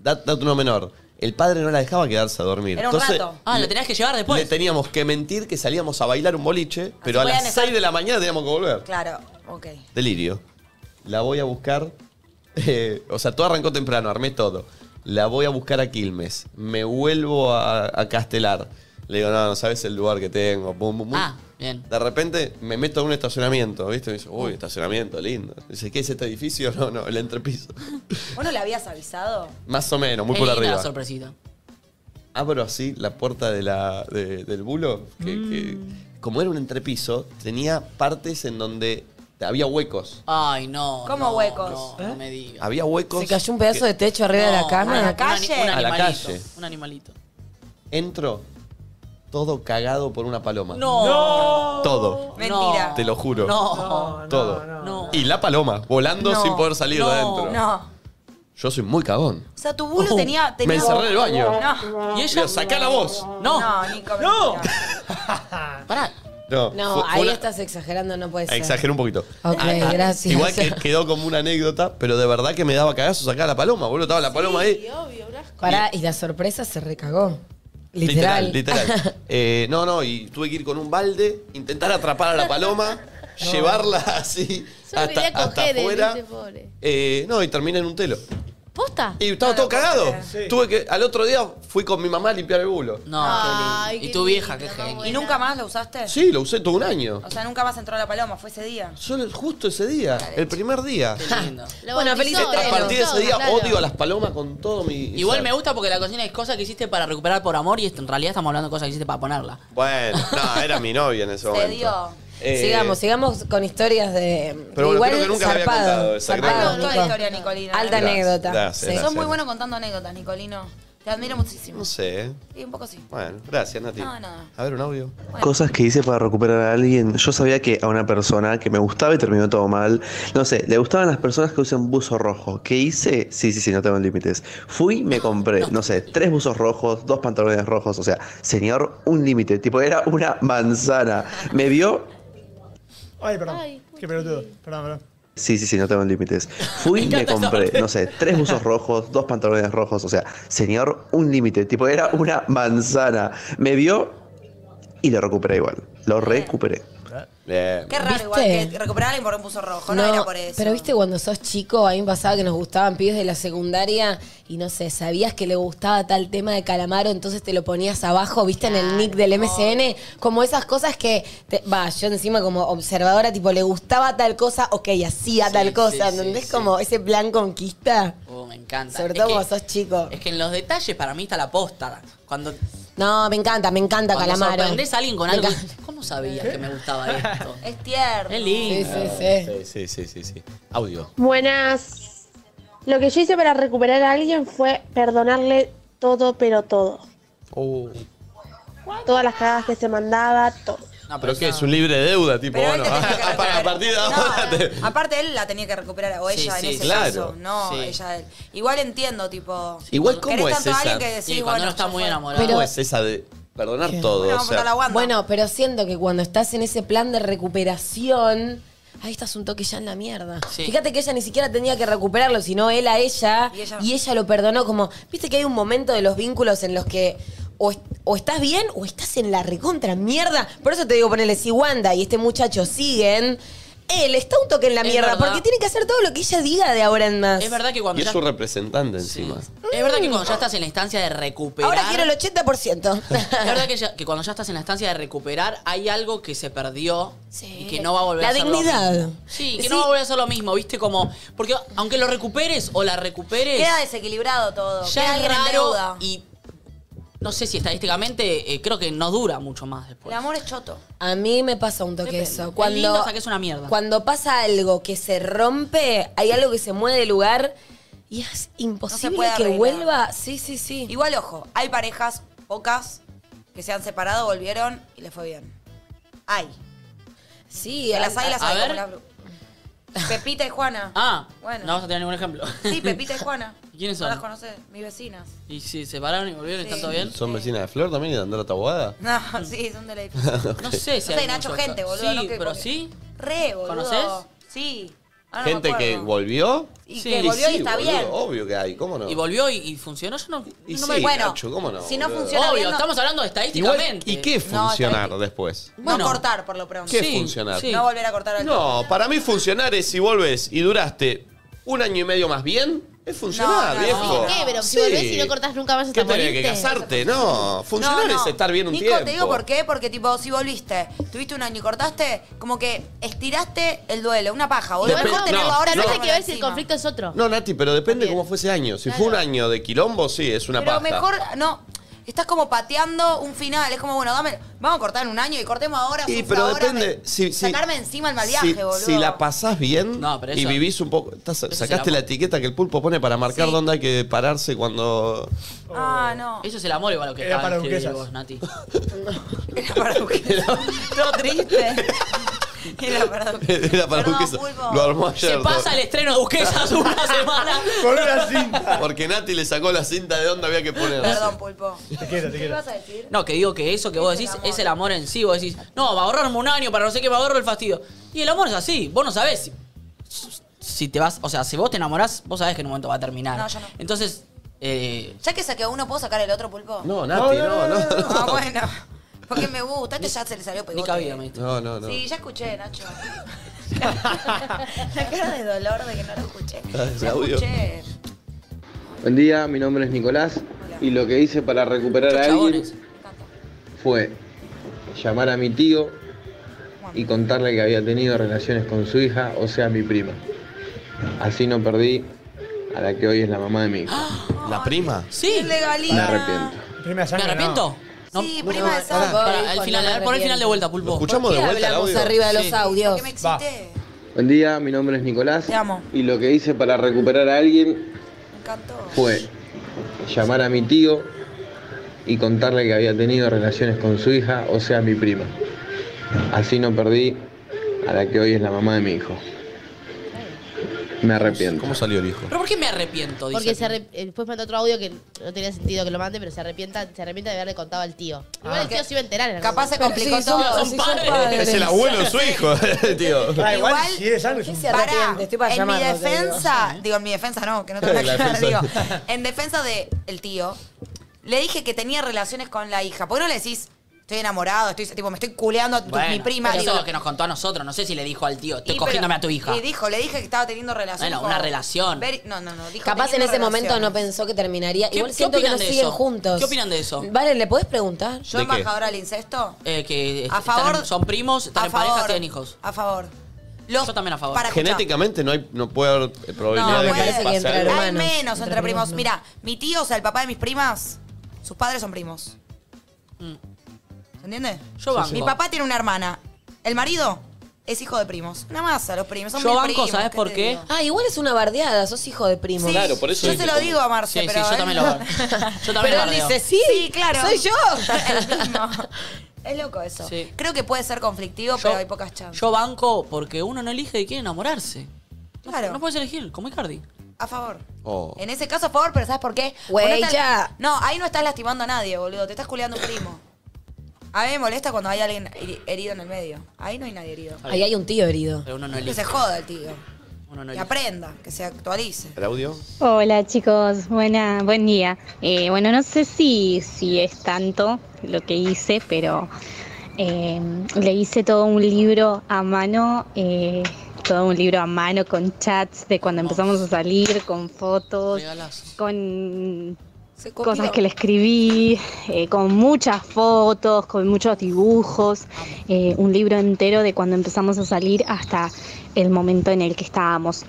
[SPEAKER 5] Dat- Dato uno menor. El padre no la dejaba quedarse a dormir.
[SPEAKER 2] Era un
[SPEAKER 5] Entonces,
[SPEAKER 2] rato.
[SPEAKER 3] Ah, lo tenías que llevar después. Ah,
[SPEAKER 5] Le teníamos que mentir que salíamos a bailar un boliche, pero a
[SPEAKER 2] voy a
[SPEAKER 5] las
[SPEAKER 2] necesitar-
[SPEAKER 5] 6 de la mañana teníamos que volver.
[SPEAKER 2] Claro, ok.
[SPEAKER 5] Delirio. La voy a buscar. <laughs> eh, o sea, todo arrancó temprano, armé todo. La voy a buscar a Quilmes. Me vuelvo a, a Castelar. Le digo, no, no sabes el lugar que tengo. Bum, bum, bum.
[SPEAKER 3] Ah, bien. Uh.
[SPEAKER 5] De repente me meto en un estacionamiento, ¿viste? Me dice, uy, estacionamiento, lindo. Dice, ¿qué es este edificio? <laughs> No, no, el entrepiso.
[SPEAKER 2] ¿Vos no le habías avisado?
[SPEAKER 5] Más o menos, muy
[SPEAKER 3] Es
[SPEAKER 5] por
[SPEAKER 3] linda
[SPEAKER 5] arriba.
[SPEAKER 3] la sorpresita.
[SPEAKER 5] abro así la puerta de la, de- del bulo, que, que- como era un entrepiso, tenía partes en donde había huecos.
[SPEAKER 3] Ay, no.
[SPEAKER 2] ¿Cómo
[SPEAKER 3] no,
[SPEAKER 2] huecos?
[SPEAKER 3] No, no me digas.
[SPEAKER 5] Había huecos.
[SPEAKER 7] Se cayó un pedazo de techo arriba de la
[SPEAKER 3] No,
[SPEAKER 7] cama.
[SPEAKER 2] ¿A la
[SPEAKER 3] un ani-
[SPEAKER 2] calle?
[SPEAKER 3] Un
[SPEAKER 5] A la
[SPEAKER 3] animalito.
[SPEAKER 5] calle.
[SPEAKER 3] Un animalito.
[SPEAKER 5] Entro todo cagado por una paloma.
[SPEAKER 3] No.
[SPEAKER 4] No.
[SPEAKER 5] Todo.
[SPEAKER 2] Mentira.
[SPEAKER 5] Te lo juro.
[SPEAKER 3] No.
[SPEAKER 5] Todo.
[SPEAKER 4] No,
[SPEAKER 3] No.
[SPEAKER 5] Y la paloma, volando
[SPEAKER 2] No.
[SPEAKER 5] sin poder salir
[SPEAKER 3] No.
[SPEAKER 5] de adentro.
[SPEAKER 2] No.
[SPEAKER 5] Yo soy muy cagón.
[SPEAKER 2] O sea, tu bulo tenía, tenía.
[SPEAKER 5] Me encerré en el baño.
[SPEAKER 2] No.
[SPEAKER 3] Y
[SPEAKER 5] Digo,
[SPEAKER 3] ella.
[SPEAKER 5] sacá la voz.
[SPEAKER 3] No.
[SPEAKER 2] No, Nico.
[SPEAKER 4] No.
[SPEAKER 2] mentira.
[SPEAKER 3] Pará.
[SPEAKER 5] No,
[SPEAKER 7] No,
[SPEAKER 5] fue- fue
[SPEAKER 7] ahí
[SPEAKER 5] una-
[SPEAKER 7] estás exagerando, no puede ser.
[SPEAKER 5] Exageré un poquito.
[SPEAKER 7] Ok, gracias.
[SPEAKER 5] Igual que quedó como una anécdota, pero de verdad que me daba cagazo sacar la paloma, boludo. Estaba la paloma ahí.
[SPEAKER 6] Sí, obvio, un asco.
[SPEAKER 7] Pará, y la sorpresa se recagó. Literal.
[SPEAKER 5] Literal, literal. Eh, no, no, y tuve que ir con un balde, intentar atrapar a la paloma, llevarla así
[SPEAKER 6] Solo
[SPEAKER 5] hasta,
[SPEAKER 6] quería
[SPEAKER 5] hasta
[SPEAKER 6] coger,
[SPEAKER 5] afuera.
[SPEAKER 6] dice, pobre.
[SPEAKER 5] Eh, no, y terminé en un telo.
[SPEAKER 6] ¿Posta?
[SPEAKER 5] Y estaba todo cagado. Tuve que, al otro día fui con mi mamá a limpiar el bulo.
[SPEAKER 3] No,
[SPEAKER 6] Ay,
[SPEAKER 3] qué lindo.
[SPEAKER 6] qué
[SPEAKER 3] Y tu vieja, qué
[SPEAKER 6] lindo,
[SPEAKER 3] genio.
[SPEAKER 2] ¿Y nunca más lo usaste?
[SPEAKER 5] Sí, lo usé todo un año.
[SPEAKER 2] O sea, nunca más entró la paloma, fue ese día.
[SPEAKER 5] Solo justo ese día, el primer día.
[SPEAKER 3] Qué lindo.
[SPEAKER 6] Lo
[SPEAKER 7] Bueno,
[SPEAKER 6] bautizó,
[SPEAKER 7] feliz
[SPEAKER 6] lo
[SPEAKER 5] A
[SPEAKER 7] estreno.
[SPEAKER 6] bautizó,
[SPEAKER 5] partir de ese día
[SPEAKER 6] claro.
[SPEAKER 5] odio a las palomas con todo mi.
[SPEAKER 3] Igual
[SPEAKER 5] ser.
[SPEAKER 3] me gusta porque la cocina es cosa que hiciste para recuperar por amor y esto- en realidad estamos hablando de cosas que hiciste para ponerla.
[SPEAKER 5] Bueno, no, era mi novia en ese momento.
[SPEAKER 2] dio.
[SPEAKER 5] Eh,
[SPEAKER 7] sigamos, sigamos con historias de.
[SPEAKER 5] Pero bueno,
[SPEAKER 7] igual
[SPEAKER 5] creo que nunca la había
[SPEAKER 7] zarpado,
[SPEAKER 5] contado esa
[SPEAKER 2] Ay, me
[SPEAKER 7] zarpado,
[SPEAKER 2] gustó la
[SPEAKER 7] Nico.
[SPEAKER 2] historia, Nicolino.
[SPEAKER 7] Ah, Alta
[SPEAKER 5] Gracias,
[SPEAKER 7] anécdota.
[SPEAKER 5] gracias,
[SPEAKER 7] Sí.
[SPEAKER 5] gracias.
[SPEAKER 2] Son muy buenos contando anécdotas, Nicolino. Te admiro muchísimo.
[SPEAKER 5] No sé.
[SPEAKER 2] Sí, un poco sí.
[SPEAKER 5] Bueno, gracias, Nati.
[SPEAKER 2] No, nada.
[SPEAKER 5] A ver, un audio.
[SPEAKER 9] Cosas que hice para recuperar a alguien. Yo sabía que a una persona que me gustaba y terminó todo mal. No sé, le gustaban las personas que usan buzo rojo. ¿Qué hice? Sí, sí, sí, no tengo límites. Fui, me compré, no sé, tres buzos rojos, dos pantalones rojos. O sea, señor, un límite. Tipo, era una manzana. Me vio.
[SPEAKER 4] Ay, perdón.
[SPEAKER 6] Ay,
[SPEAKER 4] Qué pelotudo. Perdón, perdón.
[SPEAKER 9] Sí, sí, sí, no tengo límites. Fui, <laughs> me compré, no sé, tres buzos rojos, dos pantalones rojos. O sea, señor, un límite. Tipo, era una manzana. Me vio y lo recuperé igual. Lo recuperé.
[SPEAKER 5] Bien.
[SPEAKER 2] Qué raro,
[SPEAKER 7] ¿Viste?
[SPEAKER 2] igual que recuperarla y por un puso rojo. No,
[SPEAKER 7] No,
[SPEAKER 2] era por eso.
[SPEAKER 7] Pero viste cuando sos chico, a mí me pasaba que nos gustaban pibes de la secundaria y no sé, sabías que le gustaba tal tema de calamaro, entonces te lo ponías abajo, viste, en el nick del MCN, como esas cosas que, te- va, yo encima como observadora, tipo, le gustaba tal cosa, ok, hacía
[SPEAKER 3] Sí,
[SPEAKER 7] tal
[SPEAKER 3] sí,
[SPEAKER 7] cosa,
[SPEAKER 3] sí,
[SPEAKER 7] ¿entendés?
[SPEAKER 3] sí.
[SPEAKER 7] Como ese plan conquista,
[SPEAKER 3] Oh, me encanta.
[SPEAKER 7] sobre
[SPEAKER 3] Es
[SPEAKER 7] todo
[SPEAKER 3] que-
[SPEAKER 7] cuando sos chico.
[SPEAKER 3] Es que en los detalles para mí está la posta. Cuando,
[SPEAKER 7] No, me encanta, me encanta
[SPEAKER 3] cuando
[SPEAKER 7] calamaro.
[SPEAKER 3] sorprendés a alguien con
[SPEAKER 7] Me
[SPEAKER 3] algo,
[SPEAKER 7] encanta.
[SPEAKER 3] dices, ¿cómo sabías que me gustaba esto?
[SPEAKER 2] Es tierno.
[SPEAKER 3] Es
[SPEAKER 7] Sí,
[SPEAKER 3] lindo.
[SPEAKER 7] sí, sí.
[SPEAKER 5] Sí, sí, sí, sí, sí. Audio.
[SPEAKER 10] Buenas. Lo que yo hice para recuperar a alguien fue perdonarle todo, pero todo. Todas las cagadas que se mandaba, todo.
[SPEAKER 2] No,
[SPEAKER 5] pero
[SPEAKER 2] pero
[SPEAKER 5] que
[SPEAKER 2] eso-
[SPEAKER 5] es un libre deuda, tipo,
[SPEAKER 2] Pero este él
[SPEAKER 5] bueno, ah,
[SPEAKER 2] te tenía que
[SPEAKER 5] <laughs> a, a partir de ahora te-
[SPEAKER 2] Aparte, él la tenía que recuperar, o
[SPEAKER 5] Sí,
[SPEAKER 2] ella
[SPEAKER 5] sí,
[SPEAKER 2] en ese
[SPEAKER 5] claro.
[SPEAKER 2] caso. No,
[SPEAKER 5] Sí.
[SPEAKER 2] ella él. Igual entiendo, tipo.
[SPEAKER 5] Igual, ¿cómo
[SPEAKER 2] querés
[SPEAKER 5] es
[SPEAKER 2] tanto a
[SPEAKER 5] esa?
[SPEAKER 2] alguien que decís,
[SPEAKER 3] Sí, cuando
[SPEAKER 2] bueno,
[SPEAKER 3] uno está muy enamorado.
[SPEAKER 5] ¿Cómo es esa de perdonar todo? o sea,
[SPEAKER 7] Bueno, pero siento que cuando estás en ese plan de recuperación, ahí estás un toque ya en la mierda. Fíjate que ella ni siquiera tenía que recuperarlo, sino él a ella y, ella lo perdonó como, viste que hay un momento de los vínculos en los que o, est- o estás bien o estás en la recontra mierda. Por eso te digo, ponele si Wanda y este muchacho siguen, él está un toque en la
[SPEAKER 3] Es
[SPEAKER 7] mierda
[SPEAKER 3] verdad.
[SPEAKER 7] porque tiene que hacer todo lo que ella diga de ahora en más.
[SPEAKER 3] Es verdad que cuando
[SPEAKER 5] y es
[SPEAKER 3] ya.
[SPEAKER 5] su representante encima.
[SPEAKER 3] Es verdad que cuando ya estás en la instancia de recuperar. <laughs>
[SPEAKER 7] Ahora quiero el 80%.
[SPEAKER 3] Es verdad que, ya- que cuando ya estás en la instancia de recuperar, hay algo que se perdió y que no va a volver
[SPEAKER 7] La
[SPEAKER 3] a ser lo
[SPEAKER 7] dignidad.
[SPEAKER 3] mismo. Sí, que no va a volver a ser lo mismo, ¿viste? Como. Porque aunque lo recuperes o la recuperes.
[SPEAKER 2] Queda desequilibrado todo. queda
[SPEAKER 3] ya es
[SPEAKER 2] alguien en
[SPEAKER 3] raro
[SPEAKER 2] deuda.
[SPEAKER 3] y. No sé si estadísticamente, eh, creo que no dura mucho más después.
[SPEAKER 2] El amor es choto.
[SPEAKER 7] A mí me pasa un toque eso. Cuando,
[SPEAKER 3] es lindo hasta que es una mierda.
[SPEAKER 7] Cuando pasa algo que se rompe, hay algo que se mueve de lugar y es imposible
[SPEAKER 2] puede
[SPEAKER 7] que
[SPEAKER 2] arreglar.
[SPEAKER 7] vuelva. Sí, sí, sí.
[SPEAKER 2] Igual, ojo, hay parejas, pocas, que se han separado, volvieron y les fue bien. Hay.
[SPEAKER 7] Sí,
[SPEAKER 2] las hay, las
[SPEAKER 3] a
[SPEAKER 2] hay.
[SPEAKER 3] ver.
[SPEAKER 2] como la- Pepita y Juana.
[SPEAKER 3] <laughs> Ah,
[SPEAKER 2] Bueno.
[SPEAKER 3] no vas a tener ningún ejemplo.
[SPEAKER 2] Sí, Pepita y Juana.
[SPEAKER 3] ¿Quiénes
[SPEAKER 2] No las
[SPEAKER 3] son?
[SPEAKER 2] conoces, mis vecinas.
[SPEAKER 3] <laughs>
[SPEAKER 2] <laughs>
[SPEAKER 3] Y si se separaron y volvieron, ¿están todo bien?
[SPEAKER 5] ¿Son vecinas de Flor también y de Andrea Taboada?
[SPEAKER 2] No, sí, son de la edificio.
[SPEAKER 5] Ok.
[SPEAKER 3] No sé si
[SPEAKER 2] No sé,
[SPEAKER 3] hay
[SPEAKER 2] Nacho,
[SPEAKER 3] mucho-
[SPEAKER 2] gente, boludo.
[SPEAKER 3] Sí,
[SPEAKER 2] no que-
[SPEAKER 3] pero
[SPEAKER 2] porque-
[SPEAKER 3] sí.
[SPEAKER 2] Re, boludo.
[SPEAKER 3] ¿Conocés?
[SPEAKER 2] Sí. Ahora no me
[SPEAKER 5] Gente que
[SPEAKER 2] acuerdo.
[SPEAKER 5] volvió.
[SPEAKER 2] Y que volvió y está bien.
[SPEAKER 5] Obvio que hay, ¿cómo no?
[SPEAKER 3] Y volvió y, y funcionó. Yo no,
[SPEAKER 5] Y
[SPEAKER 3] no
[SPEAKER 5] sí,
[SPEAKER 3] me
[SPEAKER 2] bueno,
[SPEAKER 5] Nacho, ¿cómo no?
[SPEAKER 2] si no
[SPEAKER 5] boludo?
[SPEAKER 2] funciona-
[SPEAKER 3] Obvio,
[SPEAKER 2] bien, no-
[SPEAKER 3] estamos hablando
[SPEAKER 5] Igual,
[SPEAKER 3] estadísticamente.
[SPEAKER 5] ¿Y qué funcionar después?
[SPEAKER 2] No cortar, por lo pronto.
[SPEAKER 5] ¿Qué funcionar?
[SPEAKER 2] No volver a cortar al
[SPEAKER 5] No, para mí funcionar es si volves y duraste un año y medio más bien, es
[SPEAKER 2] No,
[SPEAKER 5] funcionar,
[SPEAKER 2] no,
[SPEAKER 5] viejo.
[SPEAKER 2] no. ¿Qué?
[SPEAKER 6] Pero si
[SPEAKER 5] Ah, Sí.
[SPEAKER 6] volvés y no cortás nunca más hasta
[SPEAKER 5] ¿Qué tenés que
[SPEAKER 6] morirte.
[SPEAKER 5] casarte? No, funcionar
[SPEAKER 2] No, no.
[SPEAKER 5] es estar bien un
[SPEAKER 2] Nico,
[SPEAKER 5] tiempo.
[SPEAKER 2] te digo por qué, porque tipo, si volviste, tuviste un año y cortaste, como que estiraste el duelo, una paja, boludo.
[SPEAKER 5] Depende-
[SPEAKER 2] Mejor tenerlo
[SPEAKER 5] no,
[SPEAKER 2] ahora
[SPEAKER 5] no.
[SPEAKER 2] que
[SPEAKER 5] Hay
[SPEAKER 6] que ver si el
[SPEAKER 2] encima.
[SPEAKER 6] conflicto es otro.
[SPEAKER 5] No, Nati, pero depende cómo fue ese año. Si fue un año de quilombo, sí, es una
[SPEAKER 2] Pero
[SPEAKER 5] paja.
[SPEAKER 2] mejor, no, estás como pateando un final, es como, bueno, dame, vamos a cortar en un año y cortemos ahora,
[SPEAKER 5] Y,
[SPEAKER 2] sufro
[SPEAKER 5] pero
[SPEAKER 2] ahora,
[SPEAKER 5] depende. si, si-
[SPEAKER 2] sacarme encima el mal viaje,
[SPEAKER 5] si,
[SPEAKER 2] boludo.
[SPEAKER 5] si la pasás bien
[SPEAKER 3] No, pero
[SPEAKER 5] y
[SPEAKER 3] eso-
[SPEAKER 5] vivís un poco. estás-
[SPEAKER 3] es
[SPEAKER 5] sacaste
[SPEAKER 3] el
[SPEAKER 5] la
[SPEAKER 3] amor.
[SPEAKER 5] etiqueta que el pulpo pone para marcar dónde hay que pararse cuando. <laughs>
[SPEAKER 2] Ah, no.
[SPEAKER 3] Eso es el amor igual lo que
[SPEAKER 4] Era
[SPEAKER 3] ah,
[SPEAKER 4] para
[SPEAKER 3] que
[SPEAKER 4] duquesas.
[SPEAKER 3] vos,
[SPEAKER 5] <laughs>
[SPEAKER 3] Nati.
[SPEAKER 2] Todo
[SPEAKER 5] <laughs>
[SPEAKER 2] triste. Era para
[SPEAKER 5] Era para
[SPEAKER 2] Perdón,
[SPEAKER 5] Duquesa.
[SPEAKER 2] Pulpo.
[SPEAKER 5] Lo armó ayer.
[SPEAKER 3] Se
[SPEAKER 5] todo.
[SPEAKER 3] pasa el estreno de Duquesas una semana.
[SPEAKER 4] Con una cinta.
[SPEAKER 5] Porque Nati le sacó la cinta de dónde había que poner.
[SPEAKER 2] Perdón, Pulpo.
[SPEAKER 4] Te quiero, te
[SPEAKER 2] ¿Qué
[SPEAKER 4] quiero.
[SPEAKER 2] vas a decir?
[SPEAKER 3] No, que digo que eso que vos decís es el amor en sí. Vos decís, no, va a ahorrarme un año para no sé qué, va a ahorrar el fastidio. Y el amor es así. Vos no sabés si, si te vas. O sea, si vos te enamorás, vos sabés que en un momento va a terminar.
[SPEAKER 2] No, yo no.
[SPEAKER 3] Entonces, eh,
[SPEAKER 2] Ya que saqué a uno, ¿puedo sacar el otro pulpo?
[SPEAKER 5] No, Nati, no, no.
[SPEAKER 2] Ah, bueno. Porque me gusta, este ya se le salió
[SPEAKER 3] ni
[SPEAKER 2] pegote.
[SPEAKER 3] cabida, me diste.
[SPEAKER 5] No, no, no.
[SPEAKER 2] Sí, ya escuché,
[SPEAKER 5] <laughs>
[SPEAKER 2] Nacho. La cara de dolor de que no lo escuché. Ya
[SPEAKER 5] Ah, audio.
[SPEAKER 2] escuché.
[SPEAKER 11] Buen día, mi nombre es Nicolás y lo que hice para recuperar a alguien fue llamar a mi tío y contarle que había tenido relaciones con su hija, o sea, mi prima. Así no perdí a la que hoy es la mamá de mi hijo.
[SPEAKER 5] ¿La prima?
[SPEAKER 3] Sí.
[SPEAKER 11] Me
[SPEAKER 2] Legalidad.
[SPEAKER 11] arrepiento.
[SPEAKER 4] Prima de
[SPEAKER 3] ¿Me
[SPEAKER 4] sangre,
[SPEAKER 3] arrepiento? No.
[SPEAKER 2] Sí, prima de
[SPEAKER 7] Ahora,
[SPEAKER 2] sangre.
[SPEAKER 3] Pará, el
[SPEAKER 7] Hijo,
[SPEAKER 3] final,
[SPEAKER 7] no
[SPEAKER 3] a ver,
[SPEAKER 7] me
[SPEAKER 3] pon el final de
[SPEAKER 7] arrepiento.
[SPEAKER 3] vuelta, Pulpo.
[SPEAKER 5] ¿Lo escuchamos de
[SPEAKER 7] ¿Qué
[SPEAKER 5] vuelta el
[SPEAKER 7] hablamos
[SPEAKER 5] audio?
[SPEAKER 7] arriba de los
[SPEAKER 3] Sí.
[SPEAKER 7] audios?
[SPEAKER 2] Que
[SPEAKER 7] <laughs>
[SPEAKER 2] me excité.
[SPEAKER 11] Buen día, mi nombre es Nicolás
[SPEAKER 2] Te amo.
[SPEAKER 11] y lo que hice para recuperar a alguien
[SPEAKER 2] Me encantó.
[SPEAKER 11] fue llamar a mi tío y contarle que había tenido relaciones con su hija, o sea, mi prima. Así no perdí a la que hoy es la mamá de mi hijo. Me
[SPEAKER 1] <laughs>
[SPEAKER 11] arrepiento.
[SPEAKER 5] ¿Cómo salió el hijo?
[SPEAKER 3] ¿Pero por qué me arrepiento? Dice
[SPEAKER 6] Porque se
[SPEAKER 3] aquí?
[SPEAKER 6] arrep- eh, después mandó otro audio que no tenía sentido que lo mande, pero se arrepienta, se arrepiente de haberle contado al tío.
[SPEAKER 5] Ah,
[SPEAKER 6] Igual el tío se iba a enterar. en algún
[SPEAKER 2] Capaz se
[SPEAKER 6] momento.
[SPEAKER 2] complicó
[SPEAKER 7] Sí, son-
[SPEAKER 2] todo.
[SPEAKER 7] sí, son
[SPEAKER 3] padres.
[SPEAKER 7] padres.
[SPEAKER 5] Es el abuelo de su hijo, <laughs> tío.
[SPEAKER 4] Ah, igual,
[SPEAKER 2] Igual-
[SPEAKER 4] si es sangre, es un-
[SPEAKER 7] se
[SPEAKER 2] Pará,
[SPEAKER 7] arrepiente, estoy
[SPEAKER 2] en
[SPEAKER 7] para
[SPEAKER 2] mi
[SPEAKER 7] llamarlo, te digo.
[SPEAKER 2] defensa, digo. en mi defensa no, que no tengo nada
[SPEAKER 5] La
[SPEAKER 2] que ver, digo.
[SPEAKER 5] defensa.
[SPEAKER 2] En defensa del el tío, le dije que tenía relaciones con la hija. ¿Por qué no le decís, estoy enamorado, estoy, tipo, me estoy culeando a tu-
[SPEAKER 3] Bueno,
[SPEAKER 2] mi prima?
[SPEAKER 3] pero
[SPEAKER 2] digo,
[SPEAKER 3] eso es lo que nos contó a nosotros. No sé si le dijo al tío, estoy
[SPEAKER 2] y
[SPEAKER 3] cogiéndome
[SPEAKER 2] pero-
[SPEAKER 3] a tu hija.
[SPEAKER 2] Y dijo, le dije que estaba teniendo relaciones.
[SPEAKER 3] Bueno, una
[SPEAKER 2] con-
[SPEAKER 3] relación.
[SPEAKER 2] Ver- no, no, no. dijo
[SPEAKER 7] Capaz en
[SPEAKER 2] teniendo
[SPEAKER 7] ese momento no
[SPEAKER 2] relaciones.
[SPEAKER 7] pensó que terminaría.
[SPEAKER 3] ¿Qué-
[SPEAKER 7] Igual
[SPEAKER 3] qué
[SPEAKER 7] siento que
[SPEAKER 3] opinan
[SPEAKER 7] no
[SPEAKER 3] de
[SPEAKER 7] siguen
[SPEAKER 3] eso?
[SPEAKER 7] juntos.
[SPEAKER 3] ¿Qué opinan de eso?
[SPEAKER 7] Vale, ¿le podés preguntar?
[SPEAKER 2] Yo,
[SPEAKER 5] ¿De qué?
[SPEAKER 2] embajadora del incesto,
[SPEAKER 3] Eh, que
[SPEAKER 2] A
[SPEAKER 3] están
[SPEAKER 2] favor-
[SPEAKER 3] en- son primos, están
[SPEAKER 2] a
[SPEAKER 3] en pareja,
[SPEAKER 2] favor.
[SPEAKER 3] tienen hijos.
[SPEAKER 2] A favor.
[SPEAKER 3] Yo también a favor.
[SPEAKER 2] Para escuchar.
[SPEAKER 5] Genéticamente no, hay, no puede haber eh, probabilidad
[SPEAKER 2] No,
[SPEAKER 5] de
[SPEAKER 2] puede
[SPEAKER 5] que
[SPEAKER 2] ser
[SPEAKER 7] que
[SPEAKER 5] pase
[SPEAKER 7] entre
[SPEAKER 5] algo.
[SPEAKER 2] Hay
[SPEAKER 7] hermanos.
[SPEAKER 2] menos entre
[SPEAKER 7] Entre
[SPEAKER 2] primos.
[SPEAKER 7] primos, no.
[SPEAKER 2] Mira, mi tío, o sea, el papá de mis primas, sus padres son primos. Mm. ¿Se entiende?
[SPEAKER 3] Yo banco.
[SPEAKER 2] Mi papá tiene una hermana. El marido es hijo de primos. Una masa, los primos. Son
[SPEAKER 3] Yo
[SPEAKER 2] mil
[SPEAKER 3] banco,
[SPEAKER 2] primos,
[SPEAKER 3] ¿sabés por
[SPEAKER 2] te
[SPEAKER 3] qué?
[SPEAKER 2] digo?
[SPEAKER 7] Ah, igual es una bardeada, sos hijo de primo.
[SPEAKER 2] Sí,
[SPEAKER 5] Claro, por eso
[SPEAKER 2] Yo
[SPEAKER 5] dije
[SPEAKER 2] se lo
[SPEAKER 5] como-
[SPEAKER 2] digo a Marce,
[SPEAKER 3] Sí, sí,
[SPEAKER 2] pero.
[SPEAKER 3] yo
[SPEAKER 2] <laughs> él-
[SPEAKER 3] también lo Yo también
[SPEAKER 7] Pero
[SPEAKER 3] lo
[SPEAKER 7] él
[SPEAKER 3] bardeo. <laughs>
[SPEAKER 7] dice, sí,
[SPEAKER 2] Sí, claro.
[SPEAKER 7] soy yo.
[SPEAKER 2] El mismo. <laughs> Es loco eso.
[SPEAKER 3] Sí.
[SPEAKER 2] Creo que puede ser conflictivo,
[SPEAKER 3] Yo-
[SPEAKER 2] pero hay pocas chances.
[SPEAKER 3] Yo banco porque uno no elige de quién enamorarse. No-
[SPEAKER 2] Claro.
[SPEAKER 3] No, puedes elegir, como Icardi.
[SPEAKER 2] A favor.
[SPEAKER 5] Oh.
[SPEAKER 2] En ese caso, a favor, pero ¿sabes por qué?
[SPEAKER 7] Güey,
[SPEAKER 2] Vos no estás-
[SPEAKER 7] ya.
[SPEAKER 2] No, ahí no estás lastimando a nadie, boludo. Te estás culeando un primo. A mí me molesta cuando hay alguien heri- herido en el medio. Ahí no hay nadie herido.
[SPEAKER 7] Ahí hay un tío herido.
[SPEAKER 3] Pero uno no
[SPEAKER 2] Que
[SPEAKER 3] elige.
[SPEAKER 2] se joda el tío.
[SPEAKER 3] Uno no
[SPEAKER 2] que
[SPEAKER 3] elige.
[SPEAKER 2] aprenda, que se actualice.
[SPEAKER 5] ¿El audio?
[SPEAKER 12] Hola chicos, buena, buen día. Eh, bueno, no sé si, si es tanto lo que hice, pero eh, le hice todo un libro a mano, eh, todo un libro a mano con chats de cuando empezamos a salir, con fotos, con cosas que le escribí, eh, con muchas fotos, con muchos dibujos, eh, un libro entero de cuando empezamos a salir hasta el momento en el que estábamos.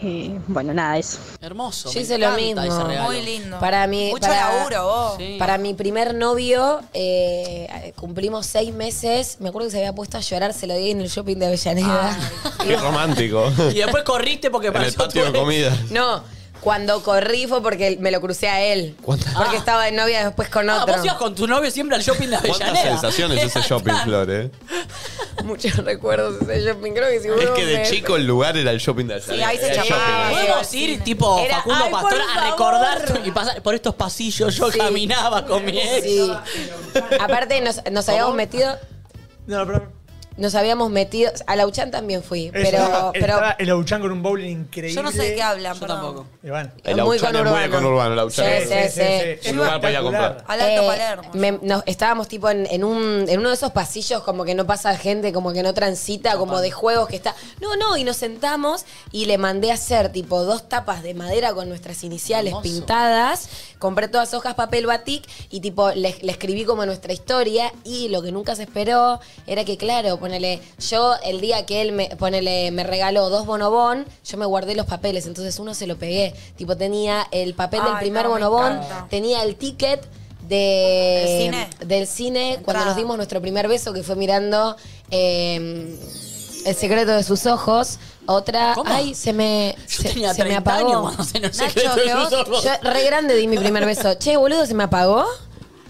[SPEAKER 12] Eh, bueno, nada, eso.
[SPEAKER 3] Hermoso.
[SPEAKER 7] Yo
[SPEAKER 3] me
[SPEAKER 7] hice lo
[SPEAKER 3] encanta ese
[SPEAKER 7] mismo.
[SPEAKER 3] regalo.
[SPEAKER 7] Para mi,
[SPEAKER 2] Mucho
[SPEAKER 7] para-
[SPEAKER 2] laburo, vos.
[SPEAKER 7] Sí. Para mi primer novio, eh, cumplimos seis meses. Me acuerdo que se había puesto a llorar, se lo di en el shopping de Avellaneda.
[SPEAKER 5] Qué romántico.
[SPEAKER 3] Y después corriste porque
[SPEAKER 5] en el patio
[SPEAKER 3] <laughs>
[SPEAKER 5] de comida.
[SPEAKER 7] <laughs> No, cuando corrí fue porque me lo crucé a él. Porque estaba de novia después con
[SPEAKER 3] Ah,
[SPEAKER 7] otro.
[SPEAKER 3] vos ibas con tu novio siempre al shopping de Avellaneda.
[SPEAKER 5] ¿Cuántas sensaciones ese shopping, Flor, eh?
[SPEAKER 7] <laughs> Muchos recuerdos ese shopping. Creo que si
[SPEAKER 5] Es
[SPEAKER 7] uno
[SPEAKER 5] que de
[SPEAKER 7] me-
[SPEAKER 5] chico el lugar era el shopping de Avellaneda.
[SPEAKER 7] ahí se
[SPEAKER 5] Era el
[SPEAKER 7] llamaba.
[SPEAKER 5] shopping.
[SPEAKER 3] Podemos ir tipo
[SPEAKER 7] Era,
[SPEAKER 3] Facundo
[SPEAKER 7] "Ay, por
[SPEAKER 3] Pastor a
[SPEAKER 7] favor".
[SPEAKER 3] recordar y pasar por estos pasillos. Yo
[SPEAKER 7] Sí.
[SPEAKER 3] caminaba con mi ex.
[SPEAKER 7] Sí. Aparte, nos, nos habíamos metido.
[SPEAKER 4] No, pero.
[SPEAKER 7] Nos habíamos metido. A la Uchan también fui. Pero. pero
[SPEAKER 4] Estaba el Auchan con un bowling increíble.
[SPEAKER 2] Yo no sé de qué hablan,
[SPEAKER 4] Yo
[SPEAKER 2] perdón.
[SPEAKER 4] tampoco. Y bueno. eh,
[SPEAKER 5] El Auchan es muy conurbano, el Auchan.
[SPEAKER 7] Sí, sí, sí.
[SPEAKER 5] Un lugar para ir a comprar.
[SPEAKER 2] Al Alto
[SPEAKER 7] Eh,
[SPEAKER 2] Palermo.
[SPEAKER 7] me- nos- estábamos tipo en, en un, en uno de esos pasillos como que no pasa gente, como que no transita, como de juegos que está... No, no, y nos sentamos y le mandé a hacer tipo dos tapas de madera con nuestras iniciales
[SPEAKER 6] Hermoso.
[SPEAKER 7] pintadas, compré todas hojas papel batik y tipo le, le escribí como nuestra historia y lo que nunca se esperó era que claro, ponele, yo el día que él me, ponele, me regaló dos bonobón, yo me guardé los papeles, entonces uno se lo pegué, tipo tenía el papel del
[SPEAKER 2] Ay,
[SPEAKER 7] primer
[SPEAKER 2] no, me
[SPEAKER 7] bonobón,
[SPEAKER 2] encanta.
[SPEAKER 7] tenía el ticket de
[SPEAKER 2] ¿Del cine?
[SPEAKER 7] del cine cuando nos dimos nuestro primer beso que fue mirando eh, El secreto de sus ojos. Otra, ay, se me
[SPEAKER 3] Yo
[SPEAKER 7] se,
[SPEAKER 3] tenía
[SPEAKER 7] se me
[SPEAKER 3] 30 años
[SPEAKER 7] apagó.
[SPEAKER 3] cuando se nos
[SPEAKER 7] Nacho,
[SPEAKER 3] secreto de
[SPEAKER 7] que
[SPEAKER 3] sus
[SPEAKER 7] vos-
[SPEAKER 3] ojos.
[SPEAKER 7] yo re grande di mi primer beso. Che, boludo, se me apagó.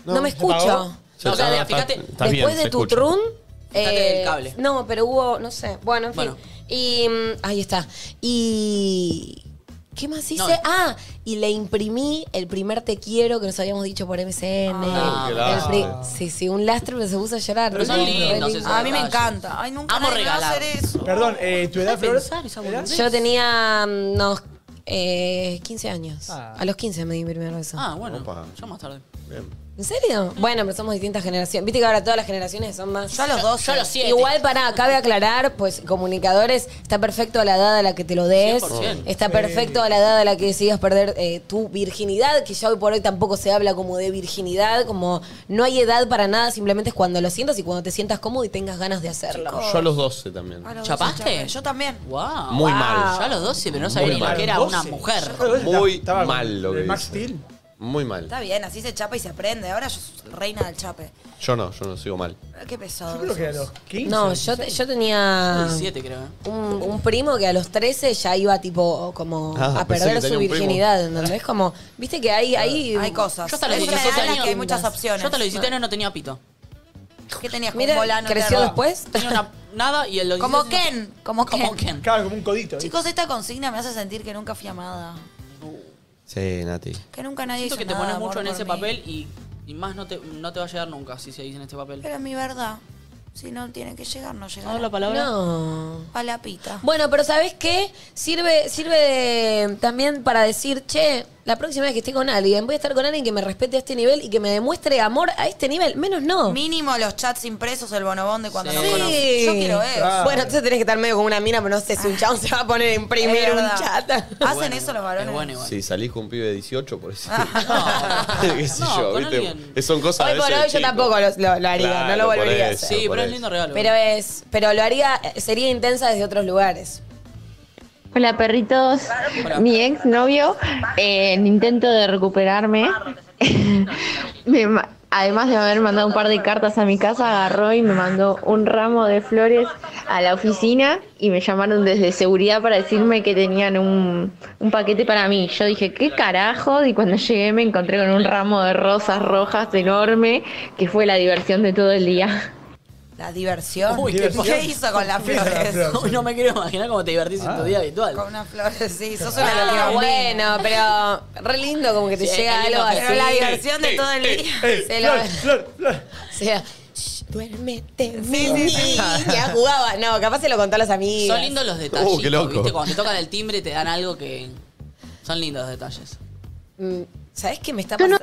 [SPEAKER 7] No, me escucho.
[SPEAKER 3] No, o sea, de- fíjate,
[SPEAKER 7] Después de tu trun, eh,
[SPEAKER 3] Fíjate del cable.
[SPEAKER 7] No, pero hubo, no sé. Bueno, en fin.
[SPEAKER 3] Bueno.
[SPEAKER 7] Y mm, ahí está. Y ¿Qué más hice? Ah, y le imprimí el primer te quiero que nos habíamos dicho por MCN.
[SPEAKER 3] Ah,
[SPEAKER 7] El
[SPEAKER 3] qué lastre.
[SPEAKER 7] pri- sí, sí, un lastre, pero se puso a llorar. Ah,
[SPEAKER 3] Pero son lindos esos
[SPEAKER 2] A mí me
[SPEAKER 3] detalles.
[SPEAKER 2] encanta. Ay, nunca
[SPEAKER 3] Amo
[SPEAKER 2] nadie me va a hacer
[SPEAKER 3] regalar.
[SPEAKER 2] eso.
[SPEAKER 4] Perdón, eh, ¿tu edad, Flor? ¿Edad?
[SPEAKER 7] Yo tenía mm, unos eh, 15 años. A los 15 me di mi primer beso.
[SPEAKER 3] Ah, bueno. Yo más tarde.
[SPEAKER 7] ¿En serio? Bueno, pero somos distintas generaciones. Viste que ahora todas las generaciones son más.
[SPEAKER 2] Yo a los 12.
[SPEAKER 3] yo a los 7.
[SPEAKER 7] Igual para, cabe aclarar, pues comunicadores, está perfecto a la edad a la que te lo des.
[SPEAKER 3] 100%.
[SPEAKER 7] Está perfecto a la edad a la que decidas perder eh, tu virginidad, que ya hoy por hoy tampoco se habla como de virginidad, como no hay edad para nada, simplemente es cuando lo sientas y cuando te sientas cómodo y tengas ganas de hacerlo.
[SPEAKER 5] Yo a los 12 también.
[SPEAKER 2] A los
[SPEAKER 3] ¿Chapaste?
[SPEAKER 2] 12 chapé. Yo también.
[SPEAKER 3] Wow.
[SPEAKER 5] Muy mal.
[SPEAKER 3] Yo a los 12, pero no sabía
[SPEAKER 5] Muy
[SPEAKER 3] ni
[SPEAKER 5] mal.
[SPEAKER 3] lo que era
[SPEAKER 5] ¿A los
[SPEAKER 3] una
[SPEAKER 5] 12?
[SPEAKER 3] mujer.
[SPEAKER 5] Muy mal lo que
[SPEAKER 4] Max
[SPEAKER 5] dice. Muy mal.
[SPEAKER 2] Está bien, así se chapa y se aprende. Ahora yo soy reina del chape.
[SPEAKER 5] Yo no, yo no sigo mal.
[SPEAKER 2] Ah, Qué pesado.
[SPEAKER 4] Creo que a los 15.
[SPEAKER 7] No, yo, te- yo tenía
[SPEAKER 3] 17, creo. ¿eh?
[SPEAKER 7] un, un primo que a los 13 ya iba tipo como
[SPEAKER 3] Ah, pensé
[SPEAKER 7] a
[SPEAKER 3] que
[SPEAKER 7] perder
[SPEAKER 3] tenía
[SPEAKER 7] su
[SPEAKER 3] un primo.
[SPEAKER 7] virginidad, ¿entendés? Como, viste que hay, hay,
[SPEAKER 2] Hay cosas.
[SPEAKER 3] Yo hasta los
[SPEAKER 2] Es una
[SPEAKER 3] 17
[SPEAKER 2] edad en la
[SPEAKER 3] años.
[SPEAKER 2] que hay muchas opciones.
[SPEAKER 3] Yo hasta los 17 años no tenía pito.
[SPEAKER 2] ¿Qué tenías?
[SPEAKER 7] Mira,
[SPEAKER 2] como volano
[SPEAKER 7] ¿creció
[SPEAKER 2] eterno?
[SPEAKER 7] después?
[SPEAKER 3] Tenía
[SPEAKER 2] <laughs>
[SPEAKER 3] una, nada y el
[SPEAKER 2] Como Ken, como Ken.
[SPEAKER 3] Como Ken.
[SPEAKER 4] Claro, como un codito.
[SPEAKER 2] Chicos, esta consigna me hace sentir que nunca fui amada.
[SPEAKER 5] Sí, Nati.
[SPEAKER 2] Que nunca nadie
[SPEAKER 3] Siento
[SPEAKER 2] hizo
[SPEAKER 3] que te
[SPEAKER 2] nada,
[SPEAKER 3] pones mucho
[SPEAKER 2] amor,
[SPEAKER 3] en
[SPEAKER 2] por
[SPEAKER 3] ese
[SPEAKER 2] mí.
[SPEAKER 3] papel y, y más no te, no te va a llegar nunca si se dice en este papel.
[SPEAKER 2] Pero es mi verdad. Si no tiene que llegar, no llega.
[SPEAKER 3] ¿Hablo palabra?
[SPEAKER 7] No.
[SPEAKER 2] A la pita.
[SPEAKER 7] Bueno, pero ¿sabes qué? Sirve, sirve de- también para decir, che, la próxima vez que esté con alguien, voy a estar con alguien que me respete a este nivel y que me demuestre amor a este nivel. Menos no.
[SPEAKER 2] Mínimo los chats impresos, el bonobón de cuando
[SPEAKER 7] Sí.
[SPEAKER 2] no conocí. Yo quiero eso. Ah.
[SPEAKER 7] Bueno, entonces tenés que estar medio como una mina, pero no sé si un chabón se va a poner a imprimir
[SPEAKER 2] Es
[SPEAKER 7] un
[SPEAKER 2] verdad. Ah,
[SPEAKER 7] chat.
[SPEAKER 2] ¿Hacen eso los varones?
[SPEAKER 5] Si salís con un pibe de 18, por eso. <laughs> ¿Qué sé yo,
[SPEAKER 3] con
[SPEAKER 5] ¿viste?
[SPEAKER 3] alguien.
[SPEAKER 5] Eh, Son cosas
[SPEAKER 7] Hoy
[SPEAKER 5] de
[SPEAKER 7] por
[SPEAKER 5] ese
[SPEAKER 7] hoy yo
[SPEAKER 5] chico.
[SPEAKER 7] tampoco lo, lo- lo haría,
[SPEAKER 5] Claro,
[SPEAKER 7] no lo
[SPEAKER 5] por
[SPEAKER 7] volvería a
[SPEAKER 5] eso,
[SPEAKER 7] hacer.
[SPEAKER 3] Sí,
[SPEAKER 5] por
[SPEAKER 3] pero es
[SPEAKER 5] eso.
[SPEAKER 3] lindo regalo.
[SPEAKER 7] Pero es, pero lo haría, sería intensa desde otros lugares.
[SPEAKER 10] Hola perritos, mi
[SPEAKER 13] <laughs>
[SPEAKER 10] ex novio, en intento de recuperarme, me, ma-
[SPEAKER 13] Además de haber mandado un par de cartas a mi casa, agarró y me mandó un ramo de flores a la oficina y me llamaron desde seguridad para decirme que tenían un, un paquete para mí. Yo dije, ¿qué carajo? Y cuando llegué me encontré con un ramo de rosas rojas enorme, que fue la diversión de todo el día.
[SPEAKER 2] La diversión.
[SPEAKER 3] Uy, qué
[SPEAKER 2] ¿qué
[SPEAKER 3] diversión.
[SPEAKER 2] hizo con las
[SPEAKER 3] <laughs> ¿Qué hizo con las
[SPEAKER 2] flores?
[SPEAKER 3] flores? Uy, <laughs> no me quiero imaginar cómo te divertís
[SPEAKER 5] Ah.
[SPEAKER 3] en tu día habitual.
[SPEAKER 2] Con unas flores, sí, sos
[SPEAKER 7] Ah,
[SPEAKER 2] una loca.
[SPEAKER 7] bueno, pero re lindo como que te
[SPEAKER 2] Sí,
[SPEAKER 7] llega
[SPEAKER 2] es
[SPEAKER 7] algo
[SPEAKER 2] lindo,
[SPEAKER 7] así.
[SPEAKER 2] pero la diversión de todo el día.
[SPEAKER 4] Eh,
[SPEAKER 2] Se lo-
[SPEAKER 7] O sea, "Shh, duérmete,
[SPEAKER 2] sí,
[SPEAKER 7] mi
[SPEAKER 2] sí.
[SPEAKER 7] niña", jugaba. No, capaz se lo contó a los amigos.
[SPEAKER 3] Son
[SPEAKER 5] Uh,
[SPEAKER 3] lindos los detalles.
[SPEAKER 7] qué loco.
[SPEAKER 3] ¿viste? Cuando te tocan el timbre te dan algo que. Son lindos los detalles.
[SPEAKER 7] Mm, ¿Sabes qué me está pasando?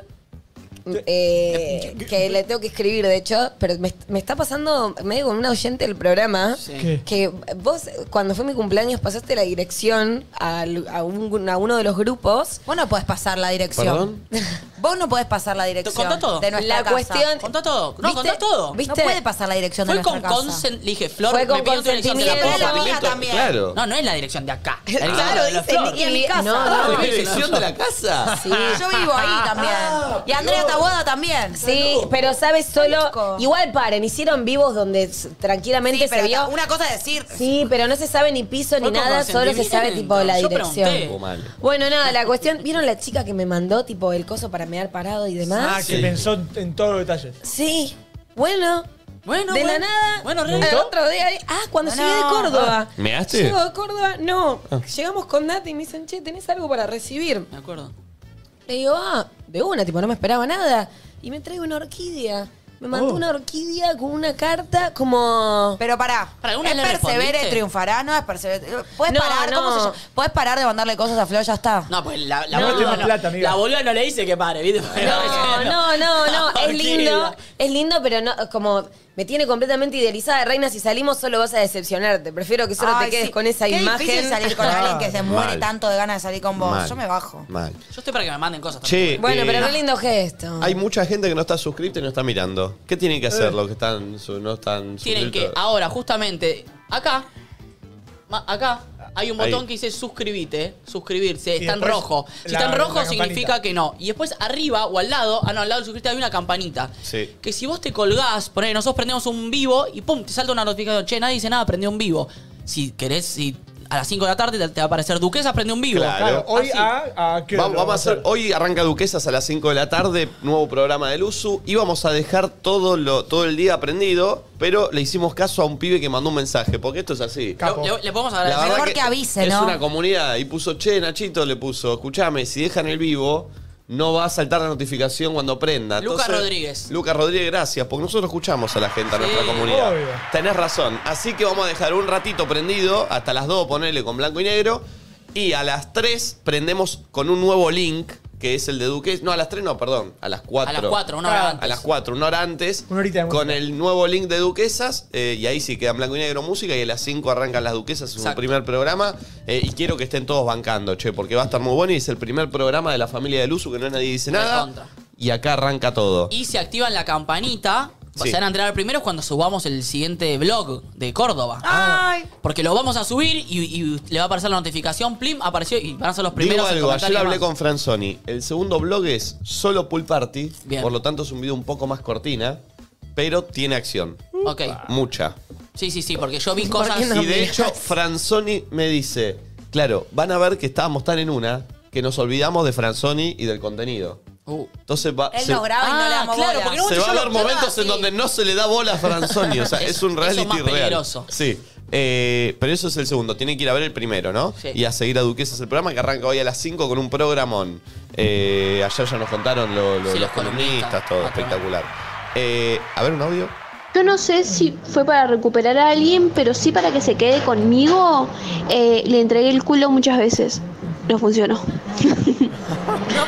[SPEAKER 7] Eh, que le tengo que escribir, de hecho, pero me, me está pasando medio con un oyente del programa.
[SPEAKER 8] ¿Qué?
[SPEAKER 7] Que vos, cuando fue mi cumpleaños, pasaste la dirección al- a, un- a uno de los grupos.
[SPEAKER 2] Vos no podés pasar la dirección.
[SPEAKER 7] ¿Perdón?
[SPEAKER 2] <laughs> Vos no podés pasar la dirección.
[SPEAKER 3] Contá todo.
[SPEAKER 2] De nuestra
[SPEAKER 7] La
[SPEAKER 2] casa.
[SPEAKER 7] cuestión-
[SPEAKER 3] Contá todo. No,
[SPEAKER 2] ¿Viste?
[SPEAKER 3] contá todo.
[SPEAKER 2] No puede pasar la dirección de
[SPEAKER 3] Fue
[SPEAKER 2] nuestra
[SPEAKER 3] con
[SPEAKER 2] casa.
[SPEAKER 3] consent. Le dije, Flor,
[SPEAKER 2] Fue con
[SPEAKER 3] me pidió tu dirección. ¿Te la puedo
[SPEAKER 2] consentimiento. Era la
[SPEAKER 3] pasar?
[SPEAKER 2] mía también. Claro.
[SPEAKER 3] No, no es la dirección de
[SPEAKER 2] <laughs>
[SPEAKER 3] acá. La dirección
[SPEAKER 2] Claro,
[SPEAKER 3] de la
[SPEAKER 2] dice
[SPEAKER 3] Flor.
[SPEAKER 2] Nicky en mi casa.
[SPEAKER 3] No, no,
[SPEAKER 7] Sí.
[SPEAKER 2] Yo vivo
[SPEAKER 3] Ah.
[SPEAKER 2] ahí también. y Andrea Taboada también.
[SPEAKER 7] Sí, pero sabes solo. Igual paren, hicieron vivos donde s- tranquilamente
[SPEAKER 2] Sí,
[SPEAKER 7] se
[SPEAKER 2] pero
[SPEAKER 7] vio.
[SPEAKER 2] ta- una cosa es decir.
[SPEAKER 7] Sí, pero no se sabe ni piso ni
[SPEAKER 2] Fue con
[SPEAKER 7] nada, solo se sabe tipo la
[SPEAKER 2] consentimiento. Yo
[SPEAKER 7] dirección.
[SPEAKER 2] pregunté.
[SPEAKER 7] Bueno, nada, la cuestión, ¿vieron la chica que me mandó tipo el coso para mear parado y demás?
[SPEAKER 4] Ah, que pensó en- en todos los detalles.
[SPEAKER 7] Sí. Bueno.
[SPEAKER 3] Bueno,
[SPEAKER 7] de la
[SPEAKER 4] bueno.
[SPEAKER 7] nada.
[SPEAKER 4] Bueno, re
[SPEAKER 7] al
[SPEAKER 4] bien.
[SPEAKER 7] otro día. Ah, cuando
[SPEAKER 2] No,
[SPEAKER 7] llegué de
[SPEAKER 2] no.
[SPEAKER 7] Córdoba.
[SPEAKER 1] Ah, ¿measte?
[SPEAKER 7] Llego de Córdoba, no.
[SPEAKER 1] Ah.
[SPEAKER 7] Llegamos con Nati y me dicen, che, ¿tenés algo para recibir?
[SPEAKER 3] Me acuerdo.
[SPEAKER 7] Le digo, ah, de una, tipo, no me esperaba nada. Y me traigo una orquídea. Me mandó
[SPEAKER 2] Oh.
[SPEAKER 7] una orquídea con una carta como.
[SPEAKER 2] Pero pará.
[SPEAKER 7] alguna
[SPEAKER 2] Es
[SPEAKER 7] le
[SPEAKER 2] persevere,
[SPEAKER 7] respondiste?
[SPEAKER 2] triunfará, no es persevere. Puedes
[SPEAKER 7] No,
[SPEAKER 2] parar, ¿cómo
[SPEAKER 7] no.
[SPEAKER 2] se llama? Podés parar de mandarle cosas a Flor, ya está.
[SPEAKER 3] No, pues la, la
[SPEAKER 2] No.
[SPEAKER 3] boluda.
[SPEAKER 2] Tenemos
[SPEAKER 3] no,
[SPEAKER 2] plata, amiga.
[SPEAKER 3] la boluda no le dice que pare, ¿viste? <laughs>
[SPEAKER 7] No, no, no, no. Es
[SPEAKER 3] Orquídea.
[SPEAKER 7] lindo. Es lindo, pero no, como me tiene completamente idealizada. Reina, si salimos solo vas a decepcionarte. Prefiero que solo
[SPEAKER 2] Ay,
[SPEAKER 7] te quedes
[SPEAKER 2] sí.
[SPEAKER 7] con esa
[SPEAKER 2] Qué
[SPEAKER 7] imagen.
[SPEAKER 2] difícil salir con alguien que se muere
[SPEAKER 5] Mal.
[SPEAKER 2] tanto de ganas de salir con vos.
[SPEAKER 5] Mal.
[SPEAKER 2] Yo me bajo.
[SPEAKER 5] Mal.
[SPEAKER 3] Yo estoy para que me manden cosas.
[SPEAKER 5] Che,
[SPEAKER 7] Bueno,
[SPEAKER 5] eh,
[SPEAKER 7] pero qué lindo gesto.
[SPEAKER 5] hay mucha gente que no está suscripta y no está mirando. ¿Qué tienen que hacer
[SPEAKER 3] Eh.
[SPEAKER 5] los que están su- no están
[SPEAKER 3] Tienen que,
[SPEAKER 5] suscriptos?
[SPEAKER 3] ahora, justamente, acá, ma- acá, hay un botón
[SPEAKER 5] Ahí.
[SPEAKER 3] que dice suscribite, suscribirse, está en
[SPEAKER 5] después
[SPEAKER 3] rojo. Si
[SPEAKER 5] la-
[SPEAKER 3] está en
[SPEAKER 5] la
[SPEAKER 3] rojo
[SPEAKER 5] campanita.
[SPEAKER 3] significa que no. Y después arriba o al lado, ah no, al lado del suscribirte hay una campanita.
[SPEAKER 5] Sí.
[SPEAKER 3] Que si vos te colgás, ponele, nosotros prendemos un vivo y pum, te salta una notificación. Che, nadie dice nada, prendió un vivo. Si querés, si a las 5 de la tarde te, te va a aparecer Duquesa, prende un vivo.
[SPEAKER 5] Claro.
[SPEAKER 4] Ah, Hoy
[SPEAKER 3] Así.
[SPEAKER 4] a, a qué
[SPEAKER 5] Va-
[SPEAKER 4] hora lo
[SPEAKER 5] vamos a hacer,
[SPEAKER 4] hacer?
[SPEAKER 5] hoy arranca Duquesas a las 5 de la tarde, nuevo programa del USU, y vamos a dejar todo, lo, todo el día aprendido, pero le hicimos caso a un pibe que mandó un mensaje, porque esto es así.
[SPEAKER 3] Le, le podemos
[SPEAKER 5] La
[SPEAKER 3] agradecer.
[SPEAKER 5] verdad es una comunidad. Y puso, che, Nachito, le puso, escuchame, si dejan el vivo, no va a saltar la notificación cuando prenda.
[SPEAKER 3] Lucas Rodríguez.
[SPEAKER 5] Lucas Rodríguez, gracias, porque nosotros escuchamos a la gente, a nuestra comunidad.
[SPEAKER 4] obvio.
[SPEAKER 5] Tenés razón. Así que vamos a dejar un ratito prendido, hasta las 2, ponerle con blanco y negro. Y a las 3 prendemos con un nuevo link, que es el de Duques. No, a las 3 no, perdón. A las 4.
[SPEAKER 3] A las 4, una hora
[SPEAKER 5] Ah.
[SPEAKER 3] antes.
[SPEAKER 5] A las 4, una hora antes. con el nuevo link de Duquesas. eh, y ahí sí queda en blanco y negro música. Y a las 5 arrancan las Duquesas, es un
[SPEAKER 3] Exacto.
[SPEAKER 5] primer programa. eh, y quiero que estén todos bancando, che, porque va a estar muy bueno. Y es el primer programa de la familia de Luzu que no nadie dice nada.
[SPEAKER 3] Recontra.
[SPEAKER 5] Y acá arranca todo.
[SPEAKER 3] Y si activan la campanita,
[SPEAKER 5] Sí.
[SPEAKER 3] se van a enterar primero cuando subamos el siguiente vlog de Córdoba.
[SPEAKER 2] Ay.
[SPEAKER 3] Porque lo vamos a subir y, y le va a aparecer la notificación, plim, apareció y van a ser los primeros
[SPEAKER 5] Digo
[SPEAKER 3] en
[SPEAKER 5] algo,
[SPEAKER 3] comentar y
[SPEAKER 5] ayer hablé
[SPEAKER 3] demás.
[SPEAKER 5] con Franzoni. El segundo blog es solo pool party.
[SPEAKER 3] Bien.
[SPEAKER 5] Por lo tanto, es un video un poco más cortina. Pero tiene acción.
[SPEAKER 3] Ok.
[SPEAKER 5] Mucha.
[SPEAKER 3] Sí, sí, sí, porque yo vi cosas...
[SPEAKER 5] y de hecho, Franzoni me dice, claro, van a ver que estábamos tan en una que nos olvidamos de Franzoni y del contenido.
[SPEAKER 3] Uh.
[SPEAKER 5] Entonces va,
[SPEAKER 2] Él
[SPEAKER 5] se,
[SPEAKER 2] nos graba y no le damos
[SPEAKER 3] Ah, claro,
[SPEAKER 2] bola.
[SPEAKER 3] porque no
[SPEAKER 5] se va a
[SPEAKER 3] yo
[SPEAKER 5] ver
[SPEAKER 3] lo-
[SPEAKER 5] momentos en donde no se le da bola a
[SPEAKER 3] <laughs>
[SPEAKER 5] Franzoni. O sea, es,
[SPEAKER 3] Es-
[SPEAKER 5] un
[SPEAKER 3] eso
[SPEAKER 5] reality
[SPEAKER 3] más
[SPEAKER 5] real.
[SPEAKER 3] peligroso.
[SPEAKER 5] Sí. Eh, pero eso es el segundo. Tienen que ir a ver el primero, ¿no?
[SPEAKER 3] Sí.
[SPEAKER 5] Y a seguir a Duquesas el programa que arranca hoy a las 5 con un programón. Eh, ayer ya nos contaron lo- lo-
[SPEAKER 3] Sí,
[SPEAKER 5] los
[SPEAKER 3] los
[SPEAKER 5] columnistas,
[SPEAKER 3] columnistas.
[SPEAKER 5] todo
[SPEAKER 3] Ah,
[SPEAKER 5] espectacular. Eh, a ver un audio.
[SPEAKER 10] Yo no sé si fue para recuperar a alguien, pero sí para que se quede conmigo. eh, le entregué el culo muchas veces. No funcionó. <laughs>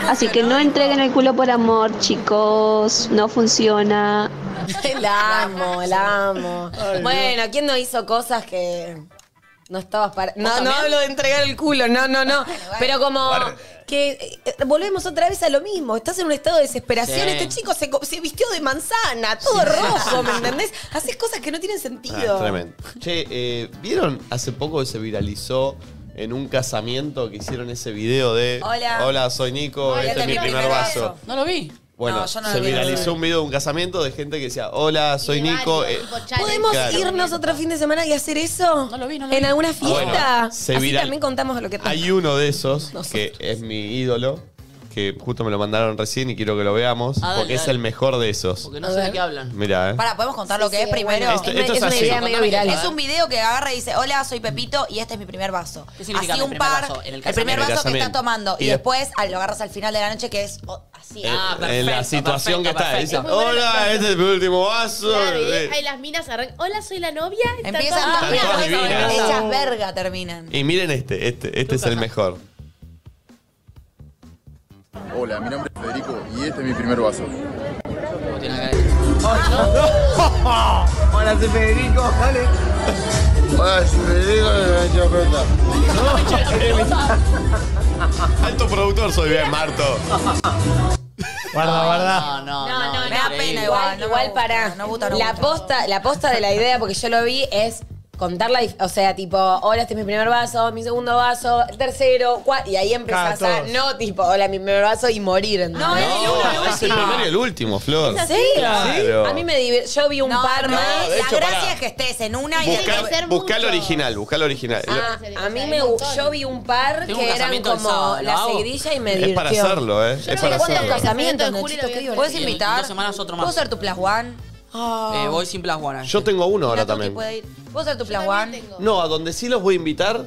[SPEAKER 10] Así que no entreguen el culo por amor, chicos. No funciona.
[SPEAKER 7] <laughs> la amo, la amo. bueno, ¿quién no hizo cosas que no estabas para.? No, no
[SPEAKER 8] también?
[SPEAKER 7] hablo de entregar el culo, no, no, no. Pero como. Que eh, volvemos otra vez a lo mismo. Estás en un estado de desesperación.
[SPEAKER 8] Sí.
[SPEAKER 7] Este chico se, co- se vistió de manzana, todo
[SPEAKER 8] <laughs>
[SPEAKER 7] rojo, ¿me entendés? Haces cosas que no tienen sentido.
[SPEAKER 5] Ah, tremendo. Che, eh, ¿vieron hace poco que se viralizó en un casamiento que hicieron ese video de
[SPEAKER 7] Hola.
[SPEAKER 5] Hola, soy Nico,
[SPEAKER 7] Hola,
[SPEAKER 5] este es mi primer vaso?
[SPEAKER 3] No lo vi.
[SPEAKER 5] Bueno,
[SPEAKER 2] No, yo no
[SPEAKER 5] se
[SPEAKER 2] lo vi, no lo vi.
[SPEAKER 5] viralizó un video de un casamiento de gente que decía, hola, soy Nico. eh,
[SPEAKER 7] ¿Podemos
[SPEAKER 5] claro.
[SPEAKER 7] irnos otro fin de semana y hacer eso? ¿En alguna fiesta?
[SPEAKER 5] Ah, Bueno, se
[SPEAKER 7] Así
[SPEAKER 5] viral-
[SPEAKER 7] también contamos lo que tenemos.
[SPEAKER 5] Hay uno
[SPEAKER 2] <laughs>
[SPEAKER 5] de esos que es mi ídolo, que justo me lo mandaron recién y quiero que lo veamos,
[SPEAKER 2] Ah, dale,
[SPEAKER 5] porque es
[SPEAKER 2] dale.
[SPEAKER 5] el mejor de esos.
[SPEAKER 3] Porque no sé de qué hablan.
[SPEAKER 5] Mirá, eh.
[SPEAKER 2] Para, ¿podemos contar
[SPEAKER 7] Sí,
[SPEAKER 2] lo que
[SPEAKER 7] sí,
[SPEAKER 2] es primero?
[SPEAKER 5] Esto- Es esto es es una así. idea medio viral.
[SPEAKER 2] Es un video que agarra y dice, hola, soy Pepito y este es mi primer vaso.
[SPEAKER 3] ¿Qué significa
[SPEAKER 2] así
[SPEAKER 3] mi
[SPEAKER 2] un
[SPEAKER 3] primer
[SPEAKER 2] par,
[SPEAKER 3] vaso? En el
[SPEAKER 2] el, primer
[SPEAKER 3] casamiento.
[SPEAKER 2] vaso que
[SPEAKER 5] Casamiento.
[SPEAKER 2] está tomando. Y,
[SPEAKER 5] Y
[SPEAKER 2] después ah, lo agarras al final de la noche que es oh, así.
[SPEAKER 5] En-
[SPEAKER 2] Ah,
[SPEAKER 5] Eh, en la
[SPEAKER 3] perfecto,
[SPEAKER 5] situación
[SPEAKER 3] perfecto,
[SPEAKER 5] que está.
[SPEAKER 3] perfecto.
[SPEAKER 5] Dice, hola, este es mi último vaso.
[SPEAKER 6] Claro, y
[SPEAKER 5] Eh,
[SPEAKER 6] ahí las minas arrancan. Hola, soy la novia. Está
[SPEAKER 2] Empiezan
[SPEAKER 6] todo-
[SPEAKER 5] todas
[SPEAKER 2] todas
[SPEAKER 5] divinas.
[SPEAKER 2] divinas. Hechas
[SPEAKER 5] Oh.
[SPEAKER 2] verga terminan.
[SPEAKER 5] Y miren este, este, este es el mejor.
[SPEAKER 14] Hola, mi nombre es Federico y este es mi primer vaso.
[SPEAKER 15] Hola, soy Federico, dale.
[SPEAKER 14] Hola, soy Federico de
[SPEAKER 5] Alto productor soy bien, Marto.
[SPEAKER 4] Guarda, guarda.
[SPEAKER 3] No, no,
[SPEAKER 7] No,
[SPEAKER 3] no.
[SPEAKER 7] no,
[SPEAKER 2] me da
[SPEAKER 7] no,
[SPEAKER 2] pena igual,
[SPEAKER 7] igual,
[SPEAKER 2] no me
[SPEAKER 7] igual
[SPEAKER 2] gusta,
[SPEAKER 7] para.
[SPEAKER 2] no me gusta, no me
[SPEAKER 7] la
[SPEAKER 2] gusta.
[SPEAKER 7] posta, la posta de la idea, porque yo lo vi, es contar la, dif- o sea, tipo, hola, este es mi primer vaso, mi segundo vaso, el tercero, cua- y ahí empezás
[SPEAKER 4] Cada
[SPEAKER 7] a
[SPEAKER 4] todos.
[SPEAKER 7] no tipo, hola, mi primer vaso y morir. No,
[SPEAKER 5] Ah, No, es el primero y el último, Flor.
[SPEAKER 7] ¿En serio?
[SPEAKER 5] Claro.
[SPEAKER 7] A mí me divir- yo vi un
[SPEAKER 2] No,
[SPEAKER 7] par
[SPEAKER 2] no,
[SPEAKER 7] más.
[SPEAKER 5] de
[SPEAKER 2] la
[SPEAKER 5] hecho,
[SPEAKER 2] gracia
[SPEAKER 5] pará.
[SPEAKER 2] es que estés en una y
[SPEAKER 5] Buscá-
[SPEAKER 2] después-
[SPEAKER 5] buscá el original, buscá el original.
[SPEAKER 7] Ah, a mí me gu- yo vi un par
[SPEAKER 3] Tengo un
[SPEAKER 7] que eran
[SPEAKER 3] casamiento el
[SPEAKER 7] como
[SPEAKER 3] sábado, ¿lo
[SPEAKER 7] la
[SPEAKER 3] hago?
[SPEAKER 7] seguidilla y me
[SPEAKER 5] es
[SPEAKER 7] divirtió.
[SPEAKER 5] para hacerlo, ¿eh? Es para
[SPEAKER 7] ¿Cuántos
[SPEAKER 5] hacerlo.
[SPEAKER 7] casamientos,
[SPEAKER 6] Julio lo
[SPEAKER 7] Nachito?
[SPEAKER 6] vi
[SPEAKER 7] Qué
[SPEAKER 6] en
[SPEAKER 7] divertido.
[SPEAKER 2] ¿Puedes
[SPEAKER 3] en
[SPEAKER 2] invitar?
[SPEAKER 3] dos semanas otro más.
[SPEAKER 2] ¿Puedo ser tu plus one?
[SPEAKER 3] Eh, voy sin Plus One.
[SPEAKER 5] Yo tengo uno ahora
[SPEAKER 2] Mira, Tuti
[SPEAKER 5] también.
[SPEAKER 2] puede ir. ¿Puedo ser tu plus one?
[SPEAKER 5] No, a donde sí los voy a invitar,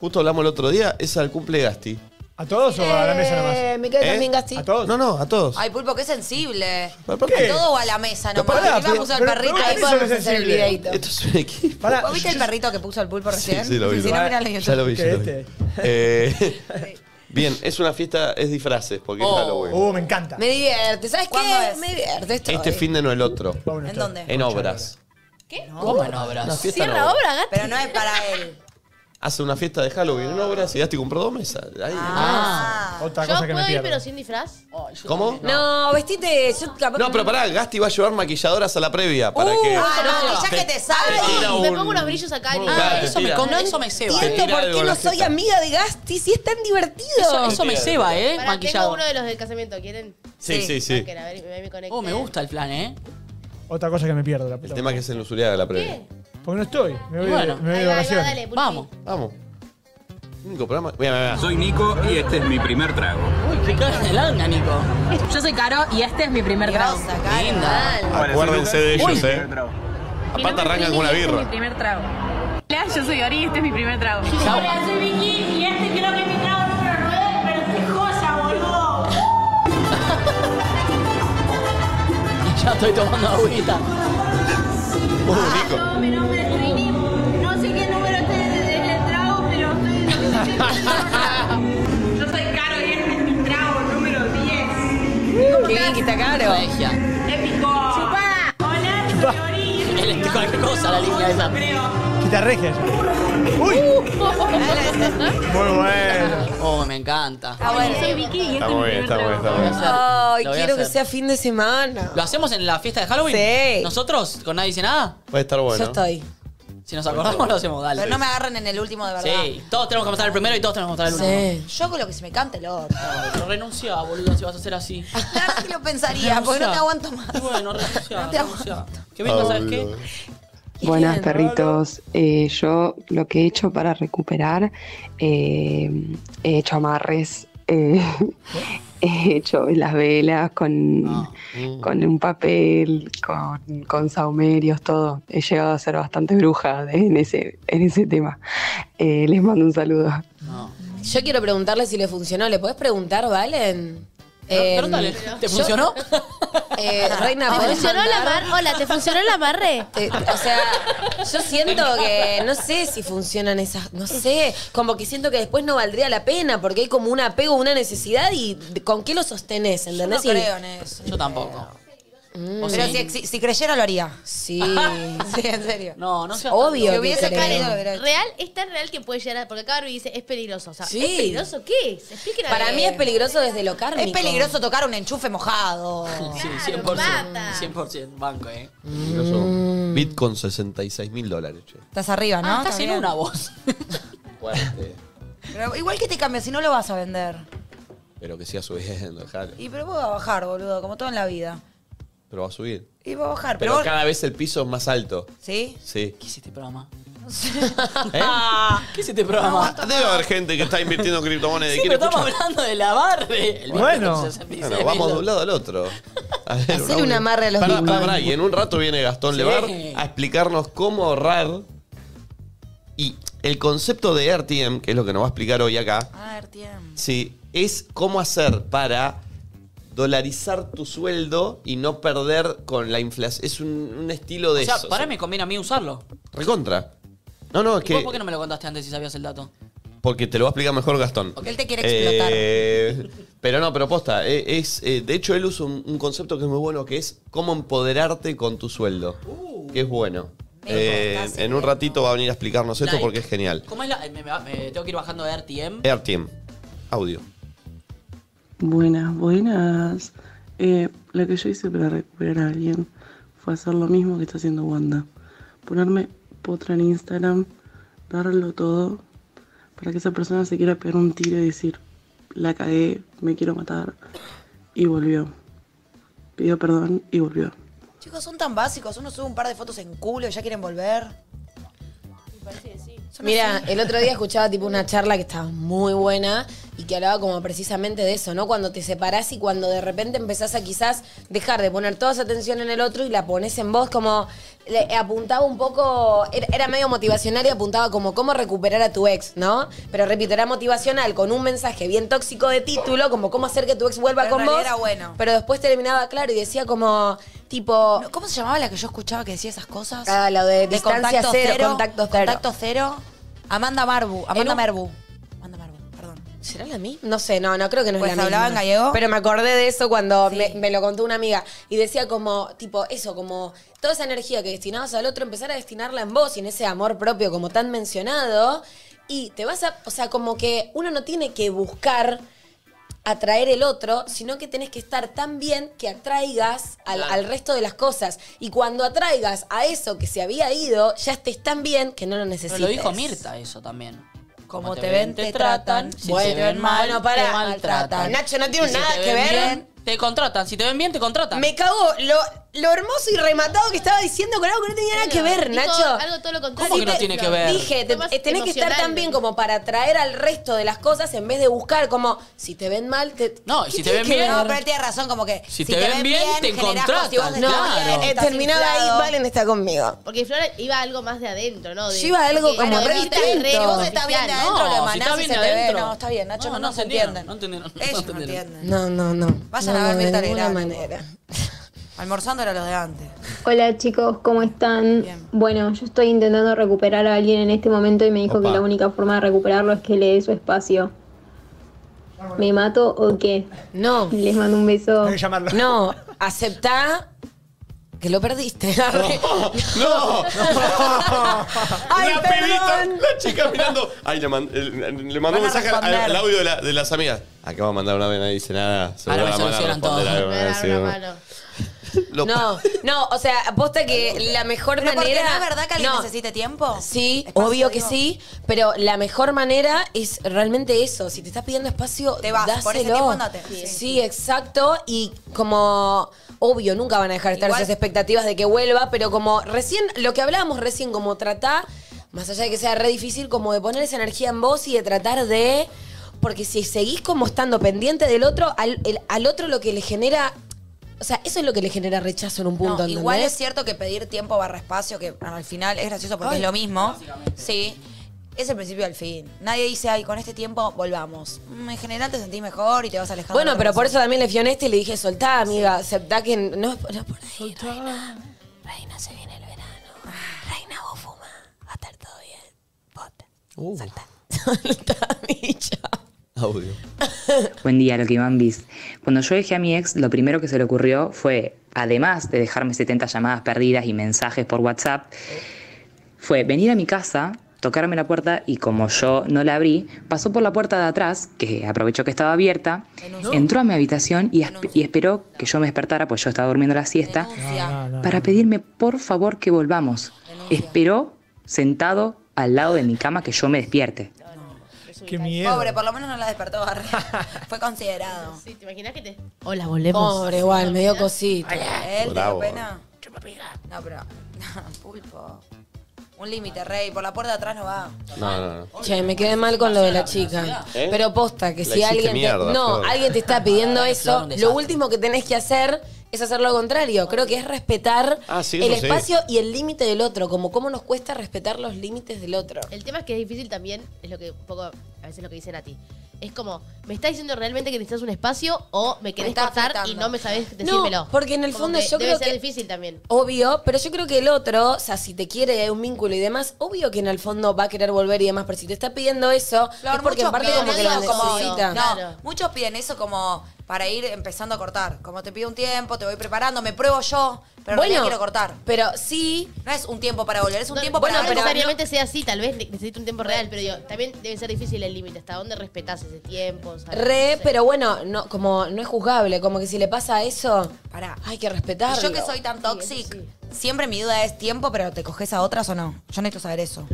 [SPEAKER 5] justo hablamos el otro día, es al cumple de Gasti.
[SPEAKER 4] ¿A todos o a la mesa nomás?
[SPEAKER 7] Eh, me quedé
[SPEAKER 5] ¿Eh?
[SPEAKER 7] también Gasti.
[SPEAKER 4] ¿A todos?
[SPEAKER 5] No, no, a todos.
[SPEAKER 2] Ay, Pulpo, qué sensible.
[SPEAKER 5] ¿Pero por qué?
[SPEAKER 2] ¿A todo o a la mesa nomás?
[SPEAKER 4] Pará,
[SPEAKER 2] Iba a
[SPEAKER 4] pero-
[SPEAKER 2] puso el
[SPEAKER 4] pero-
[SPEAKER 2] perrito.
[SPEAKER 4] pero
[SPEAKER 2] Ahí
[SPEAKER 4] eso
[SPEAKER 2] podemos
[SPEAKER 4] es
[SPEAKER 2] hacer el
[SPEAKER 4] sensible.
[SPEAKER 2] videito.
[SPEAKER 5] Esto es un equipo.
[SPEAKER 4] Pará,
[SPEAKER 2] ¿Vos viste el perrito que puso el Pulpo recién?
[SPEAKER 5] sí, lo vi,
[SPEAKER 2] Si
[SPEAKER 5] lo
[SPEAKER 2] no,
[SPEAKER 5] vi.
[SPEAKER 2] miralo en
[SPEAKER 5] Ya lo vi,
[SPEAKER 4] ¿Qué
[SPEAKER 5] ya lo vi.
[SPEAKER 4] este?
[SPEAKER 5] Eh, <laughs> bien, es una fiesta, es disfraces, porque
[SPEAKER 14] Oh.
[SPEAKER 5] es Halloween.
[SPEAKER 4] Uh, me encanta.
[SPEAKER 7] Me divierte, eh, ¿sabes
[SPEAKER 2] ¿Cuándo
[SPEAKER 7] qué?
[SPEAKER 2] es?
[SPEAKER 7] Me divierte esto.
[SPEAKER 5] Este fin de no el otro.
[SPEAKER 4] Vámonos
[SPEAKER 2] ¿En
[SPEAKER 4] todos.
[SPEAKER 2] dónde?
[SPEAKER 5] En obras.
[SPEAKER 3] ¿Cómo en obras?
[SPEAKER 5] fiesta en
[SPEAKER 6] Cierra
[SPEAKER 5] obras.
[SPEAKER 6] obra, gato.
[SPEAKER 2] Pero no es para él.
[SPEAKER 5] Hace una fiesta de Halloween en obras y Gasti compró dos mesas. Ahí.
[SPEAKER 2] Ah.
[SPEAKER 4] Otra
[SPEAKER 6] Yo
[SPEAKER 4] cosa que me
[SPEAKER 6] puedo ir,
[SPEAKER 4] pierdo.
[SPEAKER 6] pero sin disfraz.
[SPEAKER 5] ¿Cómo?
[SPEAKER 7] No, vestite. Yo capaz
[SPEAKER 5] No,
[SPEAKER 7] que-
[SPEAKER 5] pero pará, Gasti va a llevar maquilladoras a la previa para que.
[SPEAKER 2] Ah, no, ya que te sale.
[SPEAKER 5] Te tira
[SPEAKER 6] Y me pongo
[SPEAKER 5] un-
[SPEAKER 6] unos brillos acá. en-
[SPEAKER 5] Claro,
[SPEAKER 6] Ah,
[SPEAKER 5] te
[SPEAKER 3] Eso me,
[SPEAKER 5] tira.
[SPEAKER 3] con, eso me ceba.
[SPEAKER 5] Te
[SPEAKER 7] Entiendo
[SPEAKER 5] tira
[SPEAKER 7] por
[SPEAKER 5] algo
[SPEAKER 7] qué
[SPEAKER 5] en la
[SPEAKER 7] no soy
[SPEAKER 5] fiesta.
[SPEAKER 7] amiga de Gasti, si es tan divertido.
[SPEAKER 3] Eso, eso me ceba, ¿eh?
[SPEAKER 6] Pará, tengo
[SPEAKER 3] Maquillado.
[SPEAKER 6] uno de los del casamiento, ¿quieren?
[SPEAKER 5] Sí, sí, sí.
[SPEAKER 6] Ok, a ver, me- me conecté.
[SPEAKER 3] Oh, me gusta el plan, ¿eh?
[SPEAKER 4] Otra cosa que me pierdo, la
[SPEAKER 5] El
[SPEAKER 4] puta.
[SPEAKER 5] tema es que es en Lusuriaga la previa.
[SPEAKER 6] ¿Qué?
[SPEAKER 4] Porque no estoy. Me voy,
[SPEAKER 3] Y bueno.
[SPEAKER 4] me voy de
[SPEAKER 6] Ahí va, ahí va,
[SPEAKER 4] vacaciones.
[SPEAKER 6] dale, Pulpi.
[SPEAKER 3] Vamos.
[SPEAKER 5] Vamos. Único programa. Mira, mira, mira.
[SPEAKER 16] Soy Nico y este es mi primer trago.
[SPEAKER 3] Uy, qué cara de langa, Nico.
[SPEAKER 8] Yo soy Caro y este es mi primer trago.
[SPEAKER 2] Dios, acá.
[SPEAKER 3] Linda.
[SPEAKER 5] Acuérdense de ellos,
[SPEAKER 16] Uy.
[SPEAKER 5] eh. Aparte arrancan con una birra.
[SPEAKER 8] primer trago. Hola, yo soy Ori y este es mi primer trago.
[SPEAKER 17] Hola, soy Vicky y este creo que es mi trago número 9, pero es cosa, boludo.
[SPEAKER 3] Ya estoy tomando agüita.
[SPEAKER 5] Uh, Nico.
[SPEAKER 17] Mi nombre es Trini. No sé qué número este es el trago, pero estoy en el Yo soy Caro y este es mi trago número 10.
[SPEAKER 7] Qué bien que está caro.
[SPEAKER 3] Regia.
[SPEAKER 17] Épico. Chupá. Hola, soy Ori y este
[SPEAKER 3] Él es cualquier cosa la línea esa.
[SPEAKER 4] Quita regia ya. ¡Uy! Muy bueno.
[SPEAKER 3] Oh, me encanta.
[SPEAKER 2] Ah, bueno.
[SPEAKER 17] Soy Vicky y este
[SPEAKER 5] Está
[SPEAKER 17] es mi
[SPEAKER 5] muy bien,
[SPEAKER 17] primer
[SPEAKER 5] está muy
[SPEAKER 17] trago.
[SPEAKER 5] bien, está muy bien.
[SPEAKER 7] Ay,
[SPEAKER 3] Lo voy a
[SPEAKER 7] quiero que
[SPEAKER 3] hacer.
[SPEAKER 7] sea fin de semana.
[SPEAKER 3] ¿Lo hacemos en la fiesta de Halloween?
[SPEAKER 7] Sí.
[SPEAKER 3] ¿Nosotros? ¿Con nadie dice nada?
[SPEAKER 5] Puede estar bueno.
[SPEAKER 7] Yo estoy.
[SPEAKER 3] Si nos acordamos, lo hacemos, dale.
[SPEAKER 2] Pero no me agarren en el último de verdad.
[SPEAKER 3] Sí, todos tenemos que mostrar el primero y todos tenemos que mostrar el último.
[SPEAKER 7] Sí.
[SPEAKER 2] Yo hago lo que se me cante el <laughs> orto.
[SPEAKER 3] Pero renuncia, boludo, si vas a hacer así.
[SPEAKER 2] Claro <laughs> que lo pensaría,
[SPEAKER 3] Renuncia.
[SPEAKER 2] porque no te aguanto más.
[SPEAKER 3] Y bueno, renuncia,
[SPEAKER 2] No te
[SPEAKER 3] renuncia. Qué bien, ¿sabes qué?
[SPEAKER 18] Buenas perritos, Eh, yo lo que he hecho para recuperar, eh, he hecho amarres, eh, <laughs> he hecho las velas con, con un papel, con, con saumerios, todo. He llegado a ser bastante bruja de- en ese, en ese tema. Eh, les mando un saludo.
[SPEAKER 7] Yo quiero preguntarle si le funcionó. ¿Le podés preguntar, Valen? Eh,
[SPEAKER 3] Pregúntale, ¿te
[SPEAKER 7] yo- <laughs>
[SPEAKER 3] funcionó?
[SPEAKER 7] eh, Reina,
[SPEAKER 6] ¿Te
[SPEAKER 7] ¿podés
[SPEAKER 6] funcionó el
[SPEAKER 7] mandar?
[SPEAKER 6] amarre? Hola, ¿te funcionó el amarre?
[SPEAKER 7] Te- Eh, o sea, yo siento que no sé si funcionan esas, no sé, como que siento que después no valdría la pena porque hay como un apego, una necesidad y con qué lo sostenés,
[SPEAKER 2] Yo
[SPEAKER 7] ¿entendés?
[SPEAKER 2] no
[SPEAKER 7] Y-
[SPEAKER 2] creo en eso.
[SPEAKER 3] Yo tampoco.
[SPEAKER 7] Mm.
[SPEAKER 3] ¿Vos
[SPEAKER 2] Pero
[SPEAKER 3] sí?
[SPEAKER 2] si, si- si creyera lo haría.
[SPEAKER 7] Sí.
[SPEAKER 2] <laughs> Sí, en serio.
[SPEAKER 3] No, no seas
[SPEAKER 7] Obvio.
[SPEAKER 2] Si
[SPEAKER 7] que
[SPEAKER 2] hubiese
[SPEAKER 7] creo.
[SPEAKER 2] caído, lo hubiera hecho.
[SPEAKER 6] Real, es tan real que puede llegar a... Porque acá Barbie dice, es peligroso. O sea,
[SPEAKER 7] Sí.
[SPEAKER 6] ¿es peligroso qué es? Explíquenle a
[SPEAKER 7] Para
[SPEAKER 6] la-
[SPEAKER 7] mí es peligroso desde lo
[SPEAKER 2] Es
[SPEAKER 7] cárnico.
[SPEAKER 2] peligroso tocar un enchufe <laughs> mojado.
[SPEAKER 3] Sí,
[SPEAKER 6] Claro,
[SPEAKER 3] 100%.
[SPEAKER 6] mata.
[SPEAKER 3] 100% banco, eh.
[SPEAKER 5] Bit con 66 mil dólares, che.
[SPEAKER 2] Estás arriba, ¿no?
[SPEAKER 3] Ah, estás en
[SPEAKER 2] bien.
[SPEAKER 3] una voz.
[SPEAKER 5] Fuerte.
[SPEAKER 2] Pero igual que te cambia, si no lo vas a vender.
[SPEAKER 5] Pero que siga subiendo, dejalo.
[SPEAKER 2] Y pero vos vas a bajar, boludo, como todo en la vida.
[SPEAKER 5] Pero va a subir.
[SPEAKER 2] Y vos vas a bajar,
[SPEAKER 5] Pero,
[SPEAKER 2] pero, vos-
[SPEAKER 5] cada vez el piso es más alto.
[SPEAKER 2] ¿Sí?
[SPEAKER 5] Sí.
[SPEAKER 3] ¿Qué es este programa? <laughs>
[SPEAKER 5] ¿Eh?
[SPEAKER 3] ¿Qué es este programa?
[SPEAKER 5] Ah, Debe haber gente que está invirtiendo en criptomonedas. y
[SPEAKER 3] Sí,
[SPEAKER 5] quiere
[SPEAKER 3] pero estamos
[SPEAKER 5] escuchar.
[SPEAKER 3] hablando de la barre. El
[SPEAKER 5] Bueno.
[SPEAKER 3] 1966.
[SPEAKER 5] Bueno, vamos de un lado
[SPEAKER 3] <laughs>
[SPEAKER 5] al otro. A ver,
[SPEAKER 3] Hacer un amarre a los
[SPEAKER 5] Pará,
[SPEAKER 3] Bitcoin.
[SPEAKER 5] pará, pará, Y en un rato viene Gastón
[SPEAKER 3] Sí.
[SPEAKER 5] Levar a explicarnos cómo ahorrar. Y el concepto de RTM, que es lo que nos va a explicar hoy acá,
[SPEAKER 2] A ver, tiempo.
[SPEAKER 5] sí, es cómo hacer para dolarizar tu sueldo y no perder con la inflación. Es un, un estilo
[SPEAKER 3] O
[SPEAKER 5] de
[SPEAKER 3] sea,
[SPEAKER 5] eso.
[SPEAKER 3] para mí me conviene a mí usarlo.
[SPEAKER 5] Recontra. No, no, es
[SPEAKER 3] ¿Y
[SPEAKER 5] que.
[SPEAKER 3] vos por qué no me lo contaste antes si sabías el dato?
[SPEAKER 5] Porque te lo va a explicar mejor Gastón.
[SPEAKER 2] Él te quiere explotar.
[SPEAKER 5] Eh, pero no, pero posta, eh, es, eh, de hecho él usa un, un concepto que es muy bueno, que es cómo empoderarte con tu sueldo. que es bueno. Eh, en un ratito va a venir a explicarnos esto
[SPEAKER 3] Like.
[SPEAKER 5] porque es genial.
[SPEAKER 3] ¿Cómo es la.? Me, me- me- tengo que ir bajando de RTM.
[SPEAKER 5] AirTeam, audio.
[SPEAKER 15] Buenas, buenas. Eh, lo que yo hice para recuperar a alguien fue hacer lo mismo que está haciendo Wanda. Ponerme potra en Instagram, darlo todo para que esa persona se quiera pegar un tiro y decir, la cagué, me quiero matar. Y volvió. Pidió perdón y volvió.
[SPEAKER 2] Chicos, son tan básicos. Uno sube un par de fotos en culo y ya quieren volver. Son
[SPEAKER 7] Mira,
[SPEAKER 2] así.
[SPEAKER 7] el otro día escuchaba tipo una charla que estaba muy buena y que hablaba como precisamente de eso, ¿no? Cuando te separás y cuando de repente empezás a quizás dejar de poner toda esa atención en el otro y la pones en vos, como le- apuntaba un poco, era, era medio motivacional y apuntaba como cómo recuperar a tu ex, ¿no? Pero repito, era motivacional con un mensaje bien tóxico de título, como cómo hacer que tu ex vuelva
[SPEAKER 2] Pero en
[SPEAKER 7] con vos.
[SPEAKER 2] realidad era bueno.
[SPEAKER 7] Pero después terminaba claro y decía como tipo...
[SPEAKER 2] ¿Cómo se llamaba la que yo escuchaba que decía esas cosas?
[SPEAKER 7] Ah, lo de distancia
[SPEAKER 2] contacto
[SPEAKER 7] cero, contacto cero.
[SPEAKER 2] Contacto cero. Amanda Marbu. Amanda
[SPEAKER 7] un-
[SPEAKER 2] Merbu.
[SPEAKER 7] ¿Será la mí? No sé, no, no creo que no
[SPEAKER 2] Pues
[SPEAKER 7] es la
[SPEAKER 2] hablaba
[SPEAKER 7] misma.
[SPEAKER 2] en gallego.
[SPEAKER 7] Pero me acordé de eso cuando me, me lo contó una amiga. Y decía como, tipo, eso, como toda esa energía que destinabas al otro, empezar a destinarla en vos y en ese amor propio como tan mencionado. Y te vas a, o sea, como que uno no tiene que buscar atraer el otro, sino que tenés que estar tan bien que atraigas al,
[SPEAKER 2] Claro.
[SPEAKER 7] al resto de las cosas. Y cuando atraigas a eso que se había ido, ya estés tan bien que no lo necesitas.
[SPEAKER 3] Pero lo dijo Mirta eso también.
[SPEAKER 7] Como te ven, te tratan.
[SPEAKER 3] Si
[SPEAKER 7] Bueno,
[SPEAKER 3] te ven mal,
[SPEAKER 7] bueno, pará,
[SPEAKER 3] te maltratan.
[SPEAKER 7] maltratan. Nacho, no tiene
[SPEAKER 3] Y si
[SPEAKER 7] nada
[SPEAKER 3] te
[SPEAKER 7] que
[SPEAKER 3] ven
[SPEAKER 7] ver.
[SPEAKER 3] bien, te contratan. Si te ven bien, te contratan.
[SPEAKER 7] Me cago lo, lo hermoso y rematado que estaba diciendo con algo que no tenía nada que ver,
[SPEAKER 6] Dijo
[SPEAKER 7] Nacho.
[SPEAKER 6] algo todo lo contrario.
[SPEAKER 3] ¿Cómo que no
[SPEAKER 7] te-
[SPEAKER 3] tiene que ver?
[SPEAKER 7] Dije,
[SPEAKER 6] Fue
[SPEAKER 7] te-
[SPEAKER 6] más
[SPEAKER 7] tenés que estar
[SPEAKER 6] emocional,
[SPEAKER 7] tan bien como para atraer al resto de las cosas en vez de buscar como si te ven mal, te.
[SPEAKER 3] No, y si
[SPEAKER 7] ¿qué
[SPEAKER 3] te
[SPEAKER 7] tiene
[SPEAKER 3] ven
[SPEAKER 7] que
[SPEAKER 3] bien-
[SPEAKER 7] ver?
[SPEAKER 2] No, pero él tiene razón, como que.
[SPEAKER 3] Si te ven bien, te
[SPEAKER 2] generás como si vos
[SPEAKER 3] contratan,
[SPEAKER 2] estás
[SPEAKER 3] claro.
[SPEAKER 2] bien,
[SPEAKER 7] Eh,
[SPEAKER 2] estás
[SPEAKER 7] terminaba ahí,
[SPEAKER 2] inflado.
[SPEAKER 7] Valen está conmigo.
[SPEAKER 6] Porque Flor iba a algo más de adentro, ¿no? De,
[SPEAKER 7] Yo iba a algo
[SPEAKER 6] porque
[SPEAKER 7] como
[SPEAKER 6] la
[SPEAKER 7] re
[SPEAKER 6] Rita
[SPEAKER 7] distinto.
[SPEAKER 6] es re
[SPEAKER 7] Si vos
[SPEAKER 6] oficial,
[SPEAKER 7] estás bien de
[SPEAKER 6] ¿no?
[SPEAKER 2] adentro, lo
[SPEAKER 3] si
[SPEAKER 2] emanás
[SPEAKER 3] está
[SPEAKER 2] y
[SPEAKER 3] bien
[SPEAKER 2] se te ve.
[SPEAKER 3] adentro.
[SPEAKER 2] No, está bien, Nacho, no, nos
[SPEAKER 3] se
[SPEAKER 2] entienden.
[SPEAKER 3] No entendieron. no
[SPEAKER 2] Ellos no
[SPEAKER 3] entendieron.
[SPEAKER 2] entienden.
[SPEAKER 7] No, no, no.
[SPEAKER 2] Vayan
[SPEAKER 7] No,
[SPEAKER 2] a ver
[SPEAKER 7] no,
[SPEAKER 2] Mirta
[SPEAKER 7] De ninguna
[SPEAKER 2] Legrand.
[SPEAKER 7] manera.
[SPEAKER 2] <laughs> Almorzando era los de
[SPEAKER 7] <laughs>
[SPEAKER 2] antes.
[SPEAKER 19] Hola chicos, ¿cómo están? Bueno, yo estoy intentando recuperar a alguien en este momento y me dijo que la única forma de recuperarlo es que le dé su espacio. ¿Me mato o qué?
[SPEAKER 7] No.
[SPEAKER 19] Les mando un beso.
[SPEAKER 7] No, aceptá que lo perdiste.
[SPEAKER 5] ¡No!
[SPEAKER 7] <laughs> ¡Ay,
[SPEAKER 5] la pibita, la chica mirando. Ay, le, man- eh, le mandó un
[SPEAKER 7] Van a
[SPEAKER 5] mensaje al,
[SPEAKER 7] responder.
[SPEAKER 5] al audio de, la- de las amigas. Acaba de mandar una vez, nadie dice nada.
[SPEAKER 3] Ahora
[SPEAKER 5] van
[SPEAKER 3] me
[SPEAKER 5] a mandar a
[SPEAKER 3] solucionan
[SPEAKER 5] responder
[SPEAKER 3] todo.
[SPEAKER 5] algo, van a
[SPEAKER 3] Me
[SPEAKER 5] decir, Lo-
[SPEAKER 7] No, no, o sea, aposta que la mejor
[SPEAKER 2] Pero porque
[SPEAKER 7] manera.
[SPEAKER 2] no es verdad que alguien
[SPEAKER 7] No,
[SPEAKER 2] necesite tiempo.
[SPEAKER 7] Sí, obvio que sí, pero la mejor manera es realmente eso. Si te estás pidiendo espacio, te
[SPEAKER 2] vas, por ese tiempo andate.
[SPEAKER 7] Sí, exacto. Y como, obvio, nunca van a dejar de estar
[SPEAKER 2] Igual-
[SPEAKER 7] esas expectativas de que vuelva, pero como recién, lo que hablábamos recién, como tratá, más allá de que sea re difícil, como de poner esa energía en vos y de tratar de. Porque si seguís como estando pendiente del otro, al, el- al otro lo que le genera. O sea, eso es lo que le genera rechazo en un punto.
[SPEAKER 2] No, igual
[SPEAKER 7] ¿entendés?
[SPEAKER 2] es cierto que pedir tiempo barra espacio, que al final es gracioso porque
[SPEAKER 7] Ay,
[SPEAKER 2] es lo mismo. Sí. Es el principio al fin. Nadie dice, ay, con este tiempo volvamos. Mm, En general te sentís mejor y te vas alejando.
[SPEAKER 7] Bueno,
[SPEAKER 2] de la
[SPEAKER 7] pero por eso
[SPEAKER 2] persona.
[SPEAKER 7] también le fui honesta y le dije, soltá, amiga, aceptá que no, no es por ahí.
[SPEAKER 17] Reina se viene el verano. Reina vos fuma. Va a estar todo bien.
[SPEAKER 7] Uh. <laughs>
[SPEAKER 5] Audio.
[SPEAKER 20] Buen día, Loki Bambis. Cuando yo dejé a mi ex, lo primero que se le ocurrió fue, además de dejarme 70 llamadas perdidas y mensajes por WhatsApp, fue venir a mi casa, tocarme la puerta y como yo no la abrí, pasó por la puerta de atrás, que aprovechó que estaba abierta, entró a mi habitación y, esp- y esperó que yo me despertara, pues yo estaba durmiendo la siesta, para pedirme por favor que volvamos. Esperó sentado al lado de mi cama que yo me despierte.
[SPEAKER 6] desubicados.
[SPEAKER 4] Qué miedo.
[SPEAKER 2] Pobre, por lo menos no la despertó
[SPEAKER 7] <laughs>
[SPEAKER 2] Barre. Fue considerado.
[SPEAKER 6] Sí, ¿te imaginas que te.?
[SPEAKER 7] Hola,
[SPEAKER 6] volvemos.
[SPEAKER 7] Pobre, igual, me dio cosita.
[SPEAKER 2] Él te dio
[SPEAKER 7] Bravo.
[SPEAKER 2] pena. No, pero. <laughs> Pulpo. Un límite, rey. Por la puerta de atrás no va.
[SPEAKER 5] No, no, no.
[SPEAKER 7] Che, me quedé mal con lo de la chica.
[SPEAKER 5] ¿Eh?
[SPEAKER 7] Pero posta, que
[SPEAKER 5] La
[SPEAKER 7] si
[SPEAKER 5] hiciste
[SPEAKER 7] alguien
[SPEAKER 5] mierda,
[SPEAKER 7] te, no,
[SPEAKER 5] Flor.
[SPEAKER 7] alguien te está
[SPEAKER 5] <laughs>
[SPEAKER 7] pidiendo eso,
[SPEAKER 5] un
[SPEAKER 7] lo
[SPEAKER 5] desastre.
[SPEAKER 7] último que tenés que hacer es hacer lo contrario. Creo que es respetar
[SPEAKER 5] Ah, sí,
[SPEAKER 7] el
[SPEAKER 5] eso sí.
[SPEAKER 7] espacio y el límite del otro, como cómo nos cuesta respetar los límites del otro.
[SPEAKER 6] El tema es que es difícil también, es lo que un poco, a veces lo que dicen a ti. Es como, ¿me estás diciendo realmente que necesitas un espacio o me querés
[SPEAKER 7] estás
[SPEAKER 6] cortar y
[SPEAKER 7] afectando.
[SPEAKER 6] no me sabés
[SPEAKER 7] No,
[SPEAKER 6] decírmelo?
[SPEAKER 7] porque en el
[SPEAKER 6] Como
[SPEAKER 7] fondo yo
[SPEAKER 6] debe
[SPEAKER 7] creo
[SPEAKER 6] ser
[SPEAKER 7] que-
[SPEAKER 6] difícil también.
[SPEAKER 7] Obvio, pero yo creo que el otro, o sea, si te quiere y hay un vínculo y demás, obvio que en el fondo va a querer volver y demás, pero si te está pidiendo eso,
[SPEAKER 2] Flor,
[SPEAKER 7] es porque en
[SPEAKER 2] muchos
[SPEAKER 7] parte
[SPEAKER 2] piden
[SPEAKER 7] como que lo
[SPEAKER 2] eso como-
[SPEAKER 7] necesita.
[SPEAKER 2] no, muchos piden eso como para ir empezando a cortar. Como te pido un tiempo, te voy preparando, me pruebo yo, pero
[SPEAKER 7] Bueno,
[SPEAKER 2] no quiero cortar.
[SPEAKER 7] Pero sí.
[SPEAKER 2] No es un tiempo para volver, es un
[SPEAKER 6] No,
[SPEAKER 2] tiempo
[SPEAKER 6] bueno,
[SPEAKER 2] para
[SPEAKER 6] no necesariamente sea así, tal vez ne- necesite un tiempo real, pero digo, también debe ser difícil el límite. ¿Hasta dónde respetás ese tiempo? ¿sabes?
[SPEAKER 7] Re,
[SPEAKER 6] No sé.
[SPEAKER 7] pero bueno, no, como no es juzgable, como que si le pasa eso, hay que
[SPEAKER 2] Y
[SPEAKER 7] respetarlo.
[SPEAKER 2] Yo que soy tan toxic, siempre mi duda es tiempo, pero ¿te coges a otras o no? Yo necesito saber eso.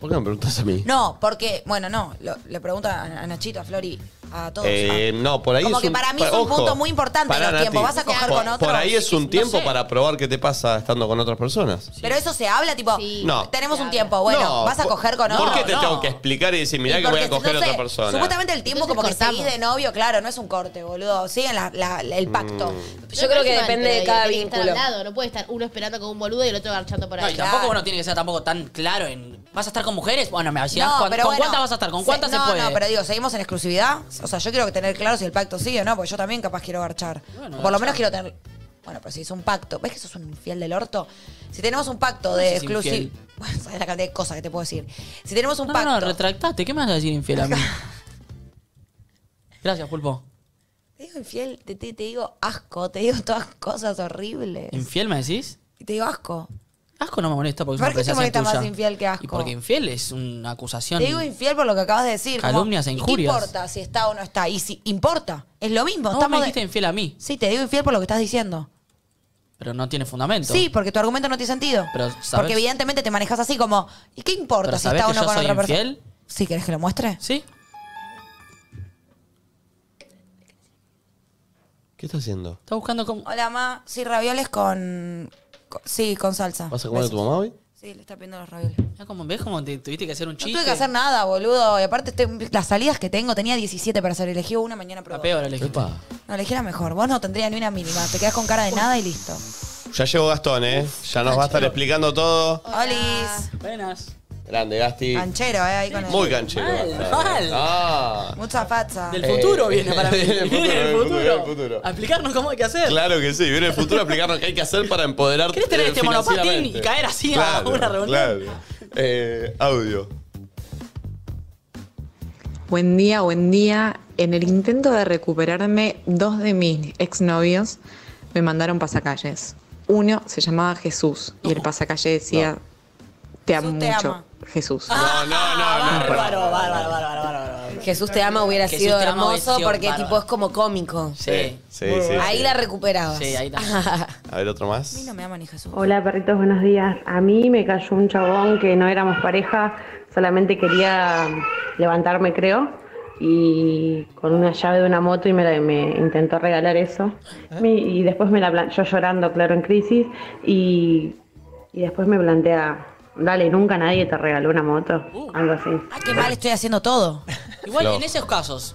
[SPEAKER 5] ¿Por qué me preguntas a mí?
[SPEAKER 2] No, porque, bueno, no, lo- le pregunto a, a Nachito, a Flori, a todos.
[SPEAKER 5] Eh, no, por ahí
[SPEAKER 2] Como
[SPEAKER 5] es
[SPEAKER 2] que
[SPEAKER 5] un-
[SPEAKER 2] para mí es
[SPEAKER 5] pa-
[SPEAKER 2] un
[SPEAKER 5] ojo,
[SPEAKER 2] punto muy importante
[SPEAKER 5] pará,
[SPEAKER 2] los tiempos.
[SPEAKER 5] Nati.
[SPEAKER 2] ¿Vas a coger
[SPEAKER 5] por,
[SPEAKER 2] con otro?
[SPEAKER 5] Por ahí es un tiempo
[SPEAKER 2] sé.
[SPEAKER 5] para probar qué te pasa estando con otras personas.
[SPEAKER 2] Ah, Pero eso se habla, tipo,
[SPEAKER 5] No.
[SPEAKER 2] tenemos un tiempo, bueno,
[SPEAKER 5] No,
[SPEAKER 2] ¿vas a
[SPEAKER 5] por-
[SPEAKER 2] coger con otro?
[SPEAKER 5] ¿Por qué te
[SPEAKER 2] No.
[SPEAKER 5] tengo que explicar y decir, mirá
[SPEAKER 2] Y
[SPEAKER 5] que voy
[SPEAKER 2] porque,
[SPEAKER 5] a coger
[SPEAKER 2] no
[SPEAKER 5] a
[SPEAKER 2] sé,
[SPEAKER 5] otra persona?
[SPEAKER 2] Supuestamente el tiempo como que seguís de novio, claro, no es un corte, boludo. Siguen la- la- la- el pacto.
[SPEAKER 5] Mm.
[SPEAKER 6] No, no es mal, pero digo, tiene que estar al lado, no puede estar uno esperando con un boludo y el otro garchando por
[SPEAKER 3] No,
[SPEAKER 6] ahí.
[SPEAKER 3] y tampoco uno tiene que ser tampoco tan claro en. ¿Vas a estar con mujeres? Bueno, me avisás.
[SPEAKER 2] No,
[SPEAKER 3] ¿Con,
[SPEAKER 2] pero
[SPEAKER 3] con
[SPEAKER 2] bueno,
[SPEAKER 3] cuántas vas a estar? ¿Con
[SPEAKER 2] se-
[SPEAKER 3] cuántas
[SPEAKER 2] no,
[SPEAKER 3] se puede?
[SPEAKER 2] No, pero digo, ¿seguimos en exclusividad? O sea, yo quiero que tener claro si el pacto sigue o no, porque yo también capaz quiero garchar.
[SPEAKER 3] Bueno,
[SPEAKER 2] O por lo
[SPEAKER 3] garchar.
[SPEAKER 2] menos quiero tener... Bueno, pero si es un pacto... ¿Ves que sos un infiel del orto? Si tenemos un pacto
[SPEAKER 3] No
[SPEAKER 2] de
[SPEAKER 3] sé si
[SPEAKER 2] exclusividad...
[SPEAKER 3] infiel.
[SPEAKER 2] <laughs> Bueno, sabes la cantidad de cosas que te puedo decir. Si tenemos un
[SPEAKER 3] No,
[SPEAKER 2] pacto...
[SPEAKER 3] no, no, retractate. ¿Qué me vas a decir infiel a mí? Gracias, Pulpo.
[SPEAKER 2] Te digo infiel, te, te- te digo asco, te digo todas cosas horribles.
[SPEAKER 3] ¿Infiel me decís?
[SPEAKER 2] Y te digo asco.
[SPEAKER 3] Asco no me molesta porque es
[SPEAKER 2] ¿Por
[SPEAKER 3] una
[SPEAKER 2] qué te
[SPEAKER 3] apreciación
[SPEAKER 2] molesta
[SPEAKER 3] tuya.
[SPEAKER 2] más infiel que asco?
[SPEAKER 3] Y porque infiel es una acusación.
[SPEAKER 2] Te digo infiel por lo que acabas de decir. como,
[SPEAKER 3] Calumnias e
[SPEAKER 2] ¿y
[SPEAKER 3] injurias.
[SPEAKER 2] ¿Qué importa si está o no está? Y si importa, es lo mismo.
[SPEAKER 3] No,
[SPEAKER 2] estamos
[SPEAKER 3] me
[SPEAKER 2] de-
[SPEAKER 3] dijiste infiel a mí,
[SPEAKER 2] Sí, te digo infiel por lo que estás diciendo.
[SPEAKER 3] pero no tiene fundamento.
[SPEAKER 2] Sí, porque tu argumento no tiene sentido.
[SPEAKER 3] Pero sabes,
[SPEAKER 2] Porque evidentemente te manejas así como, ¿y qué importa
[SPEAKER 3] pero
[SPEAKER 2] si
[SPEAKER 3] sabés
[SPEAKER 2] está o
[SPEAKER 3] que
[SPEAKER 2] no
[SPEAKER 3] yo
[SPEAKER 2] con
[SPEAKER 3] soy
[SPEAKER 2] otra persona?
[SPEAKER 3] infiel.
[SPEAKER 2] ¿Sí querés que lo muestre?
[SPEAKER 3] Sí.
[SPEAKER 5] ¿Qué estás haciendo?
[SPEAKER 3] Está buscando como.
[SPEAKER 2] Hola, ma. Sí, ravioles con. con- sí, con salsa.
[SPEAKER 5] ¿Vas a comer a tu mamá hoy?
[SPEAKER 2] Sí, le está pidiendo los ravioles.
[SPEAKER 3] Ya como- ¿Ves cómo te tuviste que hacer un
[SPEAKER 2] No
[SPEAKER 3] chiste?
[SPEAKER 2] tuve que hacer nada, boludo. Y aparte, estoy- las salidas que tengo, tenía 17 para salir. Elegí una mañana
[SPEAKER 3] La
[SPEAKER 2] probada.
[SPEAKER 3] peor elegí.
[SPEAKER 2] No, elegí la mejor. Vos no tendrías ni una mínima. Te quedás con cara de nada y listo.
[SPEAKER 5] Ya llegó Gastón, ¿eh? Ya nos va a estar explicando todo.
[SPEAKER 2] Olis.
[SPEAKER 3] Buenas.
[SPEAKER 5] Grande, Gasti.
[SPEAKER 2] Canchero, eh, ahí con el-
[SPEAKER 5] Muy canchero. Gastón. ¿eh?
[SPEAKER 3] mal.
[SPEAKER 5] Ah.
[SPEAKER 2] Mucha facha.
[SPEAKER 3] Del futuro viene
[SPEAKER 5] <laughs>
[SPEAKER 3] para mí.
[SPEAKER 5] Viene el futuro,
[SPEAKER 3] Viene
[SPEAKER 5] viene
[SPEAKER 3] el <laughs>
[SPEAKER 5] el futuro,
[SPEAKER 3] futuro.
[SPEAKER 5] viene el futuro.
[SPEAKER 3] A explicarnos cómo hay que hacer.
[SPEAKER 5] Claro que sí, viene el futuro a explicarnos qué hay que hacer para empoderar
[SPEAKER 3] ¿Querés tener
[SPEAKER 5] eh,
[SPEAKER 3] este monopatín
[SPEAKER 5] financieramente.
[SPEAKER 3] y
[SPEAKER 2] eh?
[SPEAKER 3] caer así a una reunión?
[SPEAKER 5] Claro. Eh, audio.
[SPEAKER 21] Buen día, buen día. Ah, En el intento de recuperarme, dos de mis exnovios me mandaron pasacalles. Uno se llamaba Jesús y el pasacalle decía, te amo
[SPEAKER 7] te
[SPEAKER 21] mucho,
[SPEAKER 7] ama".
[SPEAKER 21] Jesús.
[SPEAKER 5] No, no, no, no.
[SPEAKER 3] Bárbaro, bárbaro, bárbaro, bárbaro.
[SPEAKER 7] Jesús te ama hubiera
[SPEAKER 3] Jesús
[SPEAKER 7] sido
[SPEAKER 3] te ama, hubiera
[SPEAKER 7] hermoso
[SPEAKER 3] sido
[SPEAKER 7] porque
[SPEAKER 3] bárbaro.
[SPEAKER 7] tipo es como cómico.
[SPEAKER 3] Sí.
[SPEAKER 5] Eh, Sí,
[SPEAKER 7] Muy
[SPEAKER 5] sí.
[SPEAKER 7] bueno. Ahí
[SPEAKER 5] sí.
[SPEAKER 7] la recuperabas.
[SPEAKER 3] Sí, ahí está.
[SPEAKER 2] <laughs>
[SPEAKER 5] A ver, otro más.
[SPEAKER 2] No me ama ni Jesús.
[SPEAKER 22] Hola perritos, buenos días. A mí me cayó un chabón que no éramos pareja, solamente quería levantarme, creo, y con una llave de una moto y me, la- me intentó regalar eso. Mi- y después me la plan- yo llorando, claro, en crisis, y, y después me plantea, dale, nunca nadie te regaló una moto,
[SPEAKER 3] Uh.
[SPEAKER 22] algo así.
[SPEAKER 2] Ah, Qué mal estoy haciendo todo.
[SPEAKER 3] Igual
[SPEAKER 22] Flojo.
[SPEAKER 3] en esos casos,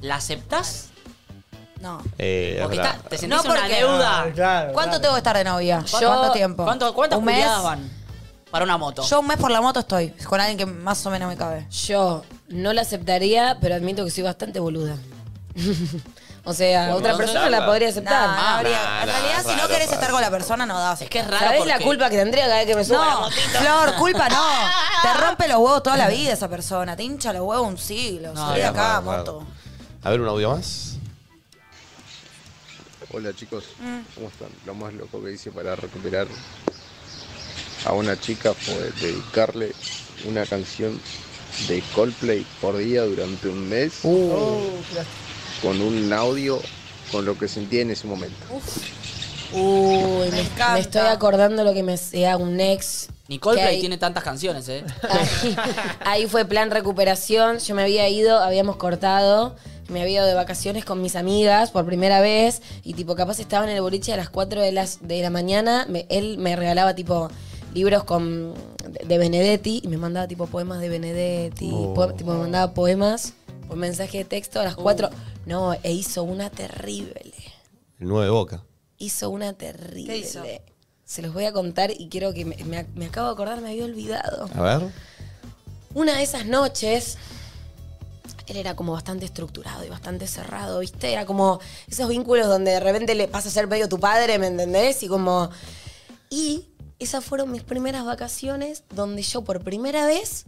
[SPEAKER 3] ¿la aceptás?
[SPEAKER 2] No.
[SPEAKER 5] Eh,
[SPEAKER 3] Porque
[SPEAKER 5] es
[SPEAKER 3] está-
[SPEAKER 5] verdad.
[SPEAKER 3] te sentís
[SPEAKER 2] No,
[SPEAKER 3] una
[SPEAKER 2] porque-
[SPEAKER 4] Ah,
[SPEAKER 3] deuda.
[SPEAKER 2] ¿Cuánto tengo que estar de novia?
[SPEAKER 3] Yo-
[SPEAKER 2] ¿Cuánto tiempo?
[SPEAKER 3] ¿Cuánto- ¿Cuántas
[SPEAKER 2] ¿Un mes?
[SPEAKER 3] pulgadas van para una moto?
[SPEAKER 2] Yo un mes por la moto estoy, con alguien que más o menos me cabe.
[SPEAKER 7] Yo no la aceptaría, pero admito que soy bastante boluda. <laughs> o sea,
[SPEAKER 2] Bueno,
[SPEAKER 7] otra
[SPEAKER 2] no
[SPEAKER 7] persona
[SPEAKER 2] se
[SPEAKER 7] la
[SPEAKER 2] habla.
[SPEAKER 7] podría aceptar.
[SPEAKER 2] No, no Ah, habría-
[SPEAKER 7] en
[SPEAKER 2] realidad, si no querés estar con la persona, no das. Es que es
[SPEAKER 7] raro ¿Sabés la porque- culpa que tendría cada vez que me subo a la
[SPEAKER 2] No,
[SPEAKER 7] motito?
[SPEAKER 2] Flor,
[SPEAKER 3] <laughs>
[SPEAKER 2] culpa no. Te rompe los huevos toda la vida esa persona. Te hincha los huevos un siglo.
[SPEAKER 5] No,
[SPEAKER 2] Salí de
[SPEAKER 5] es
[SPEAKER 2] acá,
[SPEAKER 5] raro,
[SPEAKER 2] moto.
[SPEAKER 5] raro. A ver, un audio más.
[SPEAKER 14] Hola chicos,
[SPEAKER 2] Mm.
[SPEAKER 14] ¿cómo están? Lo más loco que hice para recuperar a una chica fue dedicarle una canción de Coldplay por día durante un mes
[SPEAKER 4] Uh,
[SPEAKER 14] con un audio con lo que sentía en ese momento.
[SPEAKER 7] Uy, me, me estoy acordando lo que me sea un ex.
[SPEAKER 3] Nicole
[SPEAKER 7] que
[SPEAKER 3] Play
[SPEAKER 7] ahí-
[SPEAKER 3] tiene tantas canciones, ¿eh?
[SPEAKER 7] <laughs> Ahí fue plan recuperación. Yo me había ido, habíamos cortado. Me había ido de vacaciones con mis amigas por primera vez. Y tipo, capaz estaba en el boliche a las 4 de, las, de la mañana. Me- él me regalaba tipo libros con, de, de Benedetti. Y me mandaba tipo poemas de Benedetti.
[SPEAKER 9] Oh.
[SPEAKER 7] poe- tipo, me mandaba poemas por mensaje de texto a las 4. No, e hizo una terrible.
[SPEAKER 5] El 9 de Boca.
[SPEAKER 7] Hizo una terrible. Se los voy a contar y quiero que me- me ac- me acabo de acordar, me había olvidado.
[SPEAKER 5] A ver.
[SPEAKER 7] Una de esas noches, él era como bastante estructurado y bastante cerrado, ¿viste? Era como esos vínculos donde de repente le pasa a ser medio tu padre, ¿me entendés? Y como. Y esas fueron mis primeras vacaciones donde yo por primera vez.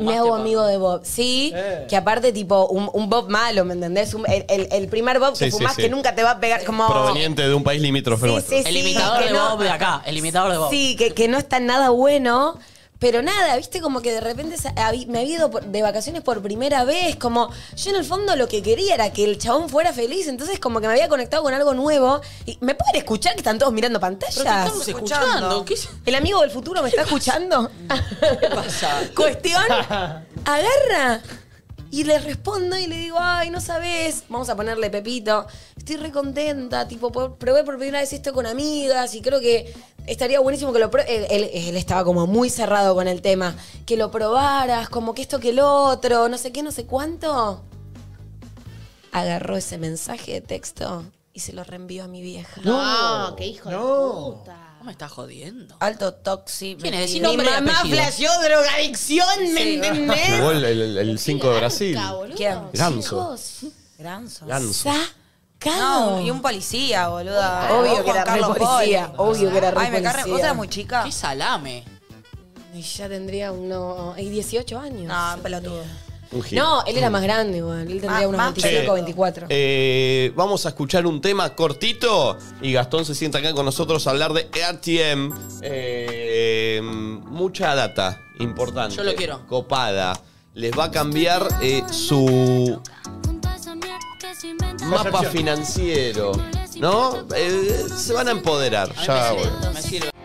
[SPEAKER 7] Me hago amigo de Bob, sí, que aparte tipo un, un Bob malo, ¿me entendés? Un- el, el- el primer Bob que
[SPEAKER 5] Sí, sí,
[SPEAKER 7] fumás
[SPEAKER 5] sí.
[SPEAKER 7] que nunca te va a pegar como...
[SPEAKER 5] Proveniente de un país limítrofe.
[SPEAKER 7] Sí,
[SPEAKER 5] nuestro.
[SPEAKER 7] sí, sí,
[SPEAKER 3] El imitador
[SPEAKER 7] que
[SPEAKER 3] de
[SPEAKER 7] no.
[SPEAKER 3] Bob de acá. El imitador de Bob.
[SPEAKER 7] Sí, que, que no está nada bueno. Pero nada, viste, como que de repente sa- habí- me había ido por- de vacaciones por primera vez. Como yo en el fondo lo que quería era que el chabón fuera feliz. Entonces, como que me había conectado con algo nuevo. Y, ¿Me pueden escuchar que están todos mirando pantallas?
[SPEAKER 3] Pero te estamos escuchando. ¿Qué es-
[SPEAKER 7] ¿El amigo del futuro me está escuchando? <laughs> Cuestión. Agarra. Y le respondo y le digo, ay, no sabes, vamos a ponerle Pepito. Estoy re contenta, tipo, po- probé por primera vez esto con amigas y creo que estaría buenísimo que lo pruebes. Él, él- él estaba como muy cerrado con el tema. Que lo probaras, como que esto que el otro, no sé qué, no sé cuánto. Agarró ese mensaje de texto y se lo reenvió a mi vieja.
[SPEAKER 6] No, qué hijo de puta.
[SPEAKER 3] No me estás jodiendo.
[SPEAKER 7] Alto toxi.
[SPEAKER 3] ¿Quién es? Decí
[SPEAKER 7] Mi
[SPEAKER 3] nombre y
[SPEAKER 7] mamá
[SPEAKER 3] apellido.
[SPEAKER 7] flasheó drogadicción, ¿me
[SPEAKER 3] Sí. <laughs>
[SPEAKER 7] entendés?
[SPEAKER 5] Jugó el- el- el 5 de Brasil.
[SPEAKER 7] ¿Quién?
[SPEAKER 5] Ganso.
[SPEAKER 2] Ganso.
[SPEAKER 5] Ganso.
[SPEAKER 2] No, y un policía, boluda.
[SPEAKER 7] Ah. Obvio
[SPEAKER 2] Juan
[SPEAKER 7] que era re
[SPEAKER 2] Carlos
[SPEAKER 7] policía,
[SPEAKER 2] Poli.
[SPEAKER 7] obvio que era re
[SPEAKER 2] Ay, me carga,
[SPEAKER 7] policía.
[SPEAKER 2] vos eras muy chica.
[SPEAKER 3] Qué salame.
[SPEAKER 7] Y ya tendría uno. y 18 años.
[SPEAKER 2] No, pelotudo.
[SPEAKER 5] Un gil.
[SPEAKER 7] No, él era más grande igual. Él tendría unos
[SPEAKER 5] Ah. más
[SPEAKER 7] 25
[SPEAKER 5] chico.
[SPEAKER 7] o 24.
[SPEAKER 5] Eh, vamos a escuchar un tema cortito y Gastón se sienta acá con nosotros a hablar de RTM. Eh, mucha data importante.
[SPEAKER 3] Yo lo quiero.
[SPEAKER 5] Copada. Les va a cambiar eh, su mapa financiero. ¿No? Eh, se van a empoderar. Ya, bueno.
[SPEAKER 3] Me sirve.